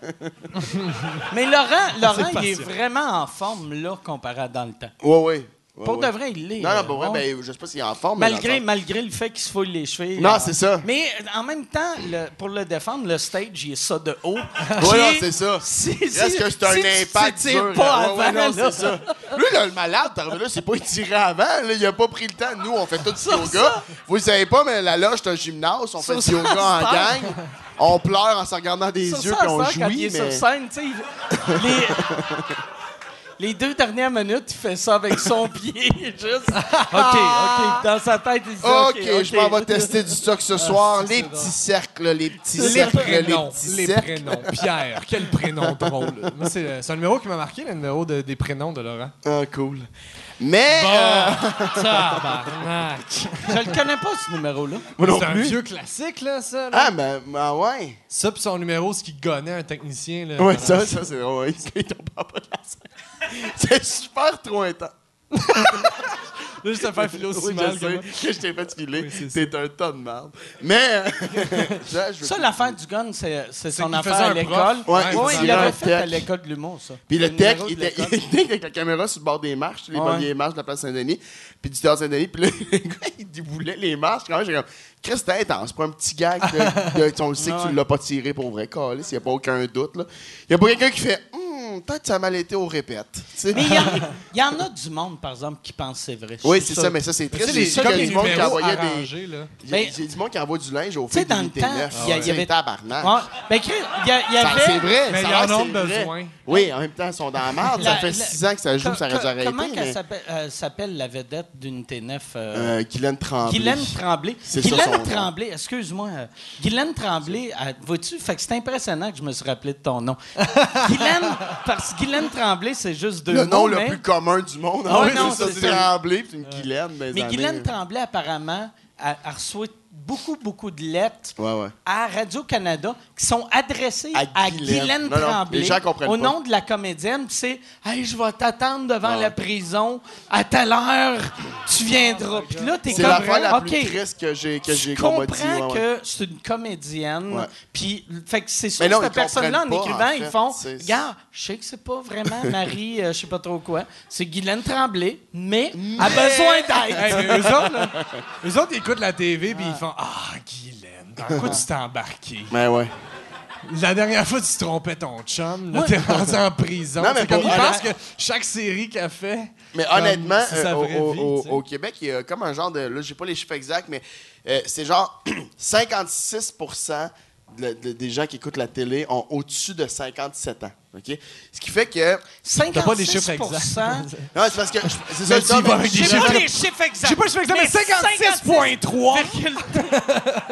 B: Mais
C: [laughs]
B: Laurent, Laurent il est
D: patient.
B: vraiment en forme là comparé à dans le temps.
C: Ouais, ouais. Ouais,
B: Pour
C: ouais.
B: de vrai, il l'est.
C: Non,
B: euh,
C: non, pour vrai,
B: ouais.
C: ben, je sais pas s'il est en forme. mais
B: Malgré,
C: dans
B: malgré le fait qu'il se fouille les cheveux.
C: Non, c'est ça.
B: Mais euh, en même temps, le- pour le défendre, le stage, il est ça de haut.
C: le temps- [laughs] Ouais, non,
B: Qui
C: c'est
B: est-
C: ça.
B: [laughs] Si,
C: Est-ce que c'est un impact
B: tu tires
C: dur?
B: pas
C: Ouais, ouais,
B: avant,
C: non,
B: là.
C: c'est ça. Lui, là, le malade, t'es arrivé là, c'est pas étiré avant. Là, il a pas pris le temps. Nous, on fait tout du yoga. Vous le savez pas, mais la loge, c'est un gymnase. On fait
B: Sur
C: du yoga en
B: ça,
C: gang. On pleure en se regardant des
B: Sur
C: yeux
B: ça,
C: puis on
B: ça, quand il
C: jouit,
B: est sur
C: mais...
B: scène, tu sais,
C: [laughs]
B: il- les, [laughs] les deux dernières minutes, il fait ça avec son pied, [laughs] juste. OK, OK, dans sa tête, il dit
C: OK,
B: OK, OK. Ah,
C: je m'en vais tester du stock ce soir. les petits cercles, les petits
D: Les
C: cercles,
D: prénoms,
C: les petits
D: les
C: cercles.
D: prénoms. Pierre, quel prénom drôle. Moi, c'est euh, c'est un numéro qui m'a marqué, le numéro de- des prénoms de Laurent.
C: Ah, cool. Mais... euh,
D: Ah! [laughs] Tabarnak!
B: Je le connais pas, ce numéro-là.
D: C'est un vieux classique, là, ça. là.
C: Ah, ben, ben ouais.
D: Ça, puis son numéro, c'est qu'il gonnait un technicien. Là,
C: Ouais,
D: pendant-
C: ça, ça, c'est drôle. Il tombe en bas de la scène. [laughs] C'est super trop intense.
D: Là, juste à faire philo aussi
C: Oui, je
D: mal que
C: sais
D: moi.
C: que je t'ai fait filer.
D: Oui, c'est
C: T'es un tas de merde. Mais... ça, je veux-
B: Ça, l'affaire du gun, c'est c'est son
D: qu'il
B: affaire
D: faisait
B: à
D: un
B: l'école.
D: prof.
C: Ouais,
B: Oui,
C: il
B: oui,
C: faisait
B: il l'avait
C: un
B: fait à
C: tech.
B: l'école de l'humour, ça.
C: Puis le
B: Le
C: tech,
B: numéro
C: il
B: de
C: était,
B: l'école.
C: il était avec la caméra sur le bord des marches, les
B: Ouais.
C: premières marches de la place Saint-Denis, puis du théâtre Saint-Denis. Puis là, [laughs] le gars, il déboulait les marches. Quand même, j'ai comme, Chris, t'es intense, c'est pas un petit gag. de- de- on le sait que tu l'as pas tiré pour vrai, Calice, il n'y a pas aucun doute. là. Il y a pas quelqu'un qui fait, Hum, peut-être que ça a mal été au répète. Tu sais.
B: Mais il y, en- il y en a du monde, par exemple, qui pense que c'est vrai. Je
C: Oui,
B: suis
C: c'est
B: sûr.
C: ça, mais ça, c'est
D: Tu sais,
C: triste.
D: les-
C: C'est comme il y
D: comme
C: a
D: les
C: du monde qui
D: numéros
C: envoyait des.
D: arrangés, là.
C: il y a-
B: Mais-
C: J'ai du monde qui envoie du linge au
B: Ben, Tu
C: fait
B: sais, dans le temps, il y
C: Ah
B: a- il y avait.
C: tabarnak.
B: Ouais, ben, Chris, il y a- il y
C: Ça,
B: avait-
C: C'est vrai, ça
D: Mais ils en
C: a l'air que
D: ont
C: c'est vrai.
D: besoin.
C: Oui, en même temps, ils sont dans la marde.
B: La-
C: Ça fait
B: la-
C: six ans que ça joue,
B: Co-
C: ça aurait
B: co-
C: dû arrêter.
B: Comment qu'elle
C: mais-
B: s'appelle, euh, s'appelle la vedette d'Unité 9? Euh,
C: Euh, Guylaine Tremblay.
B: Guylaine Tremblay.
C: C'est ça, son
B: Guylaine
C: nom.
B: Tremblay, excuse-moi. euh, Guylaine Tremblay, euh, vois-tu, fait que c'est impressionnant que je me suis rappelé de ton nom.
C: [laughs]
B: Guylaine, parce que Guylaine Tremblay, c'est juste deux
C: Le nom
B: mots,
C: le
B: mais-
C: plus commun du monde.
B: Ah
C: oui,
B: ouais, non,
C: c'est ça,
B: c'est
C: c'est
B: ça.
C: Tremblay, puis une Guylaine. mes
B: Mais
C: amis.
B: Guylaine Tremblay, apparemment, a, a reçu beaucoup, beaucoup de lettres
C: Ouais, ouais.
B: à Radio-Canada qui sont adressées
C: À
B: à,
C: Guylaine.
B: Guylaine,
C: Non, non,
B: Tremblay
C: les gens comprennent
B: au
C: pas.
B: nom de la comédienne. Puis c'est Hey, je vais t'attendre devant
C: Ouais.
B: la prison. À telle heure, tu viendras. Puis là, t'es
C: C'est
B: comme
C: l'affaire la plus
B: OK,
C: triste que j'ai que j'ai
B: je
C: qu'on
B: comprends
C: m'a dit, ouais, ouais.
B: que c'est une comédienne.
C: Ouais.
B: Puis, fait que c'est sûr
C: Mais non,
B: que
C: ils
B: cette personne-là, en
C: comprennent
B: écrivant,
C: pas, en
B: ils
C: fait.
B: font
C: C'est-
B: Regarde, je sais que c'est pas
C: [laughs]
B: vraiment Marie, euh, je sais pas trop quoi. C'est Guylaine Tremblay, mais, elle a
C: [laughs]
B: besoin d'aide.
D: Hey, mais eux autres, là, eux autres, ils écoutent la TV puis ils font Ah, Guylaine, dans quoi tu t'es embarqué
C: Mais Ben ouais.
D: La dernière fois, tu trompais ton chum, là,
B: Moi-
D: t'es rendu en prison.
C: [laughs] Non, mais
D: C'est comme
C: pour-
D: ils pensent que chaque série qu'elle fait.
C: Mais
D: comme,
C: honnêtement,
D: c'est sa
C: euh, au,
D: vraie
C: au-
D: vie,
C: au-
D: tu sais.
C: au Québec, il y a comme un genre de. Là, j'ai pas les chiffres exacts, mais euh, c'est genre [clears throat] 56 de- de- des gens qui écoutent la télé ont au-dessus de 57 ans. OK? Ce qui fait que.
B: 56
D: T'as pas les chiffres exacts.
C: Non, c'est parce que. C'est ça
D: Mais
C: le
D: tu
C: temps,
D: y vas
C: mais-
D: avec des
B: J'ai
D: chiffres
B: pas
D: exacts.
B: les chiffres exacts.
D: J'ai pas le chiffre exact, mais 56.3.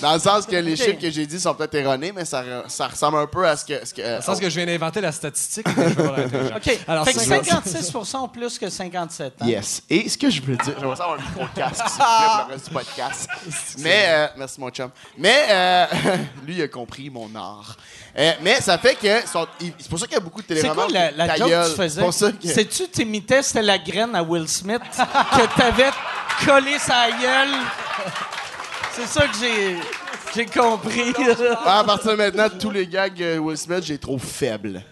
C: Dans le sens que les
B: Ok.
C: chiffres que j'ai dit sont peut-être erronés, mais ça, re- ça ressemble un peu à ce que. Ce que euh,
D: Je pense que je viens d'inventer la statistique. mais je vais voir
C: [laughs]
D: la intelligence.
B: OK.
D: Alors,
B: fait que
D: 56.
B: 56 ont plus que hein. 57 ans.
C: Yes. Et ce que je veux dire, j'aimerais savoir un micro-casque, s'il vous plaît, pour le reste
B: [laughs]
C: du podcast. Mais, euh, merci mon chum. Mais, euh, [laughs] lui, il a compris mon art. Euh, mais ça fait que, son- il- c'est pour ça qu'il y a beaucoup de
B: C'est
C: téléromans.
B: quoi la, la
C: Ta
B: joke que
C: gueule.
B: tu
C: C'est pour ça
B: faisais?
C: que...
B: Sais-tu, t'imitais, c'était la graine à Will Smith que t'avais collé sa gueule. C'est ça que j'ai, j'ai compris.
C: Ah, à partir de maintenant, tous les gags euh, Will Smith, j'ai trop faible.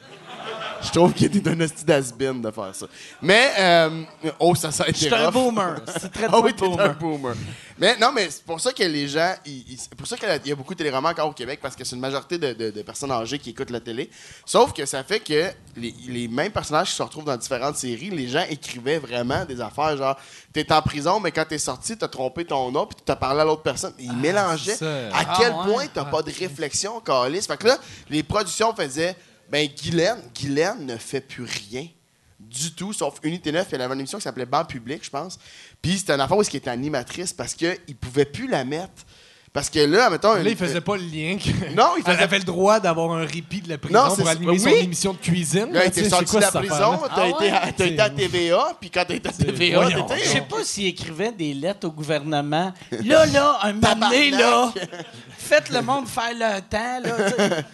C: Je trouve qu'il était un hostie d'asbin de faire ça. Mais, euh, oh, ça, ça a été
B: Je suis un
C: rough.
B: boomer. C'est très
C: [laughs] Ah oui, t'es
B: boomer.
C: un boomer. Mais non, mais c'est pour ça que les gens. ils- ils- C'est pour ça qu'il y a- il y a beaucoup de téléromans encore au Québec, parce que c'est une majorité de, de- de personnes âgées qui écoutent la télé. Sauf que ça fait que les, les mêmes personnages qui se retrouvent dans différentes séries, les gens écrivaient vraiment des affaires genre t'es en prison, mais quand t'es sorti, t'as trompé ton nom, puis t'as parlé à l'autre personne. Ils mélangeaient
D: Ah, c'est ça.
C: à quel
B: Ah, ouais.
C: point
D: Ah,
C: t'as pas de réflexion, Calis. Fait que là, les productions faisaient ben Guylaine, Guylaine ne fait plus rien du tout, sauf Unité 9. Elle avait une émission qui s'appelait Bar Public, je pense. Puis c'était une affaire où elle était animatrice parce qu'ils ne pouvaient plus la mettre. Parce que là, mettons.
D: Là, il faisait pas le lien. Que...
C: Non, il faisait-
D: Elle avait le droit d'avoir un ripie de la prison
C: Non, c'est
D: pour
C: ça.
D: animer son
C: Oui.
D: émission de cuisine.
C: Là,
D: tu
C: t'es
D: sais,
C: sorti
D: c'est quoi
C: de la
D: cette
C: prison,
D: affaire-là?
C: t'as été, à- t'as
D: C'est-
C: été à TVA, puis quand t'as été à TVA,
D: voyons,
B: Je
C: t'étais...
B: sais pas s'il écrivait des lettres au gouvernement. Là, là, un moment donné, là, faites le monde faire le temps, là. tu sais.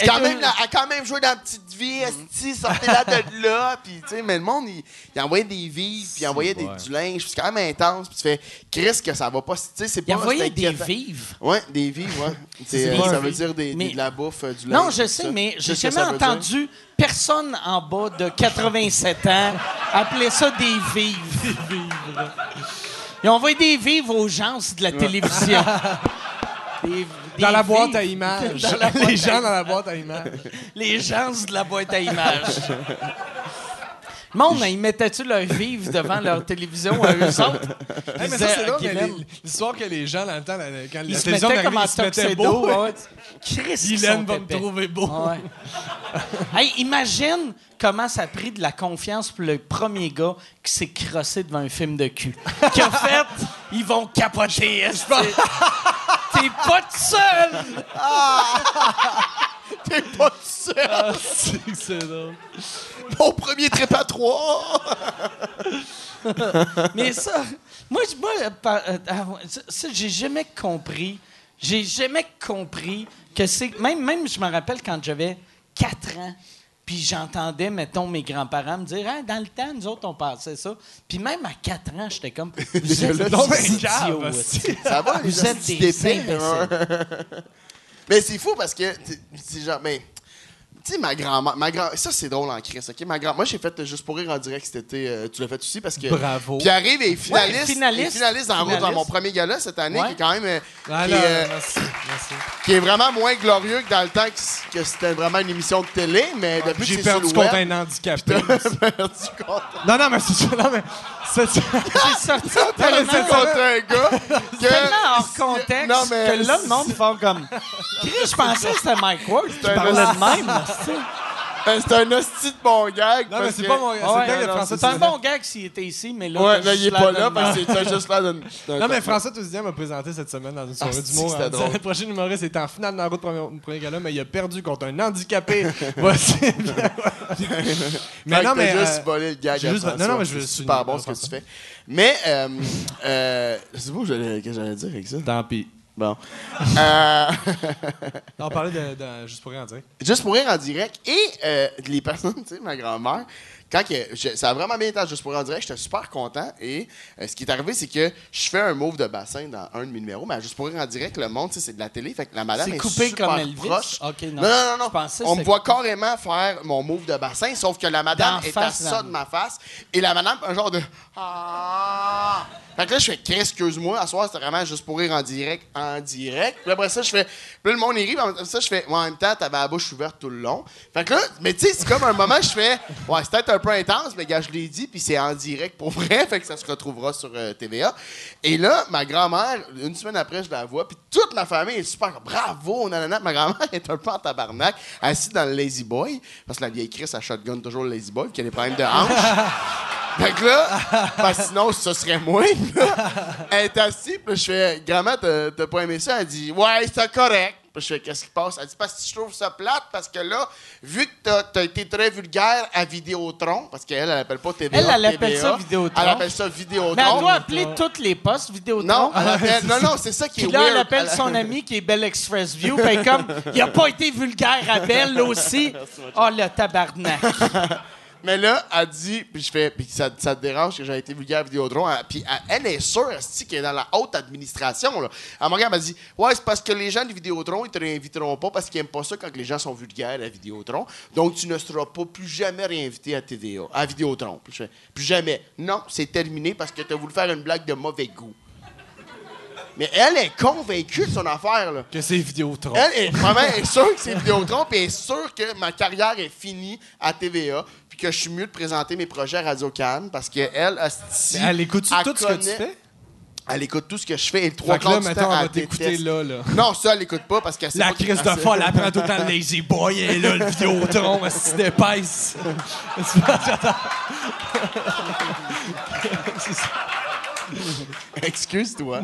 C: C'est Quand même, là, elle a quand même joué dans la petite vie,
B: Mm.
C: esti, sortez-la de là, [laughs] puis tu sais, mais le monde, il, il envoyait des vives, puis il envoyait des,
D: ouais.
C: du linge, puis c'est quand même intense, puis tu fais, Chris, que ça va pas, tu sais, c'est pas...
B: Il envoyait
C: Ah, c'est
B: des
C: inquiétant.
B: vives.
C: Ouais, des
B: [laughs]
C: vives, ouais. C'est,
D: C'est
C: euh,
D: pas
C: ça
D: un
C: veut
D: vive.
C: dire des, des-
B: Mais-
C: de la bouffe, euh, du linge.
B: Non, je
C: tout
B: sais,
C: ça.
B: mais j'ai
C: Qu'est-ce que
B: jamais
C: ça veut dire?
B: entendu personne en bas de 87 ans appeler ça des vives. Ils ont envoyé des vives aux gens c'est de la
D: [laughs]
B: télévision. Des-
D: Dans
B: des
D: la boîte à
B: vives.
D: images.
B: Dans la boîte à
D: [laughs] Les gens dans la boîte à images.
B: Les gens de la boîte à images. Mon, mais ils mettaient-tu leur vive devant leur télévision à eux autres?
D: Hey, mais ça, c'est là, mais les- l'histoire que les gens, dans le temps, la- la- quand
B: Ils
D: la
B: se
D: télévision
B: mettaient
D: arrivait,
B: comme en
D: ils se mettaient beau.
B: tuxedo. ouais. Christ, ils
D: Guylaine
B: sont
D: va me
B: épais.
D: trouver beau.
B: Ah ouais. hey, imagine comment ça a pris de la confiance pour le premier gars qui s'est crossé devant un film de cul. Qui a fait, ils vont capoter. esti. T'es pas tout seul.
C: T'es pas
B: [laughs]
C: sûr!
D: Ah, c'est que c'est drôle.
C: Mon premier trip à trois!
B: Mais ça, moi, je- moi, euh, par- euh, ah ouais, ça, ça, j'ai jamais compris. J'ai jamais compris que c'est. Même, même, je me rappelle quand j'avais 4 ans, puis j'entendais, mettons, mes grands-parents me dire Ah, Dans le temps, nous autres, on passait ça. Puis même à 4 ans, j'étais
C: [laughs]
B: comme. Vous êtes
D: C'est donc bien
B: des
D: grave,
B: idiots,
D: hostie.
B: hostie.
C: Ça va, les
B: Vous êtes
C: hosties
B: des
C: d'épais,
B: imbéciles.
C: hein? Mais c'est fou parce que, t'sais, c'est genre, mais. Tu sais, ma grand-mère. Ma grand ça, c'est drôle en crise, OK? Ma grand Moi, j'ai fait euh, juste pour rire en direct cet été. euh, tu l'as fait aussi parce que.
D: Bravo.
C: Puis arrive et
B: Ouais,
C: finaliste.
B: finaliste.
C: et finaliste en route dans
B: Finaliste.
C: mon premier gala cette année,
B: Ouais.
C: qui est quand même. euh,
D: Ah,
C: qui,
D: là,
C: euh,
D: merci, merci.
C: qui est vraiment moins glorieux que dans le temps que, c- que c'était vraiment une émission de télé, mais depuis que
D: J'ai
C: c'est
D: perdu
C: sur le
D: contre
C: web,
D: un handicapé.
C: [laughs] perdu contre-
D: Non, non, mais c'est ça. Non, mais c'est ça.
B: J'ai sorti
C: perdu
B: tellement-
C: contre un
D: [laughs]
C: gars que-
B: tellement hors contexte
C: Non, mais-
B: que là, le monde font comme. Chris, je pensais que c'était Mike Ward qui parlait de même.
C: [laughs]
B: hostie.
C: Ben, c'est un hostie de bon gag.
D: Non, mais
C: parce
D: c'est
C: que-
D: pas mon gars.
B: Ouais,
D: C'est le gars de
B: non,
D: François
B: c'est un
D: Tousidien.
B: bon gag s'il était ici, mais là.
C: Ouais,
B: t'as
C: là, il est
B: juste
C: pas
B: l'air
C: là
B: d'un
C: parce que t'as juste là
D: [laughs]
C: d'un. d'un-
D: Non, mais François Tousidien m'a présenté cette semaine dans une soirée
C: Ah,
D: du
C: c'est
D: d'humour.
C: que
D: en
C: c'était
D: disant,
C: drôle.
D: [laughs] Le prochain humoriste est en finale dans la route premier, premier gala, mais il a perdu contre un handicapé. Voici.
C: Fait
D: mais
C: que
D: non, mais.
C: T'as juste
D: euh,
C: volé le gag.
D: j'ai
C: à
D: juste-
C: François.
D: non, non, mais je
C: C'est
D: suis-
C: super bon ce que
D: François.
C: tu fais. Mais, euh, euh, c'est beau, qu'est-ce que j'allais dire avec ça?
D: Tant pis.
C: Bon. Euh, [laughs]
D: On parlait de, de- Juste pour rien en direct.
C: Juste pour rire en direct. Et euh, les personnes, tu sais, ma grand-mère, quand que, je- ça a vraiment bien été à juste pour rire en direct, j'étais super content. Et euh, ce qui est arrivé, c'est que je fais un move de bassin dans un de mes numéros, mais à juste pour rire en direct, le monde, tu sais, c'est de la télé, fait que la madame
B: C'est
C: est
B: coupé
C: super
B: comme Elvis?
C: proche.
B: Ok, non.
C: non, non, non.
B: Je pensais que
C: On me
B: c'était-
C: voit carrément faire mon move de bassin, sauf que la madame
B: D'en
C: est à
B: face,
C: ça
B: dans-
C: de ma face. Et la madame, un genre de. Ah! Fait que là, je fais, Chris, excuse-moi, à ce soir, c'était vraiment juste pour rire en direct, en direct. Puis après ça, je fais. Puis là, le monde, il rit. Puis après ça, je fais. Ouais, en même temps, t'avais la bouche ouverte tout le long. Fait que là, mais tu sais, c'est comme un moment, je fais. Ouais, c'est peut-être un peu intense, mais gars, je l'ai dit, puis c'est en direct pour vrai. [laughs] Fait que ça se retrouvera sur euh, TVA. Et là, ma grand-mère, une semaine après, je la vois, puis toute ma famille est super. comme, Bravo, nanana. Ma grand-mère est un peu en tabarnak, assise dans le Lazy Boy, parce que la vieille Chris, elle shotgun toujours le Lazy Boy, puis qu'elle a des problèmes de hanche. Fait que là, parce que sinon, ce serait moi. là. Elle est assise, puis je fais, grand-mère, t'as t'as pas aimé ça? Elle dit, ouais, c'est correct. Puis je fais, qu'est-ce qui passe? Elle dit, parce que je trouve ça plate, parce que là, vu que t'as as été très vulgaire à Vidéotron, parce qu'elle, elle appelle pas TVA.
B: Elle, elle appelle
C: TVA,
B: ça Vidéotron.
C: Elle appelle ça Vidéotron.
B: Mais elle doit appeler tous les postes vidéo
C: Non, Ah, elle appelle- non, non, c'est ça qui est
B: Puis là,
C: weird.
B: elle appelle son ami qui est Belle Express View. Puis
C: [laughs]
B: elle est comme, il a pas été vulgaire à Belle, là aussi. Oh, le Ah, tabarnak.
C: Mais là, elle dit, puis je fais, puis ça, ça te dérange que j'ai été vulgaire à Vidéotron. Elle- Puis elle, elle est sûre, esti, qu'elle est dans la haute administration. Là. Elle me regarde, elle dit, ouais, c'est parce que les gens de Vidéotron, ils te réinviteront pas parce qu'ils aiment pas ça quand les gens sont vulgaires à Vidéotron. Donc, tu ne seras pas plus jamais réinvité à TVA, à Vidéotron. Puis je fais, plus jamais. Non, c'est terminé parce que tu as voulu faire une blague de mauvais goût. Mais elle est convaincue de son affaire, là.
D: Que c'est Vidéotron.
C: Elle est vraiment elle est sûre que c'est Vidéotron, puis elle est sûre que ma carrière est finie à TVA, puis que je suis mieux de présenter mes projets à Radio Cannes, parce qu'elle, elle, asti,
D: Mais Elle écoute-tu
C: elle
D: tout ce que tu
C: connaît-
D: fais?
C: Elle écoute tout ce que je fais, et le trois
D: Fait que là,
C: quarts du
D: maintenant,
C: temps,
D: on va
C: elle
D: t'écouter
C: déteste.
D: là, là.
C: Non, ça, elle écoute pas, parce qu'elle sait
D: La
C: pas qui-
D: crise de
C: elle sait-
D: folle, elle prend tout le temps le lazy boy, et là, le [laughs] Vidéotron, elle se dépaisse. C'est pas- j'attends.
C: [laughs]
D: [laughs]
C: Excuse-toi.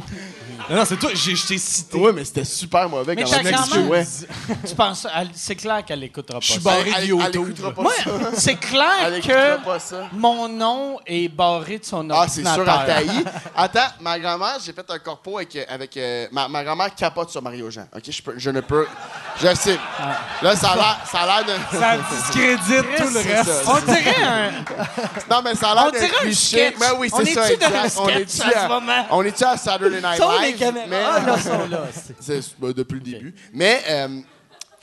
D: non, non, c'est toi, j'ai- je t'ai cité.
C: Oui, mais c'était super mauvais
B: Mais
C: quand
B: t'as
C: même.
B: quand même-
C: Ouais.
B: Tu penses, elle- c'est clair qu'elle écoutera pas.
D: Je suis
B: ça.
D: barré
C: Elle-
D: de
C: elle- elle
D: YouTube.
C: écoutera pas
B: Moi,
C: ça.
B: c'est
C: Elle
B: clair
C: écoutera pas
B: que
C: ça.
B: mon nom est barré de son
C: Ah, c'est
B: ordinateur.
C: sûr, à taillis. [laughs] Attends, ma grand-mère, j'ai fait un corpo avec. euh, avec euh, ma ma grand-mère capote sur Mario Jean. OK, je, peux- je ne peux. Je sais.
B: Ah.
C: Là, ça a l'air- ça a l'air de. [laughs]
D: Ça discrédite tout le reste.
B: On dirait un...
C: Non, mais ça a
B: On
C: l'air
B: dirait
C: d'un
B: un
C: cliché.
B: sketch.
C: Mais oui,
B: On
C: c'est ça.
B: est-tu dans un
C: exact. On
B: sketch
C: est-tu
B: à ce
C: à-
B: moment?
C: On est-tu à Saturday Night
B: Sont les
C: Live?
B: caméras.
C: Mais-
B: Ah, là, sont là. c'est-
C: C'est euh, depuis le début. Mais. euh,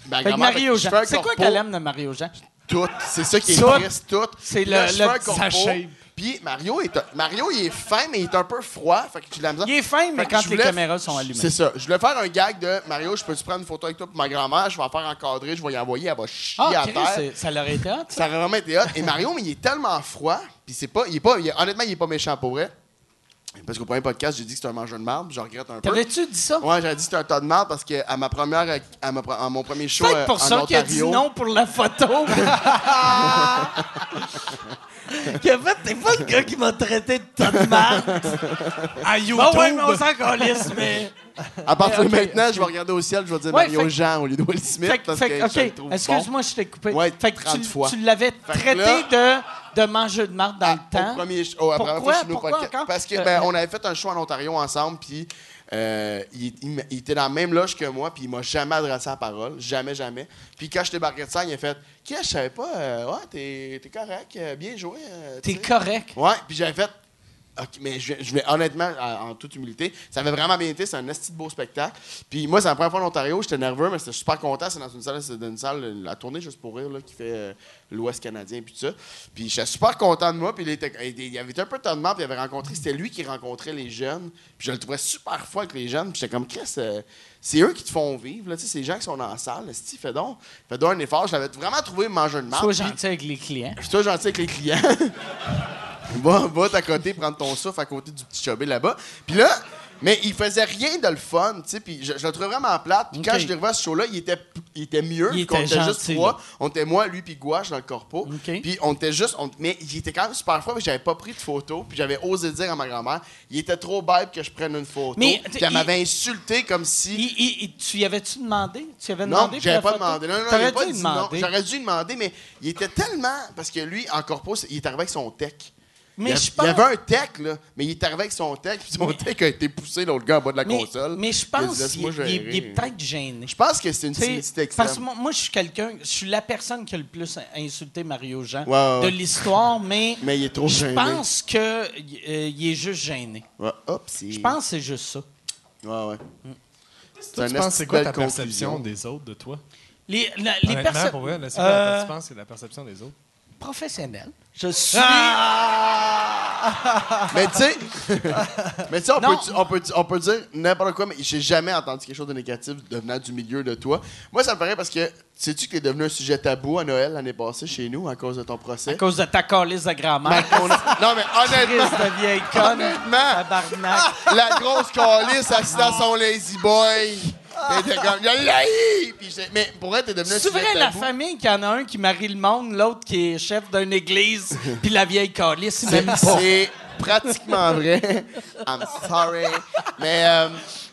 C: ma
B: Fait que
C: grand-mère,
B: Mario
C: je
B: Jean.
C: fais un
B: C'est quoi
C: corpo,
B: qu'elle aime de Mario Jean?
C: Tout. C'est ça qui est
B: Tout.
C: triste, tout.
B: C'est
C: Là,
B: le-
C: je
B: le
C: fais un
B: petit
C: corpo,
D: sachet.
C: Puis Mario, est un- Mario, il est fin, mais il est un peu froid. Fait que tu l'as
B: Il est fin, mais
C: Fait que
B: quand
C: je
B: les
C: voulais-
B: caméras sont allumées.
C: C'est ça. Je voulais faire un gag de Mario, je peux-tu prendre une photo avec toi pour ma grand-mère? Je vais en faire encadrer, je vais y envoyer, elle va chier
B: Ah,
C: à
B: Chris,
C: terre.
B: c'est- ça leur été hot, ça?
C: Ça aurait vraiment été hot. Et Mario, mais il est tellement froid, puis c'est pas, il est pas, il est- honnêtement, il est pas méchant pour vrai. Parce qu'au premier podcast, j'ai dit que c'était un mangeur de marbre, je regrette un peu.
B: T'avais-tu dit ça?
C: Ouais, j'ai dit que c'était un tas de marbre parce que à ma première, à, ma pre- à mon premier show euh,
B: Peut-être pour
C: en
B: ça qu'il a dit
C: Ontario,
B: non pour la
C: [laughs]
B: photo. Qu'il a fait, t'es pas le gars qui m'a traité de tas
C: [laughs]
B: de marde.
D: À YouTube.
B: Bah ouais, mais on s'en calisse, mais.
C: à partir de
B: euh, Ok,
C: maintenant,
B: ok.
C: je vais regarder au ciel, je vais dire
B: Ouais,
C: Mario
B: fait-
C: Jean au lieu de Will Smith
B: Fait, que-
C: parce
B: fait
C: que
B: que,
C: je le trouve
B: OK,
C: bon.
B: excuse-moi, je t'ai coupé.
C: Ouais,
B: fait que
C: 30
B: tu,
C: fois.
B: tu l'avais
C: que
B: traité de, de manger de marde dans
C: Ah,
B: le temps.
C: Au premier show, oh, à la première
B: Pourquoi?
C: fois chez nous,
B: Pourquoi
C: podcast.
B: encore?
C: Parce que
B: Euh,
C: ben, on avait fait un show en Ontario ensemble, puis euh, il, il m- il était dans la même loge que moi, puis il m'a jamais adressé la parole, jamais, jamais. Puis quand je débarquais de ça, il a fait, Qu'est-ce que je savais pas, euh, ouais, t'es, t'es correct, euh, bien joué. euh, tu
B: T'es
C: sais.
B: correct.
C: Ouais, puis j'avais fait. OK, mais je, je vais honnêtement, en, en toute humilité, ça avait vraiment bien été. C'est un esti de beau spectacle. Puis moi, c'est la première fois en Ontario. J'étais nerveux, mais j'étais super content. C'est dans une salle, c'est dans une salle, la tournée juste pour rire, là, qui fait euh, l'Ouest canadien, puis tout ça. Puis j'étais super content de moi. Puis il, était- il y avait un peu de temps de mort, puis il avait rencontré. C'était lui qui rencontrait les jeunes. Puis je le trouvais super fou avec les jeunes. Puis j'étais comme, Chris, euh, c'est eux qui te font vivre. Là, tu sais, c'est les gens qui sont dans la salle. Esti, fais donc, fais donc un effort. Je l'avais vraiment trouvé mangeur de marde.
B: Sois
C: Puis-
B: gentil avec les clients.
C: je suis toujours gentil avec les clients. [laughs] va va t'à côté prendre ton souffle à côté du petit chobé là-bas. Puis là, mais il faisait rien de le fun, tu sais. Puis je, je le trouvais vraiment plate. Puis quand
B: Ok.
C: je suis arrivé à ce show-là, il était, il était mieux.
B: Il
C: puis qu'on
B: était
C: était juste
B: gentil,
C: trois.
B: là.
C: On était moi, lui, puis Gouache dans le corpo.
B: Ok.
C: Puis on était juste. on- mais il était quand même super froid, mais j'avais pas pris de photo. Puis j'avais osé dire à ma grand-mère, il était trop bête que je prenne une photo.
B: Mais,
C: puis elle
B: il-
C: m'avait insulté comme si.
B: Il- il- il- tu y avais-tu demandé? Tu y avais
C: Non,
B: demandé pour
C: j'avais
B: la
C: pas
B: photo?
C: demandé. Non, non, j'avais
B: T'aurais
C: pas
B: dû
C: dit
B: demander.
C: non. J'aurais dû demander, mais il était tellement. Parce que lui, en corpo, c'est- il est arrivé avec son tech.
B: Mais
C: il, y a-
B: je
C: il y
B: pense-
C: avait un tech, là, mais il est arrivé avec son tech, puis son tech a été poussé, l'autre gars, en bas de la
B: mais,
C: console.
B: mais je
C: Il a dit,
B: pense qu'il
C: Laisse-moi
B: il- il est
C: gérer.
B: peut-être gêné.
C: Je pense que c'est une
B: Tu sais,
C: timidité extrême.
B: Parce que moi, moi, je suis quelqu'un, je suis la personne qui a le plus insulté Mario Jean
C: Ouais, ouais, ouais.
B: de l'histoire, mais,
C: [laughs] Mais il est trop
B: je
C: gêné.
B: pense qu'il est juste gêné.
C: Ouais, hop, c'est-
B: Je pense Mm. que c'est juste ça.
C: Ouais, ouais. C'est
D: Toi, tu
C: un
D: penses
C: esti
D: c'est quoi
C: de
D: ta
C: conclusion.
D: perception des autres de toi?
B: Les, la- les
D: Honnêtement,
B: personnes
D: pour vrai, là, c'est quoi
B: Euh,
D: la- tu penses que c'est la perception des autres?
B: professionnelles, je suis...
D: Ah!
C: Mais tu sais, mais tu sais, on,
B: Non.
C: peut, on, peut, on peut dire n'importe quoi, mais j'ai jamais entendu quelque chose de négatif devenant du milieu de toi. Moi, ça me paraît parce que sais-tu que t'es devenu un sujet tabou à Noël l'année passée chez nous à cause de ton
B: À
C: procès?
B: cause de ta calice de
C: Ma-
B: grand-mère. [laughs]
C: on a- non, mais honnêtement,
B: Crise de vieille conne.
C: Honnêtement. Ah!
B: Tabarnak.
C: la grosse calice assise dans son lazy boy. T'étais comme, je l'ai! Puis j'ai- Mais pour elle, t'es devenu un
B: Ah. C'est
C: sujet
B: vrai, la
C: tabou.
B: famille, qu'il y en a un qui marie le monde, l'autre qui est chef d'une
C: [laughs]
B: église, puis la vieille calice, même
C: C'est-
B: pas.
C: C'est pratiquement vrai. I'm sorry. Mais euh,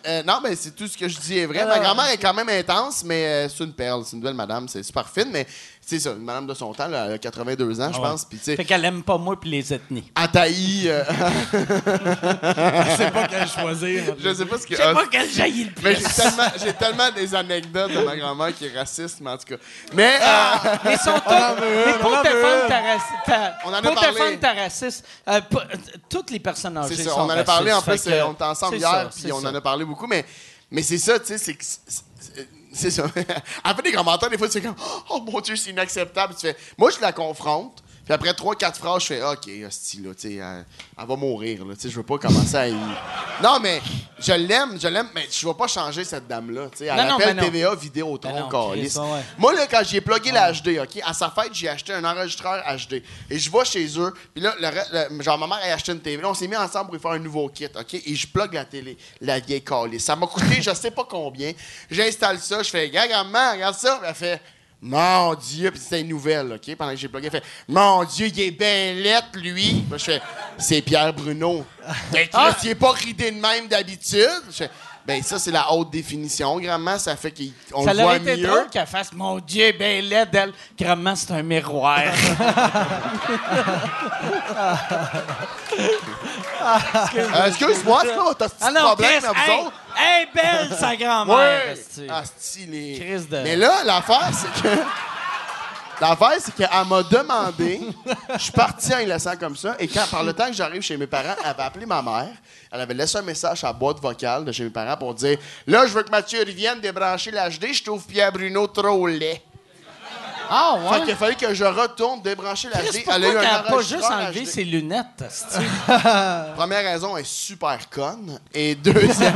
C: euh, non, mais
B: Ah.
C: c'est tout ce que je dis est vrai. Ma grand-mère est quand même intense, mais euh, c'est une perle. C'est une belle madame. C'est super fine. Mais c'est ça, une madame de son temps, là, elle a 82 ans, je
B: Ah ouais.
C: pense. Puis, tu sais,
B: Fait qu'elle aime pas moi puis les ethnies.
C: Ataï, euh, [laughs]
D: Je sais pas quel choisir.
C: je sais pas ce que.
B: Je sais pas quelle jaillit le
C: Ah! Mais
B: plus.
C: j'ai tellement, j'ai tellement des anecdotes de ma grand-mère qui est raciste, mais en tout cas. Mais.
B: Ah.
C: euh,
B: Mais ils sont tous. Mais
D: on en
B: pour
D: veut.
B: défendre ta raci- ta-
C: On en a
B: pour
C: parlé.
B: défendre ta raciste, euh, pas- euh, toutes les personnes âgées
C: C'est ça,
B: sont
C: on en a parlé en
B: racistes,
C: plus,
B: fait que-
C: euh, on était ensemble
B: c'est
C: hier,
B: ça,
C: puis
B: c'est
C: on
B: ça.
C: en a parlé beaucoup, mais, mais c'est ça, tu sais, c'est que. c'est- c'est- C'est ça. [laughs] Elle fait des commentaires, des fois, c'est comme [gasps] Oh mon Dieu, c'est inacceptable. Tu fais, moi, je la confronte, puis après 3-4 phrases, je fais Ok, hostie, là, tu sais, elle, elle va mourir, là, tu sais, je veux pas commencer à y. [laughs] Non, mais je l'aime, je l'aime, mais je vais pas changer cette dame-là, tu sais. Elle
B: Non, non,
C: appelle
B: mais non.
C: TVA Vidéotron,
B: Ben non,
C: câlisse.
B: Chris, ouais.
C: Moi, là, quand j'ai plugué la HD, OK, à sa fête, j'ai acheté un enregistreur HD. Et je vais chez eux, puis là, le re- le- genre, ma mère a acheté une télé. Là, on s'est mis ensemble pour faire un nouveau kit, OK? Et je plug la télé, la vieille câlée. Ça
B: [laughs]
C: m'a coûté je sais pas combien. J'installe ça, je fais, regarde, maman, regarde ça. Puis elle fait, mon Dieu, puis c'était une nouvelle, OK? Pendant que j'ai plugué, elle fait, mon Dieu, il est bien lettre, lui. Moi, je fais, c'est
B: [laughs]
C: Pierre Bruno. Ben, Chris,
B: Ah!
C: il est pas ridé de même d'habitude. Je fais, ben, ça, c'est la haute définition. Grandement, ça fait qu'on
B: Ça
C: le voit
B: leur été
C: mieux.
B: drôle qu'elle fasse Mon Dieu, ben laide, elle. Grandement, c'est un miroir.
C: [laughs] Euh, Excuse-moi, c'est quoi t'as ce
B: ah
C: petit
B: non,
C: problème
B: Chris,
C: à vous
B: hey,
C: autres?
B: hey, belle, sa grand-mère. esti.
C: Ah, c'est-tu les-
B: Crise de-
C: Mais là, l'affaire, c'est que. L'affaire, c'est qu'elle m'a demandé. Je suis parti en la laissant comme ça. Et quand, par le temps que j'arrive chez mes parents, elle avait appelé ma mère. Elle avait laissé un message à la boîte vocale de chez mes parents pour dire Là, je veux que Mathieu revienne débrancher l'HD. Je trouve Pierre Bruno trop laid.
B: Ah,
C: Fait
B: ouais.
C: qu'il a fallu que je retourne débrancher l'HD.
B: Chris, pourquoi qu'elle a pas juste
C: enregistreur
B: enlevé
C: HD.
B: ses lunettes? esti?
C: Première raison, elle est super conne.
B: [laughs]
C: Et deuxième.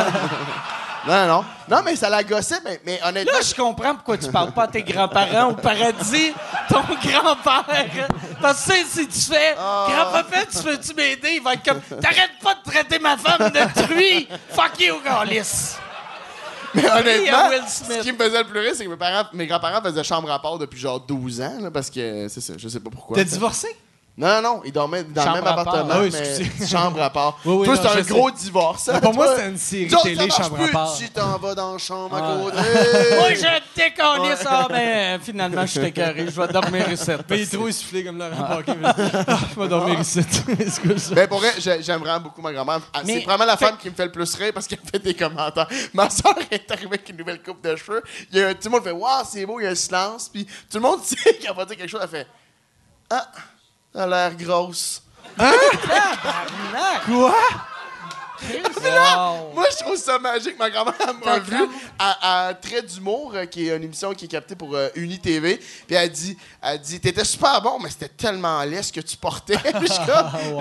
C: non, non, non. Non, mais ça la gossait, mais, mais honnêtement.
B: Là, je comprends pourquoi tu parles pas à tes grands-parents au paradis, ton [laughs] grand-père. Parce que tu sais, si tu fais
C: Ah.
B: Grand-papa, tu veux-tu m'aider? Il va être comme T'arrêtes pas de traiter ma femme de truie! Fuck you, Gaulis!
C: mais honnêtement,
B: à hein, Will Smith.
C: ce qui me faisait le plus rire, c'est que mes, parents, mes grands-parents faisaient chambre à part depuis genre 12 ans, là, parce que euh, c'est ça, je sais pas pourquoi.
D: T'es divorcé?
C: Non, non, non, ils dormaient dans
B: Chambre
C: le même
B: à part.
C: appartement,
D: Ah oui,
C: mais
D: excusez.
C: [laughs] chambre à part.
D: [laughs] Oui, oui,
C: Toi,
D: non,
C: c'est un
D: je sais.
C: gros divorce. hein,
D: Pour moi,
C: toi.
D: c'était une série
C: Toi, ça
D: télé
C: marche
D: chambre
C: plus,
D: à part. Ah.
C: Tu t'en vas dans la chambre à côté.
D: [laughs]
B: Moi, je décollais ça, mais finalement, je suis écœuré. Je vais dormir ici.
C: [laughs]
D: Mais il est trop essoufflé comme Laurent Paquin. [laughs] Je vais Ah, dormir ici. Excuse.
C: Mais Ben, pour vrai, j'ai- j'aime vraiment beaucoup ma grand-mère. Ah,
B: Mais-
C: C'est vraiment la femme qui me fait le plus rire parce qu'elle fait des commentaires. [laughs] Ma soeur est arrivée avec une nouvelle coupe de cheveux. Il y a un- tout le monde fait Waouh, c'est beau, il y a un silence. Puis tout le monde [laughs] sait qu'elle va dire quelque chose. Elle fait Ah, elle a l'air grosse.
D: Quoi?
B: Wow.
C: Moi, je trouve ça magique. Ma grand-mère elle
B: Ta
C: m'a vu
B: grand-
C: à, à Trait d'humour, euh, qui est une émission qui est captée pour euh, UniTV. Puis elle dit, elle dit T'étais super bon, mais c'était tellement laid ce que tu portais. [laughs] Puis je, suis comme-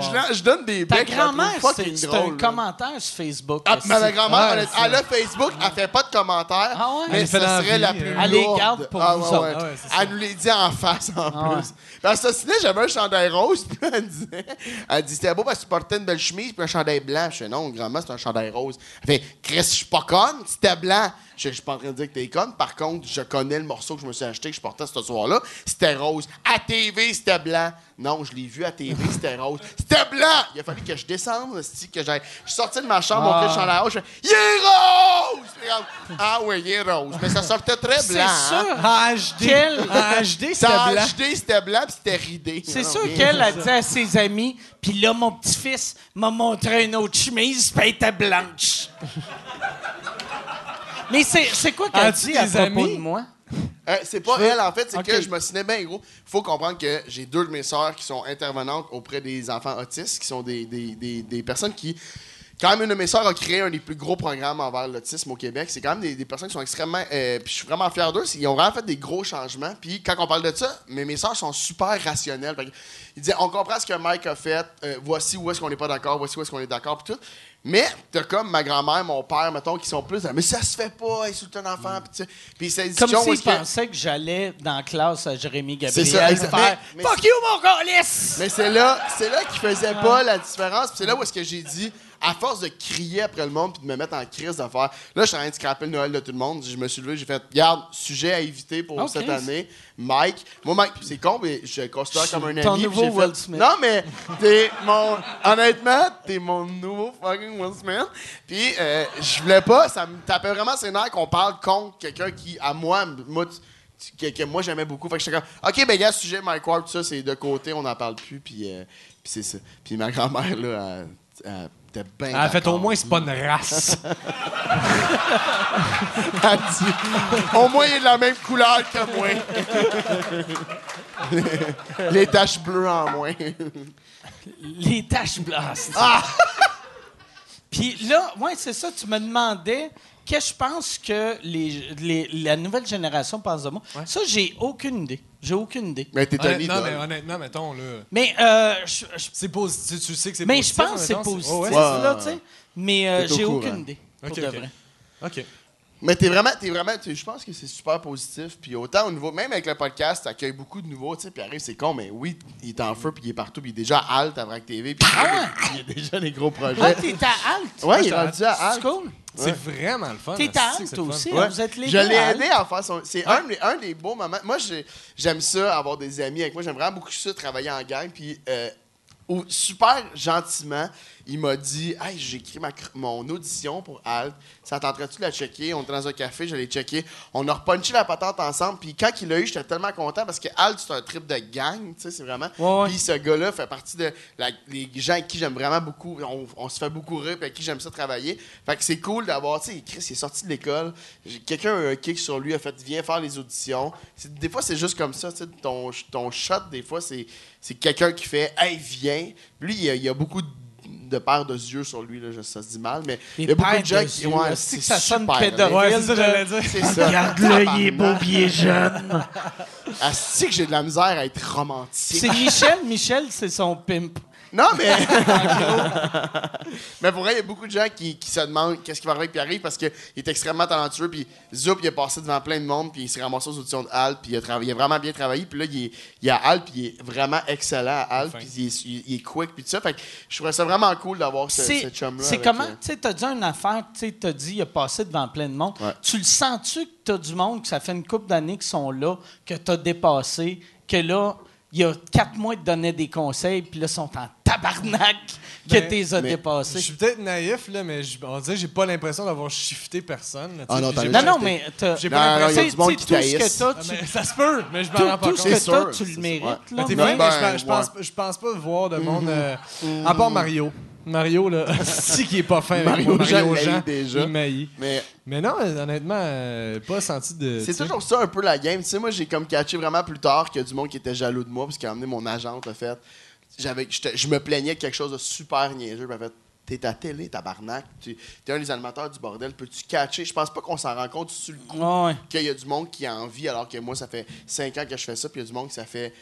B: [laughs]
C: je la- je donne des becs.
B: Ta
C: je la trouve
B: grand-mère,
C: fucking
B: c'est c'est
C: drôle,
B: un
C: là.
B: commentaire sur Facebook.
C: Ah,
B: esti.
C: ma grand-mère, elle,
D: Ouais,
C: elle a Facebook, elle fait pas de commentaires,
B: Ah ouais?
C: mais
D: Elle fait
C: ça
D: dans la
C: serait
D: vie,
C: la
D: euh.
C: plus
B: Elle les
C: lourde.
B: garde pour
C: ah,
B: vous
C: ouais,
B: autres.
C: ouais.
D: Ah ouais, c'est
C: Elle nous les dit en face, en
B: Ah
C: plus. Parce que sinon, j'avais un chandail rose, [laughs] puis elle disait, elle dit, c'était beau parce que tu portais une belle chemise, puis un chandail blanc. Je fais, non, grand-mère, c'est un chandail rose. Elle fait, Chris, je suis pas conne, c'était blanc. Je fais, Je suis pas en train de dire que t'es conne. Par contre, je connais le morceau que je me suis acheté, que je portais ce soir-là. C'était rose. À TV, c'était blanc. Non, je l'ai vu à TV,
B: [laughs]
C: c'était rose. C'était blanc! Il a fallu que je descende, esti, que j'aille. Je suis sorti de ma
B: Ah.
C: chambre, mon Christ, je suis allé à la hausse, je fais « Il est rose! » Puis regarde, Ah oui, il est rose. Mais ça sortait très
B: C'est
C: blanc. hein.
B: sûr.
D: En HD.
B: Quel-
D: En HD, c'était
C: Ça a
D: blanc.
C: acheté, c'était blanc, puis c'était ridé.
B: C'est
C: Non,
B: sûr
C: non, [laughs]
B: qu'elle a dit à ses amis, puis là, mon petit-fils m'a montré une autre chemise, puis elle était blanche. Mais c'est c'est quoi qu'elle
D: As-tu
B: dit à
D: des
B: propos
D: amis?
B: de moi?
C: Euh, c'est pas elle, en fait, c'est
B: Ok.
C: que je me ciné bien gros. Faut comprendre que j'ai deux de mes sœurs qui sont intervenantes auprès des enfants autistes, qui sont des, des- des- des personnes qui. Quand même, une de mes sœurs a créé un des plus gros programmes envers l'autisme au Québec. C'est quand même des, des personnes qui sont extrêmement. euh, puis je suis vraiment fier d'eux. c'est- Ils ont vraiment fait des gros changements. Puis quand on parle de ça, mais mes sœurs sont super rationnelles. Fait que, ils disaient on comprend ce que Mike a fait, euh, voici où est-ce qu'on n'est pas d'accord, voici où est-ce qu'on est d'accord, puis tout. Mais t'as comme ma grand-mère, mon père, mettons, qui sont plus. Ah, Mais ça se fait pas, insulter un enfant, puis tu sais. Puis c'est
B: Mm. Comme
C: discussion où
B: s'il
C: est-ce que-
B: pensait que j'allais dans la classe à Jérémy Gabriel
C: C'est ça, exact.
B: faire
C: Mais- mais
B: Fuck you, mon gaulis!
C: Mais c'est là, c'est là qui faisait pas la différence. Puis c'est là où est-ce que j'ai dit, à force de crier après le monde puis de me mettre en crise d'affaires, là, je suis en train de scraper le Noël de tout le monde. Je me suis levé, j'ai fait, regarde, sujet à éviter pour
B: Ok.
C: cette année, Mike. Moi, Mike, c'est con, mais je le considère comme un ami.
B: Ton
C: puis
B: nouveau
C: j'ai fait-
B: Will Smith.
C: Non, Ah, mais t'es mon. Honnêtement, t'es mon nouveau fucking Will Smith. Puis euh, je voulais pas, ça me tapait vraiment ses nerfs qu'on parle contre quelqu'un qui, à moi, m- moi, tu- que, que moi j'aimais beaucoup. Fait que j'étais comme, OK, ben, gars, sujet Mike Ward, tout ça, c'est de côté, on n'en parle plus, puis, euh, puis c'est ça. Puis ma grand-mère, là, elle, elle était bien.
D: Ah, En fait,
C: d'accord.
D: au moins, c'est pas une race.
C: Elle dit, au moins, il est de la même couleur que
D: [laughs]
C: moi. Les taches bleues en moins.
B: Les taches blanches. Ah! [laughs] Puis là, ouais, c'est ça, tu me demandais qu'est-ce que je pense que les, les- la nouvelle génération pense de moi. Ça, j'ai aucune idée. J'ai aucune idée.
C: Mais t'es un
D: Honnête- non,
C: idole.
D: mais honnêtement, mettons, là.
B: Mais euh, je- je-
D: C'est positif. Tu sais que c'est
B: mais je
D: positif.
B: pense que c'est
D: mettons,
B: positif,
D: ouais, ouais.
C: Ouais, ouais,
B: là,
C: ouais.
B: tu sais. Mais euh,
C: T'es au
B: j'ai
C: courant.
B: aucune idée, pour
D: Ok,
B: de
D: ok.
B: vrai.
D: OK.
C: Mais t'es vraiment, t'es vraiment, tu- je pense que c'est super positif. Puis autant au niveau, même avec le podcast, t'accueilles beaucoup de nouveaux, tu sais. Puis arrive, c'est con, mais oui, il est en feu, puis il est partout, puis il est déjà à Alt à Vrac TV, puis [laughs] il y a déjà des gros
B: Ah,
C: projets.
B: t'es à Halte?
C: Ouais, il est
D: j'étais à
C: rendu à
B: C'est
C: Alt.
B: cool.
D: C'est vraiment le fun.
B: T'es à
D: là, c'est que
B: Halte
D: c'est le fun.
B: aussi.
C: Ouais.
B: Vous êtes les
C: je
B: deux hein.
C: l'ai
B: à Halte.
C: aidé à faire son. C'est un, des- un des beaux moments. Moi, j'ai- j'aime ça, avoir des amis avec moi. J'aime vraiment beaucoup ça, travailler en gang. Puis, euh, au- super gentiment, il m'a dit Hey, j'ai écrit ma cr- mon audition pour Alt. Ça tenterait-tu de la checker On était dans un café, j'allais checker. On a repunché la patente ensemble. Puis, quand il l'a eu, j'étais tellement content parce que Alt, c'est un trip de gang. Tu sais, c'est vraiment.
B: Ouais, ouais.
C: Puis, ce gars-là fait partie de la- les gens avec qui j'aime vraiment beaucoup. On, on se fait beaucoup rire, puis avec qui j'aime ça travailler. Fait que c'est cool d'avoir, tu sais, Chris, il est sorti de l'école. J'ai- Quelqu'un a eu un kick sur lui, a fait, viens faire les auditions. C'est- Des fois, c'est juste comme ça, tu sais, ton, ton shot, des fois, c'est c'est quelqu'un qui fait, hey, viens. Lui, il y a, il y a beaucoup de de paires de yeux sur lui, là, je- ça se dit mal, mais il y a
B: Des
C: beaucoup
B: paires
C: de gens
B: de
C: qui...
B: yeux, là, c'est
C: Ouais, c'est
B: que ça sonne
C: super,
B: pédophile.
D: Ouais, c'est ça, j'allais dire.
C: C'est ça. Tabarnak.
B: pied jeune.
C: [laughs] Asti que j'ai de la misère à être romantique.
B: C'est Michel. Michel, c'est son pimp.
C: Non, mais. [laughs] mais pour vrai, il y a beaucoup de gens qui, qui se demandent qu'est-ce qui va arriver avec Pierre-Yves parce qu'il est extrêmement talentueux. Puis Zoup, il est passé devant plein de monde, puis il s'est ramassé aux auditions de Hal, puis il a, travaillé- il a vraiment bien travaillé. Puis là, il est, il est à Hal, puis il est vraiment excellent à Hal,
D: Enfin.
C: puis il est, il- il est quick, puis tout ça. Fait que je trouvais ça vraiment cool d'avoir ce,
B: C'est
C: ce chum-là.
B: c'est
C: avec,
B: comment?
C: euh,
B: Tu sais, t'as dit une affaire, tu sais, t'as dit, il a passé devant plein de monde.
C: Ouais.
B: Tu le sens-tu que t'as du monde, que ça fait une couple d'années qu'ils sont là, que t'as dépassé, que là, il y a quatre mois, ils te donnaient des conseils, puis là, ils sont en tabarnak que
D: Ben,
B: t'es euh, as
C: mais-
D: Je
B: dépassés.
D: suis peut-être naïf, là, mais je- on dirait que j'ai pas l'impression d'avoir shifté personne. là, tu
C: Ah
D: sais,
C: non,
D: j'ai-
C: t'as
D: j'ai-
B: Non, non, mais t'as-
D: J'ai
B: tu
D: pas
C: Non, non,
D: l'impression.
C: il y
B: sais,
C: a
B: tu sais,
C: du monde
B: tout
C: qui
B: ce que
C: taïssent.
B: t'as,
D: Ah,
B: tu-
D: mais ça se peut, mais je m'en rends
B: tout,
D: pas
B: tout
D: compte.
B: ce
C: C'est
B: que t'as,
C: sûr,
B: tu le
C: c'est-
B: mérites.
C: ouais.
B: là,
D: Mais t'es
B: mais-
D: vrai,
C: Ben, Mm-hmm.
D: mais je, pense- je pense, je pense pas voir de monde. euh, À part Mario. Mario, là, [laughs] si qui est pas fin. avec
C: Mario
D: moi,
C: Jean
D: Mario
C: l'haït
D: Jean,
C: déjà.
D: il m'haït.
C: Mais
D: Mais non, euh, honnêtement, euh, pas senti de. tu
C: C'est
D: sais.
C: toujours ça un peu la game. Tu sais, moi, j'ai comme catché vraiment plus tard qu'il y a du monde qui était jaloux de moi parce qu'à un moment donné, mon agente a fait. J'avais, j'étais- je me plaignais de quelque chose de super niaiseux. Elle m'a fait T'es à télé, tabarnak. Tu, t'es un des animateurs du bordel. Peux-tu catcher Je pense pas qu'on s'en rend compte sur le coup
B: Ouais, ouais.
C: qu'il y a du monde qui a envie, alors que moi, ça fait 5 ans que je fais ça, puis il y a du monde que ça fait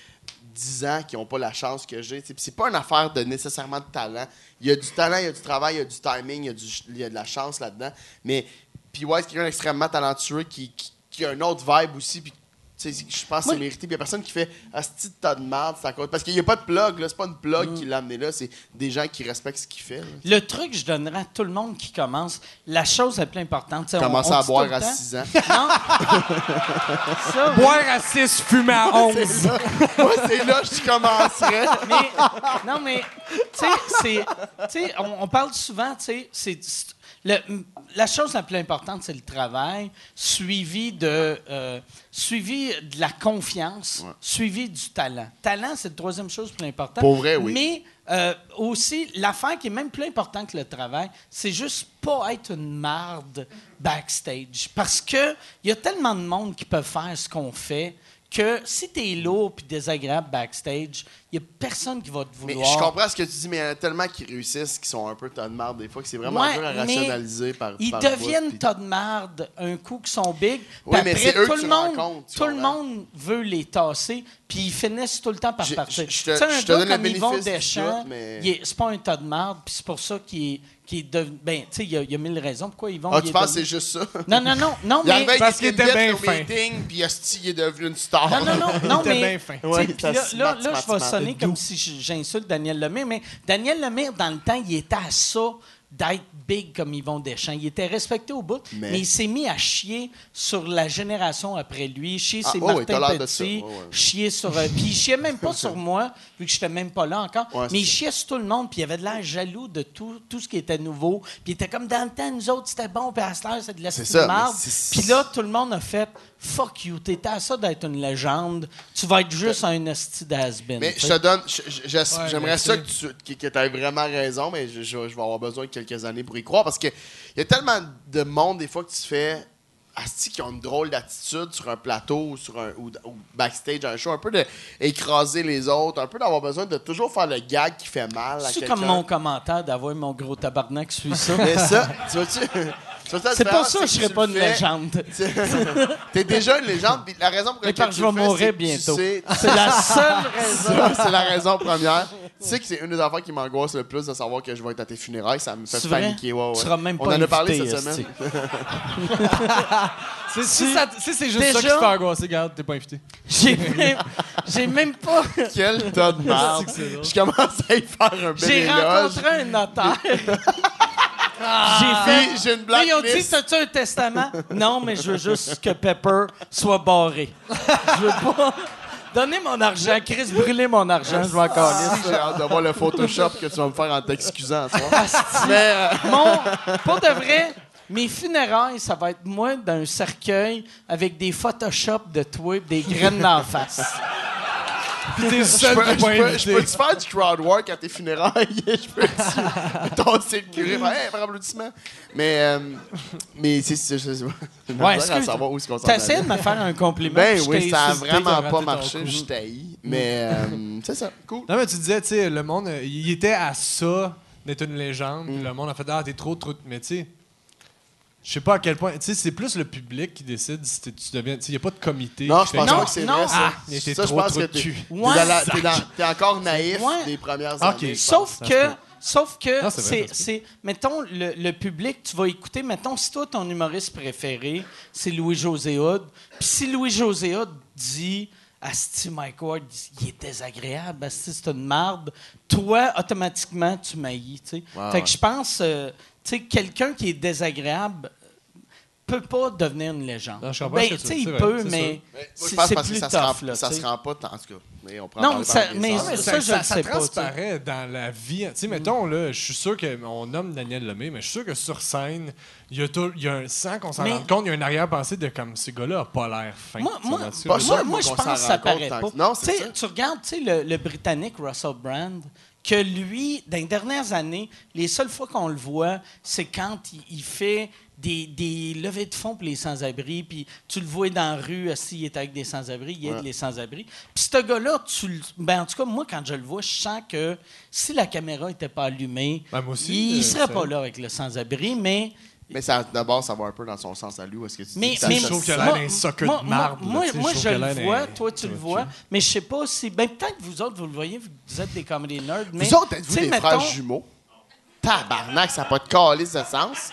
C: 10 ans qui n'ont pas la chance que j'ai. tu sais. Puis c'est pas une affaire de nécessairement de talent. Il y a du talent, il y a du travail, il y a du timing, il y a, du- il y a de la chance là-dedans. Mais puis ouais, c'est quelqu'un d'extrêmement talentueux qui, qui, qui a un autre vibe aussi, puis tu sais, je pense que
B: Moi,
C: c'est mérité. Puis il y a personne qui fait Ah, ce petit tas de merde, c'est à cause. Parce qu'il n'y a pas de plug, là. C'est pas une plug qui l'a amené là, c'est des gens qui respectent ce qu'il fait. là.
B: Le truc que je donnerais à tout le monde qui commence, la chose la plus importante, c'est
C: Commencer à boire à 6 ans. [laughs]
B: Non. Ça, oui.
D: Boire à 6, fumer
C: [laughs]
D: à 11.
C: c'est ça. Moi, c'est là que je commencerais.
B: mais, non, mais, tu sais, c'est- tu sais, on, on parle souvent, tu sais, c'est. c'est- le- la chose la plus importante, c'est le travail, suivi de, euh, suivi de la confiance, suivi du talent. Talent, c'est la troisième chose la plus importante.
C: Pour vrai, oui.
B: Mais euh, aussi, l'affaire qui est même plus importante que le travail, c'est juste pas être une marde backstage. Parce que il y a tellement de monde qui peut faire ce qu'on fait que si t'es lourd puis désagréable backstage, il y a personne qui va te
C: Mais
B: vouloir.
C: je comprends ce que tu dis, mais il y en a tellement qui réussissent qui sont un peu tas de marde des fois que c'est vraiment
B: Ouais,
C: dur à
B: mais
C: rationaliser par
B: Ils
C: par bout,
B: deviennent
C: puis-
B: tas de marde un coup qui sont big.
C: Oui,
B: puis
C: mais
B: après,
C: c'est eux
B: tout
C: que
B: le
C: tu
B: monde,
C: rencontres, tu
B: tout le
C: comprends?
B: monde veut les tasser, puis ils finissent tout le temps par
C: Je-
B: partir.
C: je- je
B: Tu
C: te-
B: sais, un
C: je te
B: gars
C: donne le
B: comme Yvon
C: bénéfice du
B: Deschamps,
C: doute, mais-
B: il est- c'est pas un tas de marde, puis c'est pour ça qu'il est, qu'il est devenu. Ben, tu sais, il y, a- il y a mille raisons pourquoi Yvon.
C: Ah,
B: il
C: tu
B: est
C: penses que c'est
B: devenu-
C: juste
B: [laughs]
C: ça?
B: Non, non, non, non,
C: Il arrivait
B: mais.
C: avec
D: Parce
C: des
D: qu'il était
C: skinheads
D: bien
C: au meeting, puis hostie, il est devenu une star.
B: Non, non, non,
D: [laughs]
B: non,
D: était
B: mais.
D: bien fin.
B: tu sais,
C: Ouais,
B: puis
C: ça
B: là,
C: se
B: là,
C: mat-
B: là,
C: mat-
B: je vais
C: mat-
B: sonner
C: doux.
B: comme si j- j'insulte Daniel Lemire, mais Daniel Lemire, dans le temps, il était à ça d'être big comme Yvon Deschamps. Il était respecté au bout, mais,
C: Mais-
B: il s'est mis à chier sur la génération après lui. Chier,
C: Ah,
B: c'est
C: oh, oui,
B: Martin
C: t'as l'air de ça.
B: Petit.
C: Oh, ouais.
B: Chier sur... euh, puis il chiait même
C: [laughs]
B: pas sur moi, vu que j'étais même pas là encore.
C: Ouais, c'est
B: mais il
C: ça.
B: chiait sur tout le monde, puis il avait de l'air jaloux de tout, tout ce qui était nouveau. Puis il était comme, dans le temps, nous autres, c'était bon, puis à cette heure, c'est de la
C: C'est
B: petite
C: ça, mais
B: marde.
C: c'est-
B: Puis là, tout le monde a fait Fuck you, t'étais à ça d'être une légende. Tu vas être juste un hostie d'has-been.
C: Mais
B: Tu
C: je
B: sais.
C: te donne. je- je- je-
D: Ouais,
C: J'aimerais
D: merci.
C: ça que tu aies vraiment raison, mais je, je- je vais avoir besoin de quelques années pour y croire parce qu'il y a tellement de monde, des fois, que tu fais. Asti, qui ont une drôle d'attitude sur un plateau ou, sur un, ou, ou backstage à un show, un peu d'écraser les autres, un peu d'avoir besoin de toujours faire le gag qui fait mal à
B: C'est
C: quelqu'un.
B: comme mon commentaire d'avoir mon gros tabarnak sur
C: [laughs]
B: ça.
C: Mais ça, tu vois-tu. [laughs] tu vois-tu la
B: C'est pas
C: différence,
B: ça,
C: c'est
B: je
C: que
B: serais
C: tu
B: pas
C: le
B: une
C: fais-
B: légende.
C: tu- [laughs] T'es déjà une légende, puis la raison pour
B: Mais
C: laquelle
B: parce
C: tu
B: que je
C: le
B: vais
C: fais,
B: mourir
C: c'est que tu
B: bientôt.
C: sais-
B: C'est
C: [laughs]
B: la seule raison.
C: Ça, c'est la raison première. Tu sais que c'est une des affaires qui m'angoisse le plus de savoir que je vais être à tes funérailles. Ça me fait
B: C'est vrai?
C: paniquer. Ouais, ouais.
B: Tu seras même pas
C: On en a parlé
B: invité,
C: cette semaine. [laughs]
B: [laughs]
D: Si, si ça- si c'est juste ça qui
B: Déjà-
D: te fait angoisser, regarde, t'es
C: [laughs]
D: pas invité.
B: J'ai même, j'ai même pas.
C: Quel
B: [laughs]
C: tas de merde.
D: C'est que c'est drôle.
C: Je commence à y faire un bel
B: J'ai
C: éloge.
B: rencontré un
C: [laughs]
B: notaire. J'ai fait.
C: Puis j'ai une
B: Là, ils ont dit
C: blacklist.
B: T'as-tu un testament Non, mais je veux juste que Pepper soit barré. Je veux pas. Donnez mon argent, Chris, brûlez mon argent, je m'en calisse.
C: J'ai hâte de voir le Photoshop que tu vas me faire en t'excusant. ce
B: Ah,
C: soir. Mais euh,
B: Mon, pour de vrai, mes funérailles, ça va être moi dans un cercueil avec des Photoshop de toi et des graines d'en face.
D: Puis t'es
C: je
D: seul,
C: peux,
D: t'es
C: je
D: pas
C: peux, je peux-tu
D: invité.
C: faire du crowd work à tes funérailles? [laughs] je peux-tu tasser le curé? Faire, hey, par applaudissement. Mais, euh, mais c'est c'est- c'est- c'est- [laughs] j'ai de la
B: Ouais,
C: misère à
B: excuse-
C: savoir où est-ce qu'on s'en allait.
B: T'essaies de me faire un compliment.
C: Ben
B: puis je
C: oui,
B: t'ai
C: ça a
B: insulté.
C: vraiment
D: raté
C: pas
D: ton
C: marché.
D: coup.
C: Je t'haïs. Mais euh, c'est ça, cool.
D: Non, mais tu disais, tu sais, le monde, euh, il était à ça d'être une légende.
B: Mm.
D: puis Le monde a fait, ah, t'es trop, trop. Mais tu sais, je sais pas à quel point. Tu sais, c'est plus le public qui décide si t'es- tu deviens. Tu sais, il a pas de comité.
C: Non,
D: qui
C: je
D: fait
C: pense
D: comme-
B: Non,
C: pas que c'est
B: non.
C: vrai, ça.
D: Ah, il était
C: ça, je
D: trop,
C: pense
D: trop
C: que t'es
D: cul.
C: t'es
B: Ouais,
C: dans la-
B: sac.
C: t'es dans- t'es encore naïf
B: Ouais.
C: des premières
D: Ok.
C: années. je pense.
B: Sauf
D: Ça se
B: que,
D: peut.
B: sauf que,
D: Non, c'est vrai,
B: c'est,
D: ça se
B: c'est- mettons, le, le public, tu vas écouter, mettons, si toi, ton humoriste préféré, c'est Louis-José Hood, puis si Louis-José Hood dit, Asti, Mike Ward, il est désagréable, Asti, c'est une marde, toi, automatiquement, tu maillis, tu sais.
C: Ouais,
B: fait
C: ouais.
B: que je pense, euh, tu sais, quelqu'un qui est désagréable peut pas devenir une légende.
D: Non, je comprends
B: Ben,
D: ce que tu
B: tu sais,
D: veux
B: il
D: dire,
B: peut,
D: c'est
B: mais
C: Mais Ben, moi, je
B: c'est,
C: pense
B: c'est
C: parce que
B: plus
C: ça se rend-
B: tough, là,
C: ça
B: tu
C: se
B: sais.
C: rend pas tant. En tout cas, mais on prend
B: Non, mais ça- mais
D: Ah, mais
B: ça, je le sais Mm. pas,
D: transparaît dans la vie. Tu sais, mettons, là, je suis sûr qu'on nomme Daniel Lemay, mais je suis sûr que sur scène, il y a, tout, il y a un sans qu'on s'en
B: Mais-
D: rende compte, il y a une arrière-pensée de comme ce gars-là a pas l'air fin. Ben
B: Moi,
D: Ça
B: moi,
D: va-tu,
B: moi,
D: là?
C: sûr,
B: moi,
C: moi,
B: je
C: qu'on
B: pense
C: s'en
B: que ça
C: rende compte
B: paraît
C: tant
B: pas.
C: que- Non, c'est
B: Tu sais,
C: ça.
B: Tu regardes tu sais, le, le Britannique Russell Brand, que lui, dans les dernières années, les seules fois qu'on le voit, c'est quand il, il fait des, des levées de fonds pour les sans-abri, puis tu le vois dans la rue, euh, s'il est avec des sans-abri, il aide
C: Ouais.
B: les sans-abri. Puis ce gars-là, tu le- ben, en tout cas, moi, quand je le vois, je sens que si la caméra n'était pas allumée,
D: Ben, moi aussi,
B: il, il
D: euh,
B: serait
D: c'est-
B: pas là avec le sans-abri, mais...
C: Mais ça, d'abord, ça va un peu dans son sens à lui. où Est-ce que tu
B: Mais,
C: dis que ça
B: mais
C: se
D: trouve
B: moi-
D: qu'elle a
B: moi-
D: l'air d'un socle de
B: moi-
D: marbre,
B: Moi,
D: là, tu sais,
B: moi,
D: je
B: je,
D: trouve qu'elle a
B: le
D: l'air
B: vois,
D: d'un-
B: toi, tu le
D: tu
B: vois. Mais je sais pas si. Ben, peut-être que vous autres, vous le voyez, vu que vous êtes des comedy nerds. Mais,
C: Vous autres, êtes-vous
B: tu sais,
C: des
B: mettons,
C: frères jumeaux? Tabarnak, ça n'a pas de calice de sens.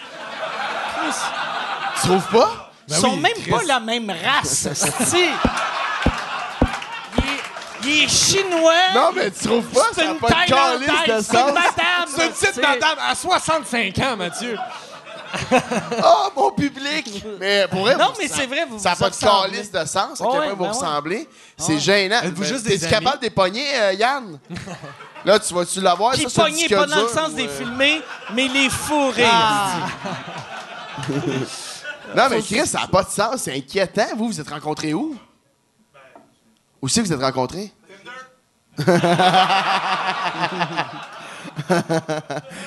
C: Tu trouves pas?
B: Ils
D: Ben
B: sont
D: oui,
B: même
D: Chris.
B: pas la même
D: [laughs]
B: race, esti. Il est- Il est chinois.
C: Non, mais tu trouves pas?
B: c'est
C: Ça n'a
B: une
C: pas de
B: Thaïlandaise,
C: calice de
B: c'est une
C: sens.
B: madame.
D: C'est une petite
B: c'est-
D: madame à 65 ans, Mathieu.
C: Ah, mon public! Mais pour vrai,
B: Non,
C: vous-
B: mais
C: ça-
B: c'est vrai, vous
C: Ça n'a
B: vous
C: pas de
B: ressemblez.
C: calice de sens. À
B: Ouais,
C: quel point vous
B: ben ouais.
C: ressemblez. C'est gênant.
D: Êtes-vous
C: Mais
D: juste
C: t'es-tu
D: des amis?
C: capable des poignées,
B: [laughs]
C: euh, Yann? Là, tu vas-tu l'avoir?
B: Qui
C: ça, sur le
B: pognait
C: disque
B: pas dans le
C: dur
B: sens
C: ou,
B: des
C: euh,
B: filmés, mais les fourrés.
C: Ah, Non, mais Chris, ça n'a pas de sens. C'est inquiétant. Vous, vous êtes rencontrés où?
D: Ben.
C: Où c'est que vous êtes rencontrés? [laughs]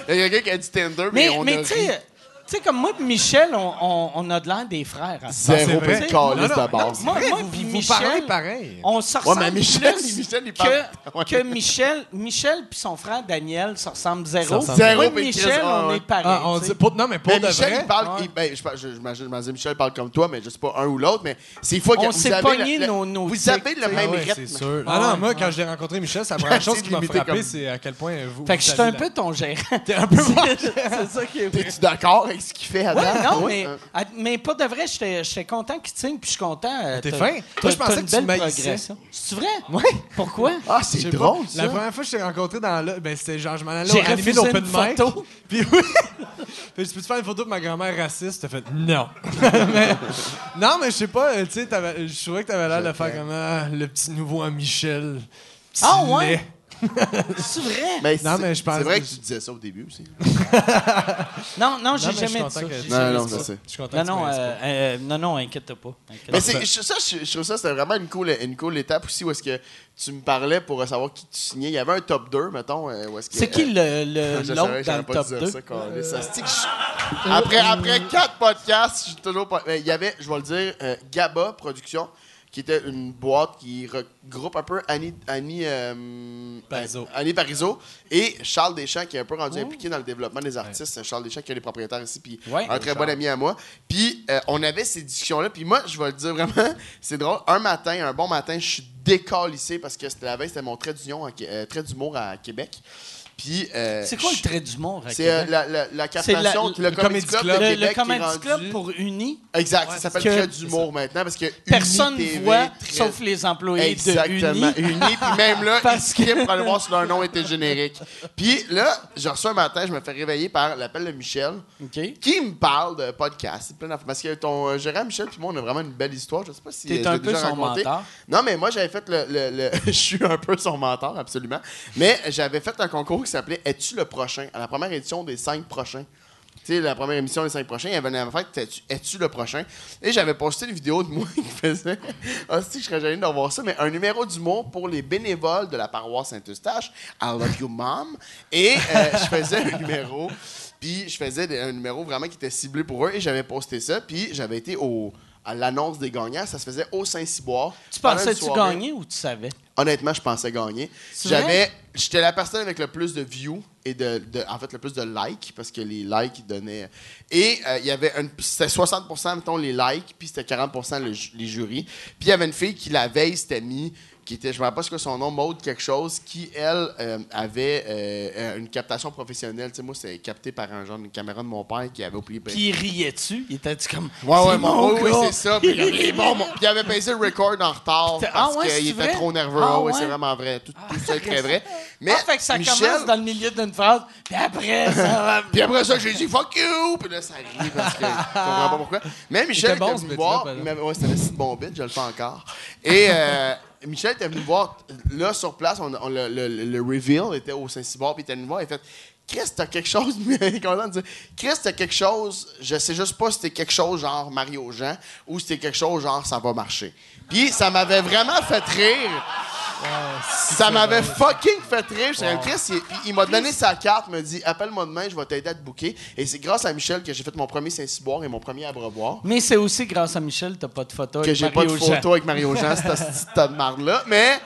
C: Il y a quelqu'un qui a dit Tinder, mais,
B: Mais,
C: on
B: mais
C: a
B: tu sais, tu sais, comme moi et Michel, on, on- on a de l'air des frères. hein. à ça.
C: Zéro
D: c'est
C: petit
D: vrai.
C: calice
D: Non, non,
C: de base.
D: non,
B: Moi,
D: C'est vrai,
B: moi
D: vous-
B: puis
D: vous
B: Michel,
D: parlez pareil.
B: On se ressemble
C: mais Michel,
B: plus
C: Michel, il parle-
B: [laughs] que,
C: Ouais.
B: que Michel, Michel puis son frère Daniel se ressemblent
D: Ça
B: zéro.
D: ressemble
C: zéro,
B: Moi,
C: puis
B: Michel,
C: Chris,
B: on
C: ouais,
B: est pareil.
D: Ah, on
B: tu
D: dit-
B: sais.
D: pour- non, mais pour
C: Mais
D: de
C: Michel,
D: vrai.
C: il parle.
D: ouais.
C: il- ben, je, je, j'imagine- j'imagine Michel parle comme toi, mais je sais pas un ou l'autre, mais c'est fois que
B: On
C: vous
B: s'est
C: avez
B: pogné
C: le- le-
B: nos- nos
C: Vous
B: tics,
C: avez le
B: tu sais.
C: même
D: Ah ouais,
C: rythme.
D: c'est sûr. Ah non, moi, quand j'ai rencontré Michel, c'est la
B: [laughs]
D: première chose
C: C'est
D: qui m'a
C: limité
D: frappé,
C: comme-
D: c'est à quel point vous.
B: Fait que
D: vous
B: je suis un
D: [laughs] avez la-
B: peu ton gérant.
D: T'es un peu.
B: C'est ça qui est
C: T'es-tu d'accord avec avec ce qu'il fait à
B: Oui,
C: date.
B: non,
C: Ouais.
B: mais, à- mais pas de vrai, j'étais j'étais content qu'il tigne, puis je suis content. euh,
D: T'es
B: t'as-
D: fin. Moi,
B: t'as-
D: je pensais
B: t'as une
D: que tu
B: belle
D: m'haïssais.
B: progression. C'est vrai?
D: Oui.
B: Pourquoi?
C: Ah,
D: Je
C: c'est
D: sais pas,
C: drôle, ça.
D: La première fois que je t'ai rencontré dans le. Ben, c'était genre, je m'en allais
B: J'ai
D: au
B: refusé
D: Ranimé d'Open
B: une
D: Mic.
B: photo.
D: [laughs] Puis oui. Puis je peux te faire une photo de ma grand-mère raciste? T'as fait non. [laughs] Mais- non, mais je sais pas, euh, tu sais, t'avais- je trouvais que t'avais l'air de faire comme ah, le petit nouveau à Michel. Petit
B: Ah, ouais?
D: lait.
B: C'est vrai?
C: Mais
D: Non,
C: c'est-
D: mais je pense
C: C'est vrai
D: que-
C: que tu disais ça au début aussi.
B: Non, non, j'ai
D: mais je suis
B: jamais dit
D: content
B: ça.
D: que-
B: j'ai
D: Non,
B: jamais
C: non,
B: dit
C: je
B: ça.
C: sais.
D: Je suis content
B: Non,
D: que tu
B: non,
D: me
B: euh,
D: laisses
B: euh, non, non, inquiète-toi pas. inquiète-toi
C: Mais
B: pas.
C: c'est, je, ça, je, je trouve ça, c'était vraiment une cool, une cool étape aussi où est-ce que tu me parlais pour euh, savoir qui tu signais. Il y avait un top 2, mettons. euh, Où est-ce que,
B: C'est qui le- le-
C: [laughs] Je
B: l'autre
C: savais que
B: dans
C: j'allais
B: le
C: pas
B: top Euh.
C: dire
B: 2?
C: ça, câlisse. Ça se dit que je- après, après quatre podcasts, je suis toujours pas. mais Il y avait, je vais le dire, euh, Gaba Productions, qui était une boîte qui regroupe un peu Annie, Annie, euh,
D: Parizeau.
C: euh, Annie Parizeau et Charles Deschamps, qui est un peu
B: Oh.
C: rendu impliqué dans le développement des artistes. Euh, Charles Deschamps, qui est les propriétaires ici, puis
B: Ouais.
C: un très bon ami à moi. Puis euh, on avait ces discussions-là, puis moi, je vais le dire vraiment, [laughs] c'est drôle. Un matin, un bon matin, je suis décalissé parce que c'était la veille, c'était mon trait d'union à Qué- euh, trait d'humour à Québec. Puis, euh,
B: C'est quoi le
C: je-
B: trait d'humour? à
C: c'est euh,
B: Québec?
C: la, la, la
B: C'est la-
C: captation que le,
D: le
C: Comedy
D: Comedy
C: Club,
D: Club.
C: de
B: le, le
C: Québec qui est
B: Comedy
C: rendu-
B: Club pour Uni,
C: Exact,
D: Ouais,
C: ça s'appelle
B: que-
C: Trait d'humour maintenant parce que Uni
B: personne
C: TV,
B: voit,
C: Trait-
B: sauf les employés
C: Exactement,
B: de Uni.
C: Uni, puis même
B: [laughs]
C: là, ils
B: Parce que-
C: skippent pour aller voir si leur nom était générique. Puis là, je reçois un matin, je me fais réveiller par l'appel de Michel
B: OK.
C: qui me parle de podcast. C'est plein d'affaires. Parce que ton euh, Gérard Michel puis moi, on a vraiment une belle histoire. Je sais pas si
B: T'es
C: euh, je
B: un
C: l'ai
B: peu
C: déjà
B: son
C: raconté.
B: mentor.
C: Non, mais moi, j'avais fait le... le- le- [laughs] je suis un peu son mentor, absolument. Mais j'avais fait un concours qui s'appelait « Es-tu le prochain? » à la première édition des cinq prochains. Tu sais, la première émission des cinq prochains, il y avait une affaire qui était Es-tu le prochain? Et j'avais posté une vidéo de moi [laughs] qui faisait. Ah, si, je serais gêné d'en voir ça, mais un numéro d'humour pour les bénévoles de la paroisse Saint-Eustache. I love you, mom. Et euh, je faisais un numéro. Puis je faisais des- un numéro vraiment qui était ciblé pour eux et j'avais posté ça. Puis j'avais été au, à l'annonce des gagnants. Ça se faisait au Saint-Cyboire.
B: Tu
C: Pendant une
B: pensais-tu
C: soirée.
B: gagner ou tu savais?
C: Honnêtement, je pensais gagner.
B: C'est
C: J'avais,
B: vrai?
C: j'étais la personne avec le plus de views et de, de- en fait, le plus de likes parce que les likes donnaient. Et euh, il y avait une, c'était 60 mettons les likes, puis c'était 40 le ju- les jurys. Puis il y avait une fille qui la veille s'était mis, qui était, je me rappelle pas ce que son nom, Maude quelque chose, qui elle euh, avait euh, une captation professionnelle. Tu sais, moi, c'est capté par un genre une caméra de mon père qui avait oublié. ben,
B: Puis riais-tu? Il était-tu comme.
C: Ouais,
B: C'est
C: ouais, mon oui,
B: gars.
C: oui, c'est ça. Puis il est bon, mon- Puis il avait baissé le record en retard
B: Putain,
C: parce
B: ah ouais,
C: qu'il
B: c'est
C: était
B: vrai?
C: trop nerveux.
B: Ah
C: Ah ouais, c'est
B: ouais.
C: vraiment vrai. Tout, tout ça est très vrai. Mais
B: Ah, fait que ça
C: Michel,
B: commence dans le milieu d'une phrase, puis après,
C: [laughs]
B: ça va.
C: puis après ça, j'ai dit fuck you! Puis là, ça arrive parce que je comprends pas pourquoi. Mais Michel
D: était
C: était
D: bon, ce
C: venu me
D: bit-là,
C: voir.
D: par
C: il m'avait- Ouais, c'était un si bon bit, je le fais encore. Et euh, Michel était venu me voir. Là, sur place, on, on- le, le- le- le reveal était au Saint-Cyboire. Puis il était venu me voir. Il a fait Chris, t'as quelque chose. [laughs] Il est content de dire Chris, t'as quelque chose. Je sais juste pas si c'était quelque chose genre Mario Jean ou si c'était quelque chose genre ça va marcher. Puis ça m'avait vraiment fait rire. Ça m'avait fucking fait rire. J'étais comme, Chris, il, il m'a donné sa carte, me dit appelle-moi demain, je vais t'aider à te booker. Et c'est grâce à Michel que j'ai fait mon premier Saint-Cyboire et mon premier Abreuvoir.
B: Mais c'est aussi grâce à Michel, t'as pas de photo.
C: Que
B: avec
C: j'ai pas de
B: Mario Jean.
C: photo avec Mario Jean, c'est ce tas de marde-là. Mais.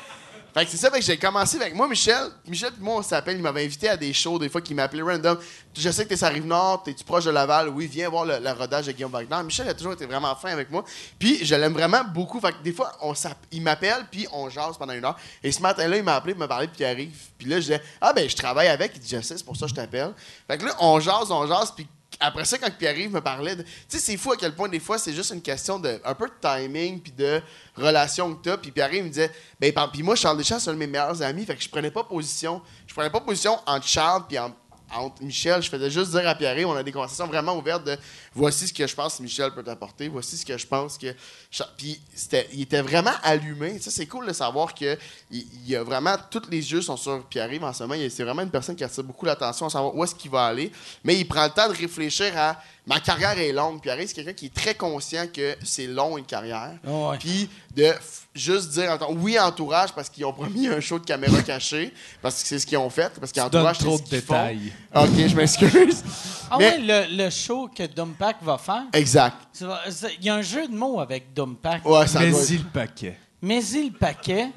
C: Fait que c'est ça, fait que j'ai commencé avec moi, Michel. Michel, puis moi, on s'appelle. Il m'avait invité à des shows, des fois, qu'il m'appelait random. Je sais que t'es sur la Rive-Nord, t'es-tu proche de Laval? Oui, viens voir le, le rodage de Guillaume Wagner. Michel a toujours été vraiment fin avec moi. Puis je l'aime vraiment beaucoup. Fait que des fois, on s'app- il m'appelle, puis on jase pendant une heure. Et ce matin-là, il m'a appelé, il m'a parlé, puis il arrive. Puis là, je disais, ah ben, je travaille avec. Il dit, je sais, c'est pour ça que je t'appelle. Fait que là, on jase, on jase, puis après ça, quand Pierre-Yves me parlait de. Tu sais, c'est fou à quel point, des fois, c'est juste une question de. un peu de timing, puis de relation que t'as. Puis Pierre-Yves me disait. Ben, par- puis moi, Charles Deschamps, c'est un de mes meilleurs amis. Fait que je prenais pas position. Je prenais pas position entre Charles puis en- entre Michel. Je faisais juste dire à Pierre-Yves, on a des conversations vraiment ouvertes de. Voici ce que je pense que Michel peut t'apporter. Voici ce que je pense que. Char- Puis c'était- il était vraiment allumé. Ça, c'est cool de savoir que. Il, il y a vraiment. Tous les yeux sont sur Pierre-Yves en ce moment. Il- C'est vraiment une personne qui attire beaucoup l'attention à savoir où est-ce qu'il va aller. Mais il prend le temps de réfléchir à. Ma carrière est longue. Pierre-Yves, c'est quelqu'un qui est très conscient que c'est long une carrière.
D: Oh,
B: Ah ouais.
C: Puis de f- juste dire en temps- oui entourage parce qu'ils ont promis un show de caméra [laughs] cachée parce que c'est ce qu'ils ont fait parce qu'entourage
D: donnes trop
C: c'est ce
D: de
C: qu'ils font.
D: détails.
C: Ok, je m'excuse.
B: Ah
C: Mais-
B: ouais, le, le show que Dumpack va faire.
C: Exact.
B: tu vas- c'est- Il y a un jeu de mots avec Dumpack.
C: Ouais, ça doit
D: Mais
C: être-
D: il le paquet.
B: Mais il paquet.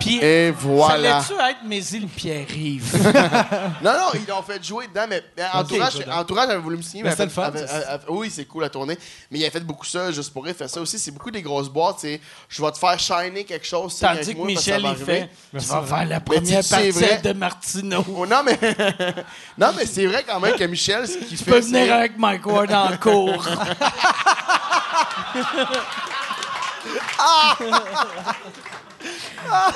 B: Puis,
C: Et voilà.
B: Ça allait-tu être mes îles Pierre-Yves?
C: [laughs] Non, non, ils l'ont fait jouer dedans, mais mais Entourage, Entourage avait voulu me signer.
D: Mais
C: elle
D: c'était
C: fait-
D: le fun,
C: elle-
D: ça,
C: elle- elle- oui, c'est cool à tourner. Mais il a fait beaucoup ça, juste pour rire, fait ça aussi. C'est beaucoup des grosses boîtes, c'est je vais te faire shiner quelque chose. c'est
B: Tandis
C: avec
B: que
C: moi, parce que ça
B: Michel,
C: va
B: il
C: arriver.
B: fait « Tu vas faire la
C: Mais tu sais,
B: première
C: c'est
B: partie
C: vrai.
B: de Martineau.
C: Oh, non, mais, [laughs] non, mais c'est vrai quand même que Michel, ce qu'il
B: Tu
C: fait.
B: peux
C: c'est-
B: venir avec Mike Ward
C: [laughs]
B: en cours.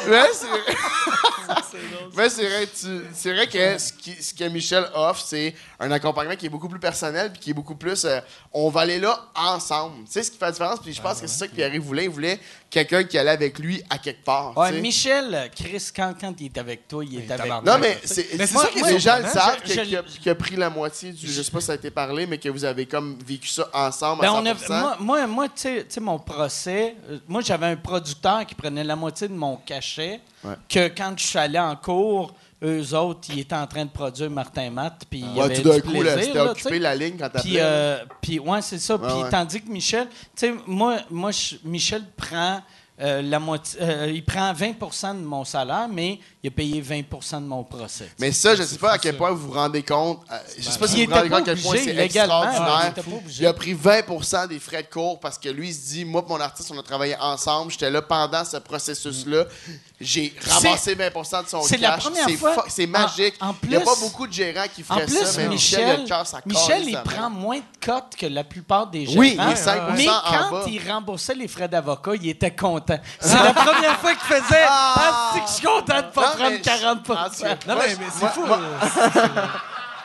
C: Ouais, c'est vrai. Ouais, c'est vrai, tu- c'est vrai que ce, qui- ce que Michel offre, c'est un accompagnement qui est beaucoup plus personnel puis qui est beaucoup plus. euh, on va aller là ensemble. Tu sais ce qui fait la différence? Puis je pense que c'est ça que Pierre voulait. Il voulait quelqu'un qui allait avec lui à quelque part. tu
B: Ouais,
C: sais.
B: Michel, Chris, quand, quand il est avec toi, il est avec
D: tabarnak.
C: Non, mais c'est
D: Mais c'est
C: moi,
D: ça qui est
C: les gens le
D: surprenant.
C: savent,
B: Je-
C: que-
B: je-
C: qui a, qui a pris la moitié du. Je sais pas si ça a été parlé, mais que vous avez comme vécu ça ensemble.
B: Ben,
C: à
B: on
C: 100%.
B: a- moi, moi, moi, tu sais- tu sais, mon procès, euh, moi, j'avais un producteur qui prenait la moitié de mon cachet,
C: Ouais.
B: que quand je suis allé en cours, eux autres, ils étaient en train de produire Martin Matt, puis il y
C: Ouais,
B: avait
C: tout
B: du
C: d'un coup, là,
B: plaisir,
C: c'était
B: là, tu sais.
C: occupé la ligne quand t'as
B: Puis, euh, puis ouais, c'est ça. puis
C: ouais.
B: tandis que Michel, tu sais, moi, moi je- Michel prend euh, la moitié, euh, il prend 20 de mon salaire, mais il a payé 20 de mon procès.
C: Mais ça, je sais pas à quel point vous vous rendez compte. euh, Je sais pas si
B: Ben, Il
C: vous vous rendez
B: était
C: compte
B: pas
C: à quel point
B: obligé,
C: c'est
B: légalement, il
C: extraordinaire.
B: était pas obligé.
C: Il a pris 20 des frais de cours parce que lui, il se dit Moi, et mon artiste, on a travaillé ensemble. J'étais là pendant ce processus-là. J'ai ramassé 20 de son
B: c'est
C: cash.
B: la première
C: C'est
B: fois-
C: fu- C'est magique.
B: en- en
C: il n'y a
B: plus-
C: pas beaucoup de gérants qui
B: En
C: feraient
B: plus,
C: ça, mais Michel, il a
B: Michel,
C: le cœur, ça
B: Michel,
C: calisse
B: il
C: la main.
B: prend moins de cotes que la plupart des gens.
C: Oui, il est 5
B: Mais
C: en
B: quand
C: bas.
B: il remboursait les frais d'avocat, il était content. C'est la première fois qu'il faisait « Ah, c'est que je suis content de
C: Non,
B: pas prendre
C: mais je- Ah,
B: 40
C: en tout cas,
D: Non,
C: moi,
D: mais,
C: je-
D: mais c'est
C: moi-
D: fou.
C: moi-
D: euh,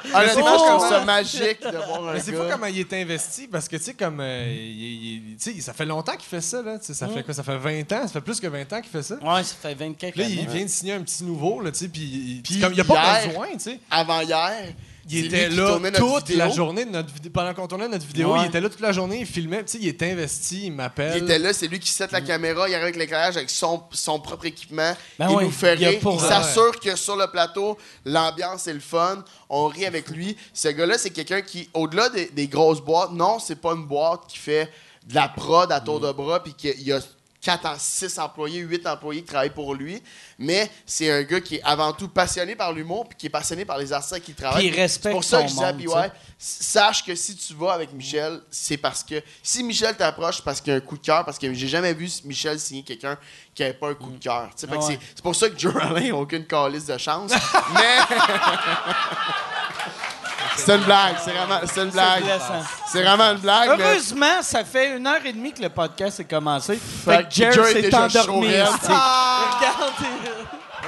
C: Honnêtement, je
D: c'est
C: trouve
D: fou.
C: ça magique de voir un
D: Mais c'est fou
C: gars.
D: comment il est investi parce que, tu sais, comme. euh, il- il- tu sais, ça fait longtemps qu'il fait ça, là. tu sais, Ça
C: Mm.
D: fait quoi Ça fait 20 ans Ça fait plus que 20 ans qu'il fait ça.
B: Ouais, ça fait 24
D: Là,
B: années.
D: il vient de signer un petit nouveau, là, tu sais, puis il-
C: Puis
D: comme il n'y a pas
C: hier-
D: besoin, tu sais.
C: Avant hier,
D: Il
C: c'est
D: était
C: lui qui
D: là
C: tournait notre
D: toute
C: vidéo.
D: la journée de notre vidéo. Pendant qu'on tournait notre vidéo,
B: Ouais.
D: il était là toute la journée, il filmait, tu sais, il est investi, il m'appelle.
C: Il était là, c'est lui qui set
B: Mm.
C: la caméra, il arrive avec l'éclairage, avec son, son propre équipement.
B: Ben
C: il
B: oui,
C: nous fait
B: il a
C: rire.
B: pour-
C: Il s'assure que sur le plateau, l'ambiance est le fun. On rit avec lui. Ce gars-là, c'est quelqu'un qui, au-delà des, des grosses boîtes, non, c'est pas une boîte qui fait de la prod à tour
B: Mm.
C: de bras, puis qu'il y a 4 à 6 employés, 8 employés qui travaillent pour lui. Mais c'est un gars qui est avant tout passionné par l'humour, puis qui est passionné par les artistes avec qui il travaille.
B: Puis il respecte
C: C'est pour ça
B: son
C: que je disais à
B: monde,
C: PY,
B: tu sais.
C: sache que si tu vas avec Michel, c'est parce que si Michel t'approche c'est parce qu'il y a un coup de cœur, parce que j'ai jamais vu Michel signer quelqu'un qui n'avait pas un coup de cœur. Tu sais, fait que
B: Ah ouais.
C: C'est c'est pour ça que Joe Allen n'a aucune calice
B: [laughs]
C: de chance. mais. c'est une blague, c'est vraiment c'est une blague.
B: blessant.
C: C'est vraiment une blague. mais-
B: Heureusement, ça fait une heure et demie que le podcast est commencé.
C: Fait
B: Fait que
C: que
B: Jerry
C: Jerry est
B: s'est
C: déjà
B: endormi.
C: chaud, elle.
B: esti. [laughs] Regardez.
C: Ah!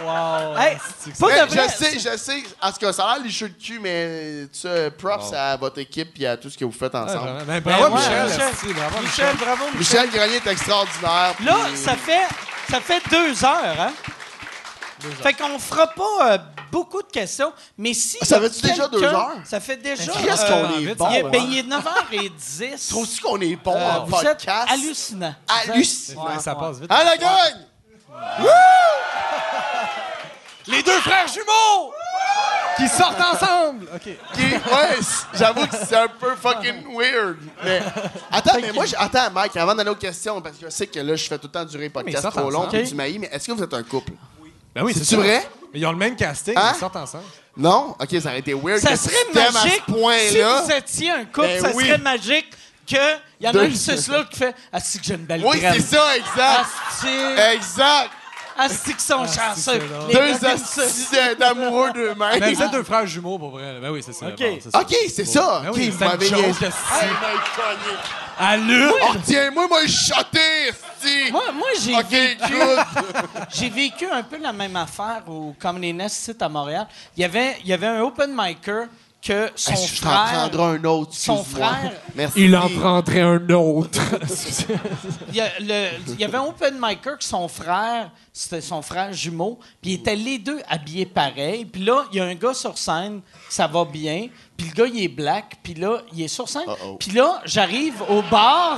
B: Wow. Hey,
C: Mais
B: pas de vrai.
C: je sais, je sais. En tout cas, ça a l'air licheux de cul, mais tu sais, props à votre équipe et à tout ce que vous faites
D: Ah,
C: ensemble.
D: vraiment.
B: Ben
D: Ben, bravo,
B: ouais,
D: Michel.
B: Michel.
D: merci, bravo, Michel.
B: Michel, bravo, Michel.
C: Michel Grenier est extraordinaire.
B: Là,
C: puis-
B: ça fait, ça fait deux heures, hein? Fait qu'on fera pas euh, beaucoup de questions, mais si.
C: Ah, Ça fait-tu déjà
B: quelqu'un-
C: deux heures?
B: Ça fait déjà.
C: Qu'est-ce
B: euh,
C: qu'on est
D: vite,
C: bon?
B: il, est, ben,
C: hein?
B: il est 9h10.
C: Trouves-tu qu'on est bon
B: Euh,
C: en
B: vous êtes
C: podcast?
B: hallucinant.
C: Hallucinant.
B: Ouais,
D: ça
B: ouais.
D: passe vite.
C: À la gagne!
D: Les deux frères jumeaux qui sortent ensemble. OK.
C: Ok, ouais, c- j'avoue que c'est un peu fucking weird.
B: [laughs]
C: Mais attends, mais moi, j'ai- attends, Mike, avant d'aller aux questions, parce que je sais que là, je fais tout le temps durer
D: Mais ils
C: podcast
D: sortent
C: trop
B: hein.
C: long,
D: ensemble.
C: puis tu m'haïs, mais est-ce que vous êtes un couple?
D: Ben oui,
C: C'est-tu
D: ça.
C: vrai?
D: Mais ils ont le même casting,
C: Hein?
D: ils sortent ensemble.
C: Non? Ok, ça aurait été weird.
B: Ça
C: que
B: serait
C: tu t'aimes
B: magique.
C: à ce point-là.
B: Si vous étiez un couple,
C: Ben
B: ça
C: oui.
B: serait magique qu'il y en a
C: Deux.
B: un qui suce l'autre qui fait Ah, c'est que j'ai une belle
C: Oui,
B: graine.
C: c'est ça,
B: Ah,
C: exact.
B: Asti,
C: Exact.
B: asti qu'ils sont chanceux.
D: c'est drôle.
B: Les gars
C: Deux
B: qui me sucent.
C: assis d'amoureux d'eux-mêmes.
D: Ben, vous êtes deux frères jumeaux, pour vrai. Ben oui, c'est ça.
B: OK.
D: bon, c'est ça.
C: Ok, c'est ça.
D: Ben
C: ok,
D: oui,
C: vous
D: c'est une
C: m'avez
D: joke,
C: niaisé.
D: esti.
C: Hey, Mike, cogné.
D: Allure!
C: Oh, tiens, moi, moi, je suis shoté, esti.
B: Moi, moi j'ai
C: Ok, good.
B: J'ai vécu un peu la même affaire au Comedy Nest site à Montréal. Il y avait, il y avait un open micer que son
C: Est-ce que Je t'en
B: frère.
C: prendrai un autre,
B: son
C: excuse-moi.
B: frère-
C: Merci.
D: Il en prendrait un autre.
B: Il y, a le- il y avait un open micer que son frère, c'était son frère jumeau, puis ils étaient les deux habillés pareil. Puis là, il y a un gars sur scène, ça va bien. Puis le gars, il est black. Puis là, il est sur scène.
C: Uh-oh.
B: Puis là, j'arrive au bar.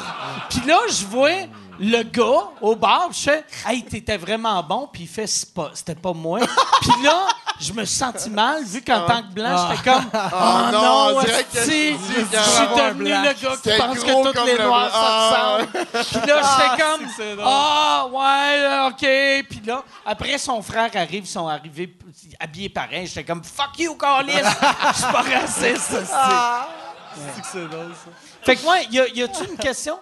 B: Puis là, je vois le gars, au bar, je fais Hey, t'étais vraiment bon, puis il fait C'est pas- C'était pas
C: [laughs]
B: moi. puis là, je me sentis mal, vu qu'en tant que blanc, j'étais comme Oh,
C: Ah non,
B: non,
C: on dirait que
B: esti,
C: je dis
B: je suis
C: qu'il y a
D: un
B: devenu
D: blanc.
B: le gars qui
C: C'était
B: pense
C: gros
B: que tous
C: comme
B: les
C: le Ah.
B: noirs
C: blanc.
B: se ressemblent. Puis là, j'étais
D: Ah,
B: comme
D: c'est que c'est drôle.
B: Ah, ouais, OK. Puis là, après, son frère arrive, ils sont arrivés p- habillés pareil. J'étais comme Fuck you,
D: [laughs]
B: Carlis. Je suis pas raciste, esti.
D: Ah. C'est que c'est drôle, ça.
B: Fait que, ouais, y a- y a-tu une question?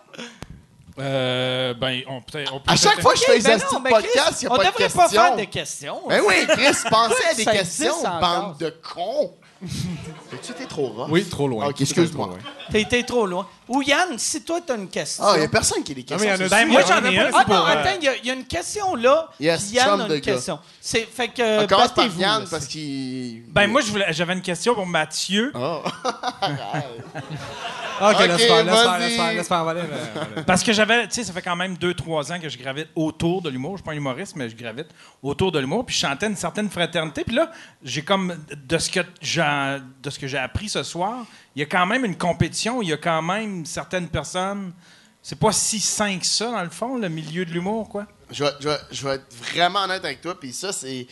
E: Euh, ben, on peut on peut-
C: À chaque fois que [laughs] je fais
B: Ok, ben
C: des
B: non, mais
C: podcasts,
B: Chris,
C: il n'y
B: on
C: a pas de
B: devrait pas faire de
C: questions.
B: questions.
C: Ben oui, Chris, pensez à
B: [laughs]
C: des
B: Ça
C: questions,
B: existe encore.
C: bande de cons. Tu étais trop rough.
D: Oui, trop loin.
C: Ok, excuse-moi.
D: Trop loin.
B: T'as été trop loin. Ou Yann, si toi, t'as une question.
C: Ah, il n'y a personne qui a des
D: Ah, mais il
C: questions. c'est
D: y en a aussi,
E: Ben, moi,
D: il y en a
E: j'en ai
D: pas
E: un.
D: laissé
B: Ah
D: pour,
B: non,
D: euh,
B: attends, il y a- il y, a une question là.
C: Yes,
B: puis Yann
C: chum
B: a
C: de
B: une
C: gars.
B: question. C'est fait que
D: Euh,
C: On commence par
B: battez-vous,
C: Yann
B: là.
C: parce qu'il.
E: Ben, moi, je voulais- j'avais une question pour Mathieu.
D: Ah, Ok,
C: Ok,
D: laisse faire, laisse faire,
C: vas-y.
D: laisse faire, laisse faire, Valère, euh, Valère.
E: Parce que j'avais, tu sais, ça fait quand même 2-3 ans que je gravite autour de l'humour. Je suis pas un humoriste, mais je gravite autour de l'humour. Puis je chantais une certaine fraternité. Puis là, j'ai comme, de ce que j'ai, de ce que j'ai appris ce soir, il y a quand même une compétition. Il y a quand même certaines personnes. C'est pas si sain que ça, dans le fond, le milieu de l'humour, quoi.
C: Je vais, je vais- je vais être vraiment honnête avec toi, puis ça, c'est.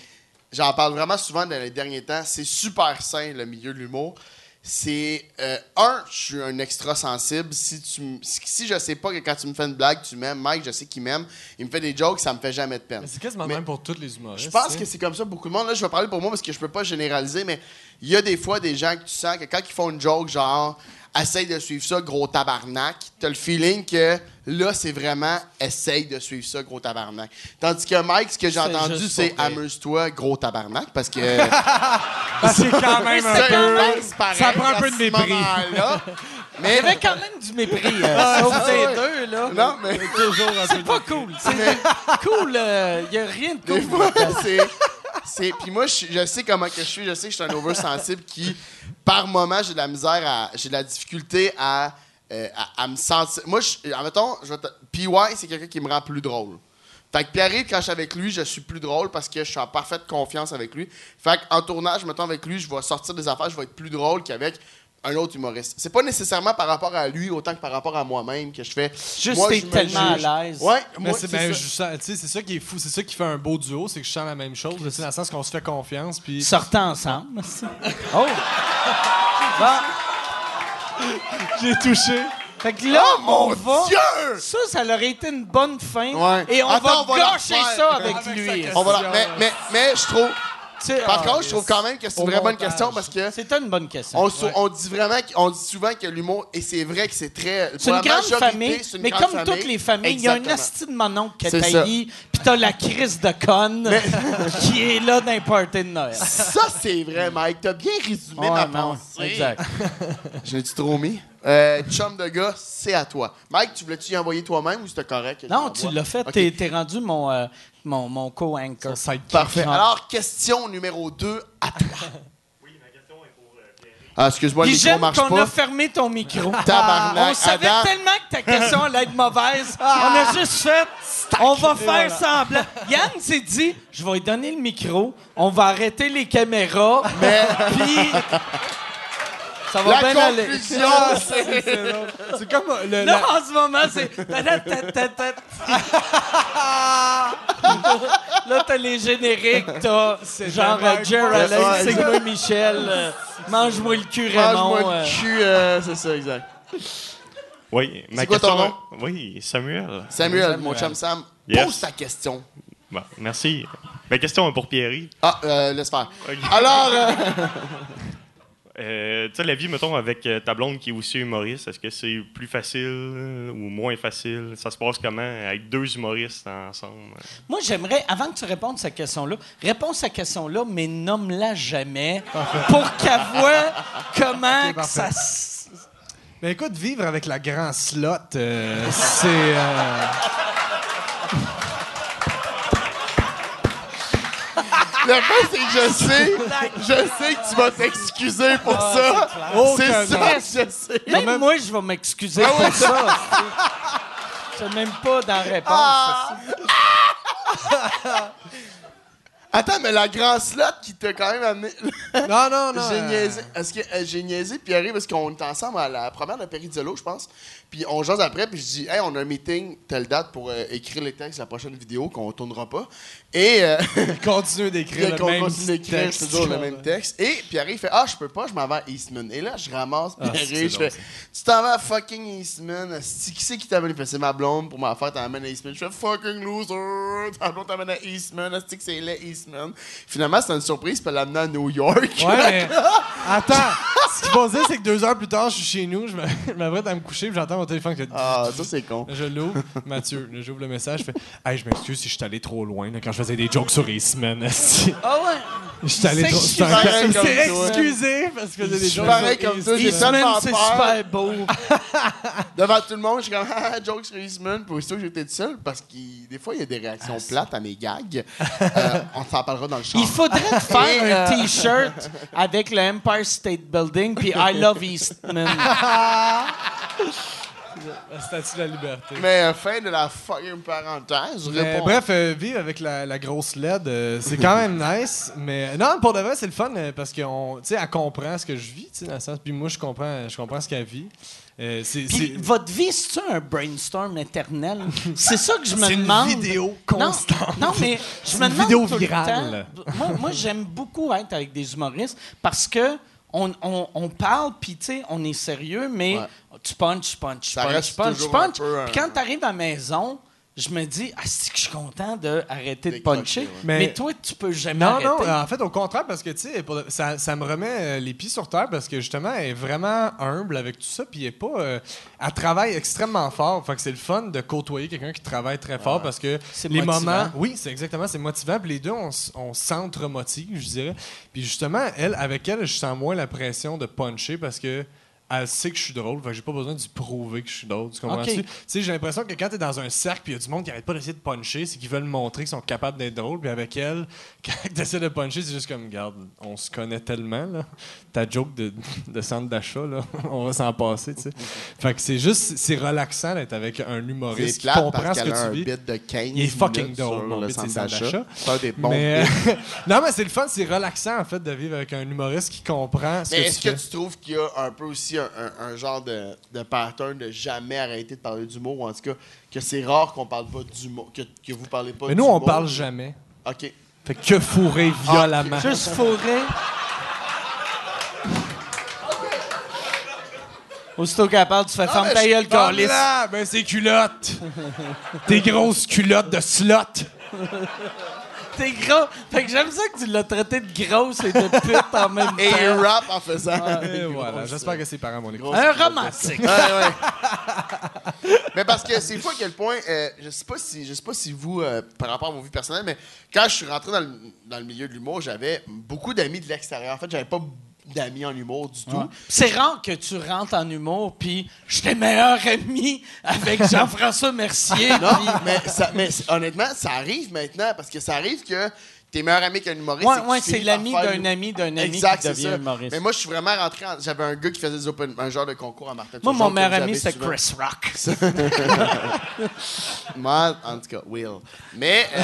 C: J'en parle vraiment souvent dans les derniers temps. C'est super sain, le milieu de l'humour. C'est. euh, un, je suis un extra sensible. Si, tu, m- si si je sais pas que quand tu me fais une blague, tu m'aimes. Mike, je sais qu'il m'aime. Il me fait des jokes, ça me fait jamais de peine.
D: Mais c'est quasiment
C: Mais-
D: le même pour tous les humoristes.
C: Je pense
D: hein.
C: que c'est comme ça beaucoup de monde. Là, je vais parler pour moi parce que je peux pas généraliser, mais il y a des fois des gens que tu sens que quand ils font une joke, genre, essaye de suivre ça, gros tabarnak, t'as le feeling que là, c'est vraiment essaye de suivre ça, gros tabarnak. Tandis que Mike, ce que j'ai entendu,
B: juste
C: c'est
B: pour rire.
C: amuse-toi, gros tabarnak, parce que.
D: Ah, c'est quand même un
C: C'est
D: peu.
C: pareil
D: ça prend un
C: à
D: peu de
C: ce
D: mépris.
C: moment-là. Mais.
B: Il y avait quand même du
C: [laughs]
B: mépris. euh, sauf
C: c'est
B: les
C: ça, ouais.
B: deux, là.
C: Non, mais.
B: C'est pas cool. C'est cool. Il
C: euh,
B: y a rien de cool.
C: Des fois, c'est. c'est- Puis moi, je, je sais comment que je suis. Je sais que je suis un oversensible qui, par moment, j'ai de la misère à. J'ai de la difficulté à, euh, à, à me sentir. Moi, je, euh, admettons, je vais te- PY, c'est quelqu'un qui me rend plus drôle. Fait que Pierre-Yves, quand je suis avec lui, je suis plus drôle parce que je suis en parfaite confiance avec lui. Fait qu'en tournage, mettons avec lui, je vais sortir des affaires, je vais être plus drôle qu'avec un autre humoriste. C'est pas nécessairement par rapport à lui autant que par rapport à moi-même que je fais.
B: Juste
C: moi,
B: t'es
C: je me
B: tellement
C: juge.
B: à l'aise.
C: Ouais,
D: Mais
C: moi,
D: c'est
C: c'est
D: ben,
C: ça.
D: je sens- tu sais, c'est ça qui est fou, c'est ça qui fait un beau duo, c'est que je sens la même chose, là, tu sais, dans le sens qu'on se fait confiance. Puis...
B: Sortant
C: [laughs]
B: ensemble. Oh! Bon.
D: J'ai touché.
B: Fait que là,
C: Oh, mon
B: on va.
C: Dieu!
B: Ça, ça leur été une bonne fin.
C: Ouais.
B: Et on
C: Attends, on
B: va
C: va la
B: gâcher
C: refaire.
B: ça avec,
D: Avec sa
B: lui.
D: question.
C: On va la- mais, mais, mais je trouve.
B: Tu sais,
C: Par
B: ah,
C: contre, je trouve quand même que c'est
D: Au
C: une vraie bonne
D: montage.
C: question parce que
B: C'était une bonne question.
C: on, sou- on dit vraiment, qu- on dit souvent que l'humour et c'est vrai que c'est très.
B: C'est une
C: pour la
B: grande
C: majorité,
B: famille,
C: c'est une
B: mais
C: grande
B: comme
C: famille.
B: toutes les familles, il y a un
C: Exactement.
B: asti de mon oncle qui a
C: C'est
B: tailli, puis t'as la crise de conne [laughs] qui est là d'un party de Noël.
C: Ça c'est vrai, Mike. T'as bien
B: Ouais,
C: résumé ma
B: non,
C: pensée.
B: exact.
C: Je l'ai-tu trop mis? Euh, chum de gars, c'est à toi. Mike, tu voulais-tu y envoyer toi-même ou c'était correct? que je
B: Non,
C: l'envoie?
B: tu l'as fait,
C: Ok.
B: t'es- t'es rendu mon, euh, mon, mon co-anchor.
C: Parfait.
B: Non.
C: Alors, question numéro 2 à toi. Oui, ma question
B: [laughs]
C: est pour. Ah, excuse-moi, le
B: Puis
C: micro
B: j'aime
C: marche
B: qu'on a
C: pas.
B: fermé ton
C: [laughs]
B: micro.
C: Tabarnak,
B: on savait
C: Adam.
B: tellement que ta question allait être mauvaise. On a juste fait, on va faire semblant. Yann s'est dit, je vais lui donner le micro, on va arrêter les caméras,
C: Mais
B: puis ça va
C: la
B: bien aller. Ah,
C: conclusion, c'est.
D: C'est comme euh, le.
B: Non,
D: la-
B: en ce moment, c'est. Ta-ta-ta-ta-ta. Là, t'as les génériques, t'as genre
D: vraiment
B: euh, Jer
D: cool.
B: Allen,
C: Ouais,
B: Sigma Michel, euh, Mange-moi le cul, Raymond.
C: Mange-moi
B: euh.
C: le cul, euh, c'est ça, exact.
F: Oui, ma
C: C'est quoi
F: question.
C: ton nom?
F: euh, Oui, Samuel.
C: Samuel, mon chum Sam,
F: Yes.
C: pose ta question.
F: Bon, merci. Ma question est pour Pierry.
C: Ah, euh, laisse faire. Alors, euh, [laughs]
F: Euh, tu sais, la vie, mettons, avec euh, ta blonde qui est aussi humoriste, est-ce que c'est plus facile euh, ou moins facile? Ça se passe comment avec deux humoristes ensemble?
B: Moi, j'aimerais, avant que tu répondes à cette question-là, réponds à cette question-là, mais nomme-la jamais pour qu'elle voit comment que
D: parfait.
B: ça s-
D: Ben, écoute, vivre avec la grand slot, euh, c'est. euh,
C: le fait, c'est que je sais, je sais que tu vas t'excuser pour ça.
D: Oh,
C: c'est
D: que
C: ça, je sais.
B: Même, moi, je vais m'excuser pour ça. [laughs] Je sais même pas dans la réponse.
C: Ah, [laughs] Attends, mais la grand slot qui t'a quand même amené. [laughs]
D: Non, non, non.
C: j'ai
D: euh,
C: niaisé. Est-ce que euh, j'ai niaisé Pierre parce qu'on était ensemble à la première de Péridolo, je pense. Puis on jase après, puis je dis, hey, on a un meeting telle date pour euh, écrire les textes, la prochaine vidéo qu'on tournera pas. Et euh, [laughs]
D: Continue
C: puis
D: d'écrire le
C: qu'on
D: même
C: continue d'écrire
D: texte. euh.
C: toujours le même texte. Et Pierre, il fait, ah, je peux pas, je m'en vais à Eastman. Et là, je ramasse
D: Ah,
C: Pierre,
D: c'est
C: je
D: bon,
C: fais,
D: ça.
C: tu t'en vas à fucking Eastman. asti, Qui c'est qui t'amène? Il fait, c'est ma blonde pour ma fête, t'amènes à Eastman. Je fais, fucking loser, ta blonde t'amène à Eastman. asti que c'est laid, Eastman. Finalement, c'était une surprise, puis elle l'a amené à New York.
D: Ouais, mais attends, ce qu'il faut se dire, c'est que deux heures plus tard, je suis chez nous, je me- [laughs] je m'apprête à me coucher, puis j'entends mon téléphone qui fait-
C: [laughs] Ah, ça, c'est con.
D: Je l'ouvre, [laughs] Mathieu, là, j'ouvre le message, je fais Hey, je m'excuse si je suis allé trop loin là, quand je faisais des jokes sur les semaines.
C: [laughs]
D: esti.
B: Ah ouais?
D: Je suis allé trop
B: C'est
D: c'est un-
C: pareil comme
D: c'est
C: toi.
D: excusé parce que j'ai des
C: Je suis
D: jokes.
C: pareil
D: sur-
C: comme toi, j'ai
B: Eastman,
C: tellement
B: c'est
C: peur.
B: super beau.
D: [laughs]
C: Devant tout le monde, je suis comme, ah, ah, jokes sur Eastman. Pour aussitôt que j'étais tout seul, parce que des fois, il y a des réactions
D: Ah,
C: plates à mes gags. Euh, on s'en parlera dans le chat.
B: Il faudrait te faire
C: Et,
B: un
C: euh,
B: T-shirt avec le Empire State Building puis I love Eastman.
D: La statue de la liberté.
C: Mais euh, fin de la fucking parenthèse. Je
D: Mais
C: réponds.
D: bref, euh, vivre avec la, la grosse LED, euh, c'est quand [laughs] même nice. Mais euh, non, pour de vrai, c'est le fun euh, parce que on- tu sais, elle comprend ce que je vis, tu sais, dans le sens. Puis moi, je comprends, je comprends ce qu'elle vit. Euh, c'est
B: Puis
D: c'est-
B: votre vie, c'est-tu un brainstorm éternel?
D: [laughs]
B: C'est ça que je me
D: C'est une
B: demande.
D: vidéo
B: Non,
D: constante.
B: Non,
D: [laughs]
B: mais je me
D: une
B: demande
D: vidéo
B: tout le
D: virale.
B: temps. Moi, moi, j'aime beaucoup être avec des humoristes parce que on, on- on parle, puis tu sais, on est sérieux, mais
C: Ouais.
B: tu punches, tu punches, tu
C: Ça
B: punches,
C: reste
B: tu punches, tu
C: toujours un
B: punches.
C: peu un-
B: Puis quand tu arrives à la maison, je me dis, ah, c'est que je suis content d'arrêter de
C: Décrocher,
B: puncher.
C: ouais.
B: Mais,
D: Mais
B: toi, tu peux jamais
D: Non,
B: arrêter.
D: non, euh, en fait, au contraire, parce que, tu sais, pour le- ça, ça me remet euh, les pieds sur terre parce que, justement, elle est vraiment humble avec tout ça, puis elle est pas... euh, elle travaille extrêmement fort, fait que c'est le fun de côtoyer quelqu'un qui travaille très fort parce que
B: C'est
D: les
B: motivant.
D: moments... Oui, c'est exactement, c'est motivant, puis les deux, on, s- on s'entremotive, je dirais. Puis justement, elle, avec elle, je sens moins la pression de puncher parce que elle sait que je suis drôle, fait que j'ai pas besoin de lui prouver que je suis drôle, tu comprends-tu?
B: Ok.
D: Tu sais, j'ai l'impression que quand t'es dans un cercle puis il y a du monde qui arrête pas d'essayer de puncher, c'est qu'ils veulent montrer qu'ils sont capables d'être drôles. Puis avec elle, [laughs] quand t'essaies de puncher, c'est juste comme, garde, on se connaît tellement, là. Ta joke de, [laughs] de centre d'achat, là, [laughs] on va s'en passer, tu sais. Fait que c'est juste, c'est relaxant d'être avec un humoriste
C: C'est
D: qui
C: plate
D: comprend
C: parce
D: ce
C: qu'elle a
D: que
C: un
D: tu vis.
C: bit de 15
D: Il est fucking
C: minutes
D: drôle, mon
C: sur le
D: bit, c'est
C: centre
D: centre d'achat.
C: d'achat. C'est un des bons
D: Mais, euh,
C: bits.
D: [laughs] non, mais c'est le fun, c'est relaxant, en fait, de vivre avec un humoriste qui comprend ce
C: Mais
D: que
C: est-ce
D: tu fais.
C: que tu trouves qu'il y a un peu aussi un, un- un genre de, de pattern de jamais arrêter de parler d'humour ou en tout cas que c'est rare qu'on parle pas d'humour, que, que vous parlez pas
D: Mais nous, on
C: d'humour?
D: parle jamais.
C: Ok.
D: Fait que fourrer
C: Ah,
D: violemment.
B: Juste fourré. Aussitôt qu'elle parle, tu fais ferme
D: mais
B: ta
D: je-
B: gueule,
D: Ah,
B: câlisse.
D: blanc, ben c'est culottes. [laughs] Tes grosses culottes de
C: [laughs]
D: slot.
B: T'es gros. Fait que j'aime ça que tu l'as traité de grosse et de pute en même
C: [laughs] Et il
B: temps.
C: rap en faisant.
D: Et voilà,
B: euh,
D: j'espère que ses parents m'ont écouté.
C: Grosse-
B: Un romantique.
C: Ouais, ouais. [laughs] mais parce que c'est fou à quel point, euh, je sais pas si, je sais pas si vous, euh, par rapport à vos vies personnelles, mais quand je suis rentré dans le, dans le milieu de l'humour, j'avais beaucoup d'amis de l'extérieur. En fait, j'avais pas d'amis en humour du tout.
B: C'est rare que tu rentres en humour, puis j'étais meilleur ami
C: [laughs]
B: avec Jean-François Mercier.
C: Non, mais, ça- mais c'est- honnêtement, ça arrive maintenant parce que ça arrive que t'es meilleur ami qu'un humoriste.
B: Ouais,
C: et que
B: ouais,
C: tu
B: c'est
C: finis par
B: l'ami
C: faire
B: d'un
C: une-
B: ami d'un ami
C: Exact,
B: qui
C: c'est
B: devient
C: ça.
B: humoriste.
C: Mais moi, je suis vraiment rentré. en- J'avais un gars qui faisait des open, un genre de concours à Martin.
B: moi,
C: Turgeon
B: mon
C: que
B: meilleur
C: vous
B: ami,
C: avez
B: c'est
C: souvent.
B: Chris Rock.
C: Moi, en tout cas, Will. Mais euh,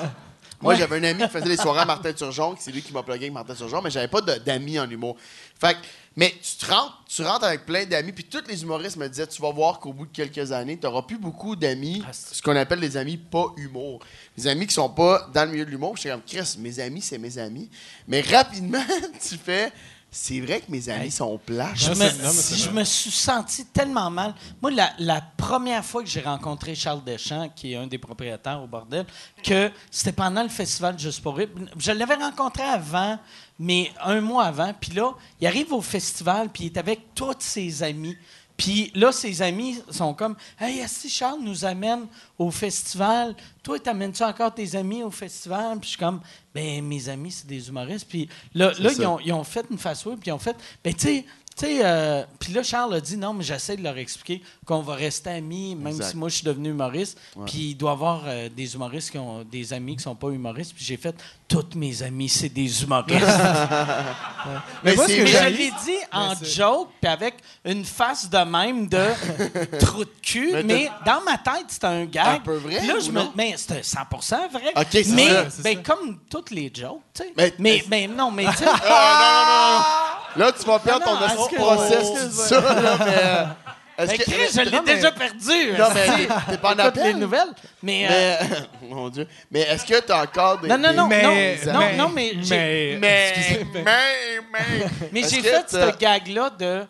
D: [laughs]
C: moi, j'avais un ami qui faisait les soirées à Martin Turgeon, que c'est lui qui m'a plugué avec Martin Turgeon, mais j'avais pas de- d'amis en humour. Fait que- mais tu te rentres, tu rentres avec plein d'amis, puis tous les humoristes me disaient, tu vas voir qu'au bout de quelques années, tu n'auras plus beaucoup d'amis,
D: Ah,
C: ce qu'on appelle des amis pas humour. Des amis qui sont pas dans le milieu de l'humour. Puis J'étais comme, Chris, mes amis, c'est mes amis. Mais rapidement, [laughs] tu fais, c'est vrai que mes amis sont plats.
B: Je, me,
D: Non, c'est- non, mais c'est
B: je me suis senti tellement mal. Moi, la, la première fois que j'ai rencontré Charles Deschamps, qui est un des propriétaires au bordel, que c'était pendant le festival Juste pour rire. Je l'avais rencontré avant, mais un mois avant. Puis là, il arrive au festival, puis il est avec tous ses amis. Puis là, ses amis sont comme Hey, si Charles nous amène au festival, toi, t'amènes-tu encore tes amis au festival? Puis je suis comme Ben, mes amis, c'est des humoristes. Puis là, là ils, ont, ils ont fait une face web, puis ils ont fait Ben, tu sais, tu sais, euh, puis là, Charles a dit non, mais j'essaie de leur expliquer qu'on va rester amis, même
C: Exact.
B: si moi je suis devenu humoriste. Puis il doit y avoir euh, des humoristes qui ont des amis qui sont pas humoristes. Puis j'ai fait toutes mes amis, c'est des
C: [laughs]
B: humoristes.
D: Mais moi, ce
C: c'est-
D: que
B: mais
D: j'ai-
B: je l'ai dit en
D: c'est-
B: joke, puis avec une face de même
C: [laughs]
B: de trou de cul. Mais,
C: Mais
B: dans ma tête, c'était un gag.
C: Un peu vrai,
B: Puis Là,
C: ou
B: je me.
C: non?
B: Mais c'était 100 vrai.
C: Ok, c'est
B: mais
C: ça,
D: c'est
B: ben,
D: ça.
B: comme toutes les jokes, tu sais. Mais,
C: Mais-
B: mais, non, mais
C: [laughs]
B: tu sais.
C: Ah, non, non, non, non. Là, tu vas perdre
B: Non,
C: ton
B: non,
C: astuce
B: excuse-moi,
C: process, tu dis
B: excuse-moi.
C: ça, là, mais... euh, Est-ce
B: Ben,
C: que-
B: Chris, je l'ai
C: Non, mais-
B: déjà perdu.
C: Non, mais
B: esti.
C: t'es pas en
B: Écoute les
C: appel.
B: nouvelles. Mais, euh,
C: Mais, mon Dieu. Mais est-ce que t'as encore des.
B: non, non,
C: des-
B: non,
D: Mais-
B: non,
D: mais-
B: non, mais j'ai-
D: mais-
C: Mais,
D: excusez,
C: mais,
D: mais-
C: mais.
B: Mais
C: Est-ce
B: j'ai
C: que
B: fait
C: t'as-
B: ce gag-là de.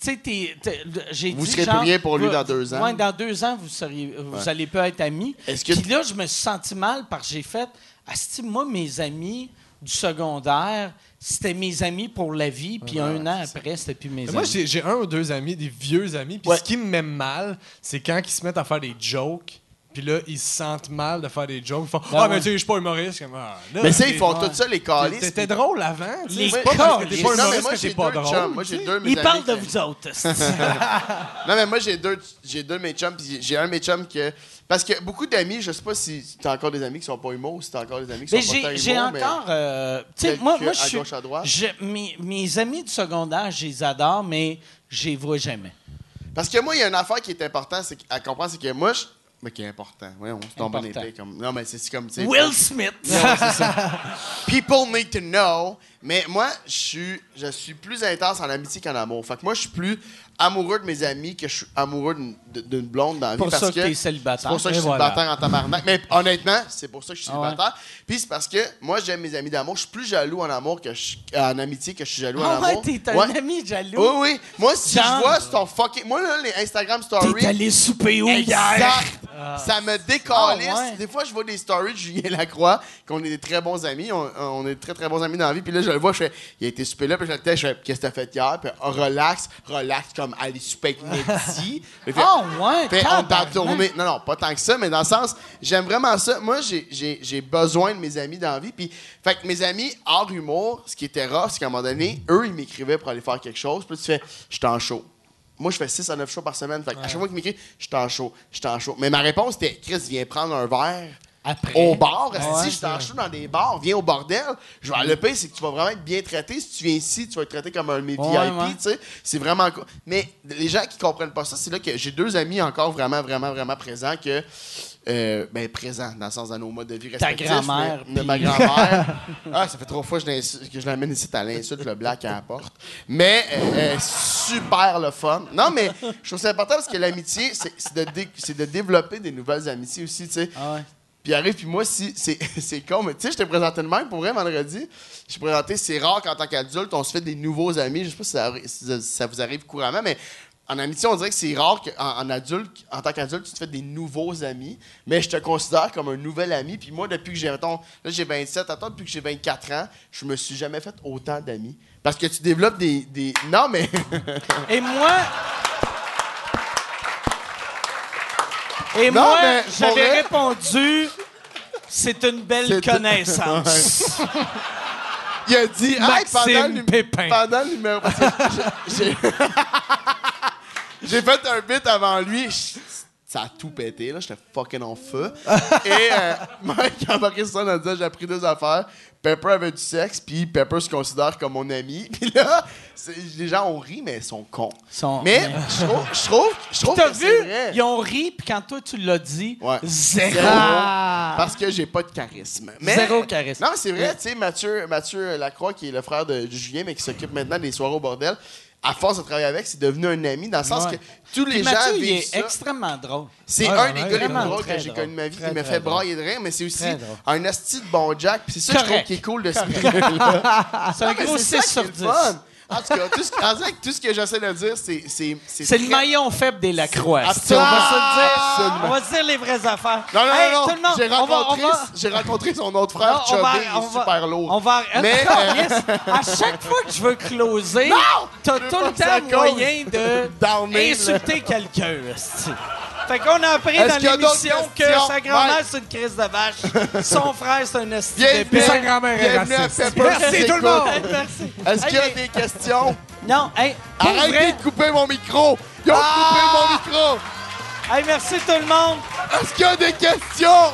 B: Tu sais, t'es- t'es- j'ai
C: Vous
B: dit
C: serez plus
B: genre,
C: rien pour lui
B: vous-
C: dans deux ans.
B: Ouais, dans deux ans, vous, seriez, vous
C: Ouais.
B: allez pas être amis.
C: Est-ce que-
B: Puis là, je me suis senti mal parce que j'ai fait. Asti, moi, mes amis du secondaire, c'était mes amis pour la vie, puis un an après, c'était plus mes
D: Mais
B: amis.
D: Moi, j'ai j'ai un ou deux amis, des vieux amis, puis
C: Ouais.
D: ce qui me met mal, c'est quand ils se mettent à faire des jokes, puis là, ils se sentent mal de faire des jokes. Ils font Ah,
B: ouais.
D: mais tu sais, je suis pas humoriste. Comme, Ah, là,
C: Ben Mais ça,
D: t'es-
C: ils font
D: ouais.
C: tout ça, les
D: T'étais-
C: calices.
D: T'étais drôle avant. tu sais,
B: Les
D: C'est pas parce que t'es
B: calices.
D: pas
C: Non, mais
D: humoriste
C: moi,
D: que
C: j'ai
D: t'es pas
C: deux chums.
D: drôle.
C: Moi, j'ai deux de mes
B: Ils
C: amis
B: parlent de
C: qui-
B: vous
C: [laughs]
B: autres. esti.
C: Non, mais moi, j'ai deux, j'ai deux de mes chums, puis j'ai un de mes chums que. Parce que beaucoup d'amis, je sais pas si t'as encore des amis qui sont pas humour ou si t'as encore des amis qui
B: Mais
C: sont pas
B: j'ai
C: tant
B: j'ai
C: humour, mais-
B: encore. euh, tu sais,
C: Quelques
B: moi, moi, je
C: à
B: suis.
C: gauche, à droite.
B: je- mes, mes amis du secondaire, je les adore, mais je les vois jamais.
C: Parce que moi, il y a une affaire qui est importante c'est que- à comprendre, c'est que moi, je. Mais qui est important. Voyons, c'est ton bon
B: Important.
C: épée. Comme... Non, mais c'est comme. tu sais,
B: Will Smith!
C: People need to know. Mais moi, je suis, je suis plus intense en amitié qu'en amour. Fait que moi, je suis plus amoureux de mes amis que je suis amoureux d'une- d'une blonde dans la vie.
B: pour
C: parce
B: ça que t'es célibataire.
C: C'est pour ça que je
B: Et
C: suis
B: voilà.
C: célibataire en tabarnak. Mais honnêtement, c'est pour ça que je suis
B: Ah ouais.
C: célibataire. Puis c'est parce que moi, j'aime mes amis d'amour. Je suis plus jaloux en amour que je- en amitié que je
B: [laughs]
C: suis jaloux
B: Ah
C: en
B: ouais,
C: amour.
B: t'es un
C: Ouais.
B: ami jaloux.
C: Oui, oui. Moi, si
B: Genre-
C: je vois ton fucking. Moi, là, les Instagram stories.
B: T'es allé souper où hier?
C: Exact. Ça me décalisse.
B: Ah ouais.
C: Des fois, je vois des stories de Julien Lacroix, qu'on est des très bons amis. On, on est très, très bons amis dans la vie. Puis là, je le vois, je fais, il a été souper là. Puis je le texte, je fais, qu'est-ce que t'as fait hier? Puis on relax, relax, comme aller souper avec
B: [laughs]
C: Mehdi. Puis il fait,
B: Ah ouais,
C: fait, on t'a
B: tabarnak.
C: tourné. Non, non, pas tant que ça, mais dans le sens, j'aime vraiment ça. Moi, j'ai- j'ai j'ai besoin de mes amis dans la vie. Puis, fait que mes amis, hors humour, ce qui était rare, c'est qu'à un moment donné, eux, ils m'écrivaient pour aller faire quelque chose. Puis là, tu fais, je suis en show. Moi, je fais 6 à 9 shows par semaine. Fait que à chaque fois qu'ils m'écrivent, je suis en show, je suis en show. Mais ma réponse était, Chris, viens prendre un verre.
B: Après. Ah
C: Au bar,
B: Ouais.
C: si je t'en choue dans des bars, viens au bordel. Je vais le pire, c'est que tu vas vraiment être bien traité. Si tu viens ici, tu vas être traité comme un de mes
B: Ouais,
C: VIP,
B: ouais.
C: tu sais. C'est vraiment cool. Mais les gens qui comprennent pas ça, c'est là que j'ai deux amis encore vraiment, vraiment, vraiment présents que. euh, ben, présents, dans le sens de nos modes de vie respectifs.
B: grand-mère,
C: mais-
B: puis- [laughs]
C: Ma grand-mère. ah, ça fait trois fois que je, l'insu- que je l'amène ici à l'insulte, le black à la porte. Mais euh, euh, super le fun. Non, mais je trouve ça important parce que l'amitié, c'est c'est de, dé- c'est de développer des nouvelles amitiés aussi, tu sais.
B: Ah ouais.
C: Puis arrive, puis moi, si, c'est [laughs] c'est con, mais tu sais, je t'ai présenté de même pour vrai vendredi. Je t'ai présenté, c'est rare qu'en tant qu'adulte, on se fait des nouveaux amis. Je sais pas si ça, arri- si ça- ça vous arrive couramment, mais en amitié, on dirait que c'est rare qu'en en adulte, en tant qu'adulte, tu te fais des nouveaux amis. Mais je te considère comme un nouvel ami. Puis moi, depuis que j'ai, mettons, là, j'ai 27, attends, depuis que j'ai 24 ans, je me suis jamais fait autant d'amis. Parce que tu développes des. des... Non, mais. [laughs]
B: Et moi. Et
C: Non,
B: moi,
C: mais pour
B: j'avais
C: vrai-
B: répondu. C'est une belle
C: C'est-
B: connaissance.
C: [laughs] Il a dit, hey,
B: Maxime
C: pendant, le num-
B: Pépin.
C: pendant le numéro. parce que j'ai- j'ai- J'ai [laughs] fait un bit avant lui. Je- Ça a tout pété, là. J'étais fucking
B: [laughs]
C: en feu. Et euh, Mike a embarqué sur ça en disant J'ai appris deux affaires. Pepper avait du sexe, puis Pepper se considère comme mon ami. [laughs] Puis là, c'est- les gens ont ri, mais ils sont cons.
B: Sont-
C: Mais je trouve, je trouve, je trouve
B: T'as
C: que
B: vu?
C: c'est vrai.
B: Ils ont ri, puis quand toi, tu l'as dit,
C: Ouais.
B: zéro. Ah.
C: Zéro. Parce que j'ai pas de charisme.
B: Zéro charisme.
C: Non, c'est vrai, tu sais, Mathieu, Mathieu Lacroix, qui est le frère de Julien, mais qui s'occupe maintenant des soirées au bordel, à force de travailler avec, c'est devenu un ami dans le sens
B: Ouais.
C: que tous les
B: Puis
C: gens
B: Mathieu, il
C: vivent
B: est
C: ça.
B: extrêmement drôle.
C: C'est
D: Ouais,
C: un
D: ouais,
C: des gars les plus
B: vraiment
C: drôles
B: très
C: que j'ai
B: drôle.
C: connu de ma vie.
B: Très,
C: Il m'a
B: très
C: fait
B: drôle.
C: brailler de rire, mais c'est aussi
B: Très drôle.
C: un asti de bon Jack. Puis c'est ça que je trouve
B: Correct.
C: qui est cool de ce milieu-là.
B: [laughs] C'est un
C: Ah, Mais
B: gros
C: c'est
B: 6
C: ça
B: sur
C: qui est
B: 10.
C: le fun. En tout cas, tout ce, en fait, tout ce que j'essaie de dire, c'est. C'est
B: C'est le
C: très-
B: maillon faible des Lacroix.
C: Absolument.
B: On va se le dire.
C: Absolument.
B: On va se dire les vraies affaires.
C: Non, non,
B: Hey,
C: non,
B: tout
C: non.
B: le monde,
C: J'ai
B: on va-
C: rencontré,
B: on va-
C: j'ai rencontré son autre
B: Non,
C: frère,
B: on va-
C: Chubby,
B: on
C: il est
B: va-
C: super lourd.
B: On va. [laughs]
C: Mais,
B: Mais,
C: euh,
B: à chaque fois que je veux closer, t'as
C: veux
B: tout
C: pas
B: le
C: que ça
B: temps moyen
C: cause.
B: de
C: Downer,
B: insulter quelqu'un. esti. Fait qu'on a appris
C: Est-ce
B: dans
C: qu'il y a d'autres
B: l'émission que
C: questions?
B: sa grand-mère
C: Mike.
B: c'est une crise de vache, son frère c'est un esti
C: Bienvenue,
B: d'épais.
D: sa grand-mère est
C: bienvenue à
D: raciste.
C: Pepper
D: Merci
C: S'écoute.
D: tout le monde!
B: Merci.
C: Est-ce qu'il y a
B: Hey,
C: des questions?
B: mais- Non, hey, pour vrai, Ah!
C: Arrêtez de couper mon micro! Ils ont coupé mon micro!
B: hey, merci tout le monde.
C: Est-ce qu'il y a des questions?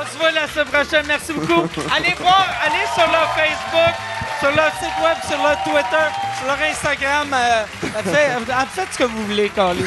B: On se voit la semaine prochaine. Merci
C: [laughs]
B: beaucoup. Allez voir, allez sur leur Facebook, sur leur site [laughs] web, sur leur Twitter, sur leur Instagram. euh, faites, euh, faites ce que vous voulez, Carly.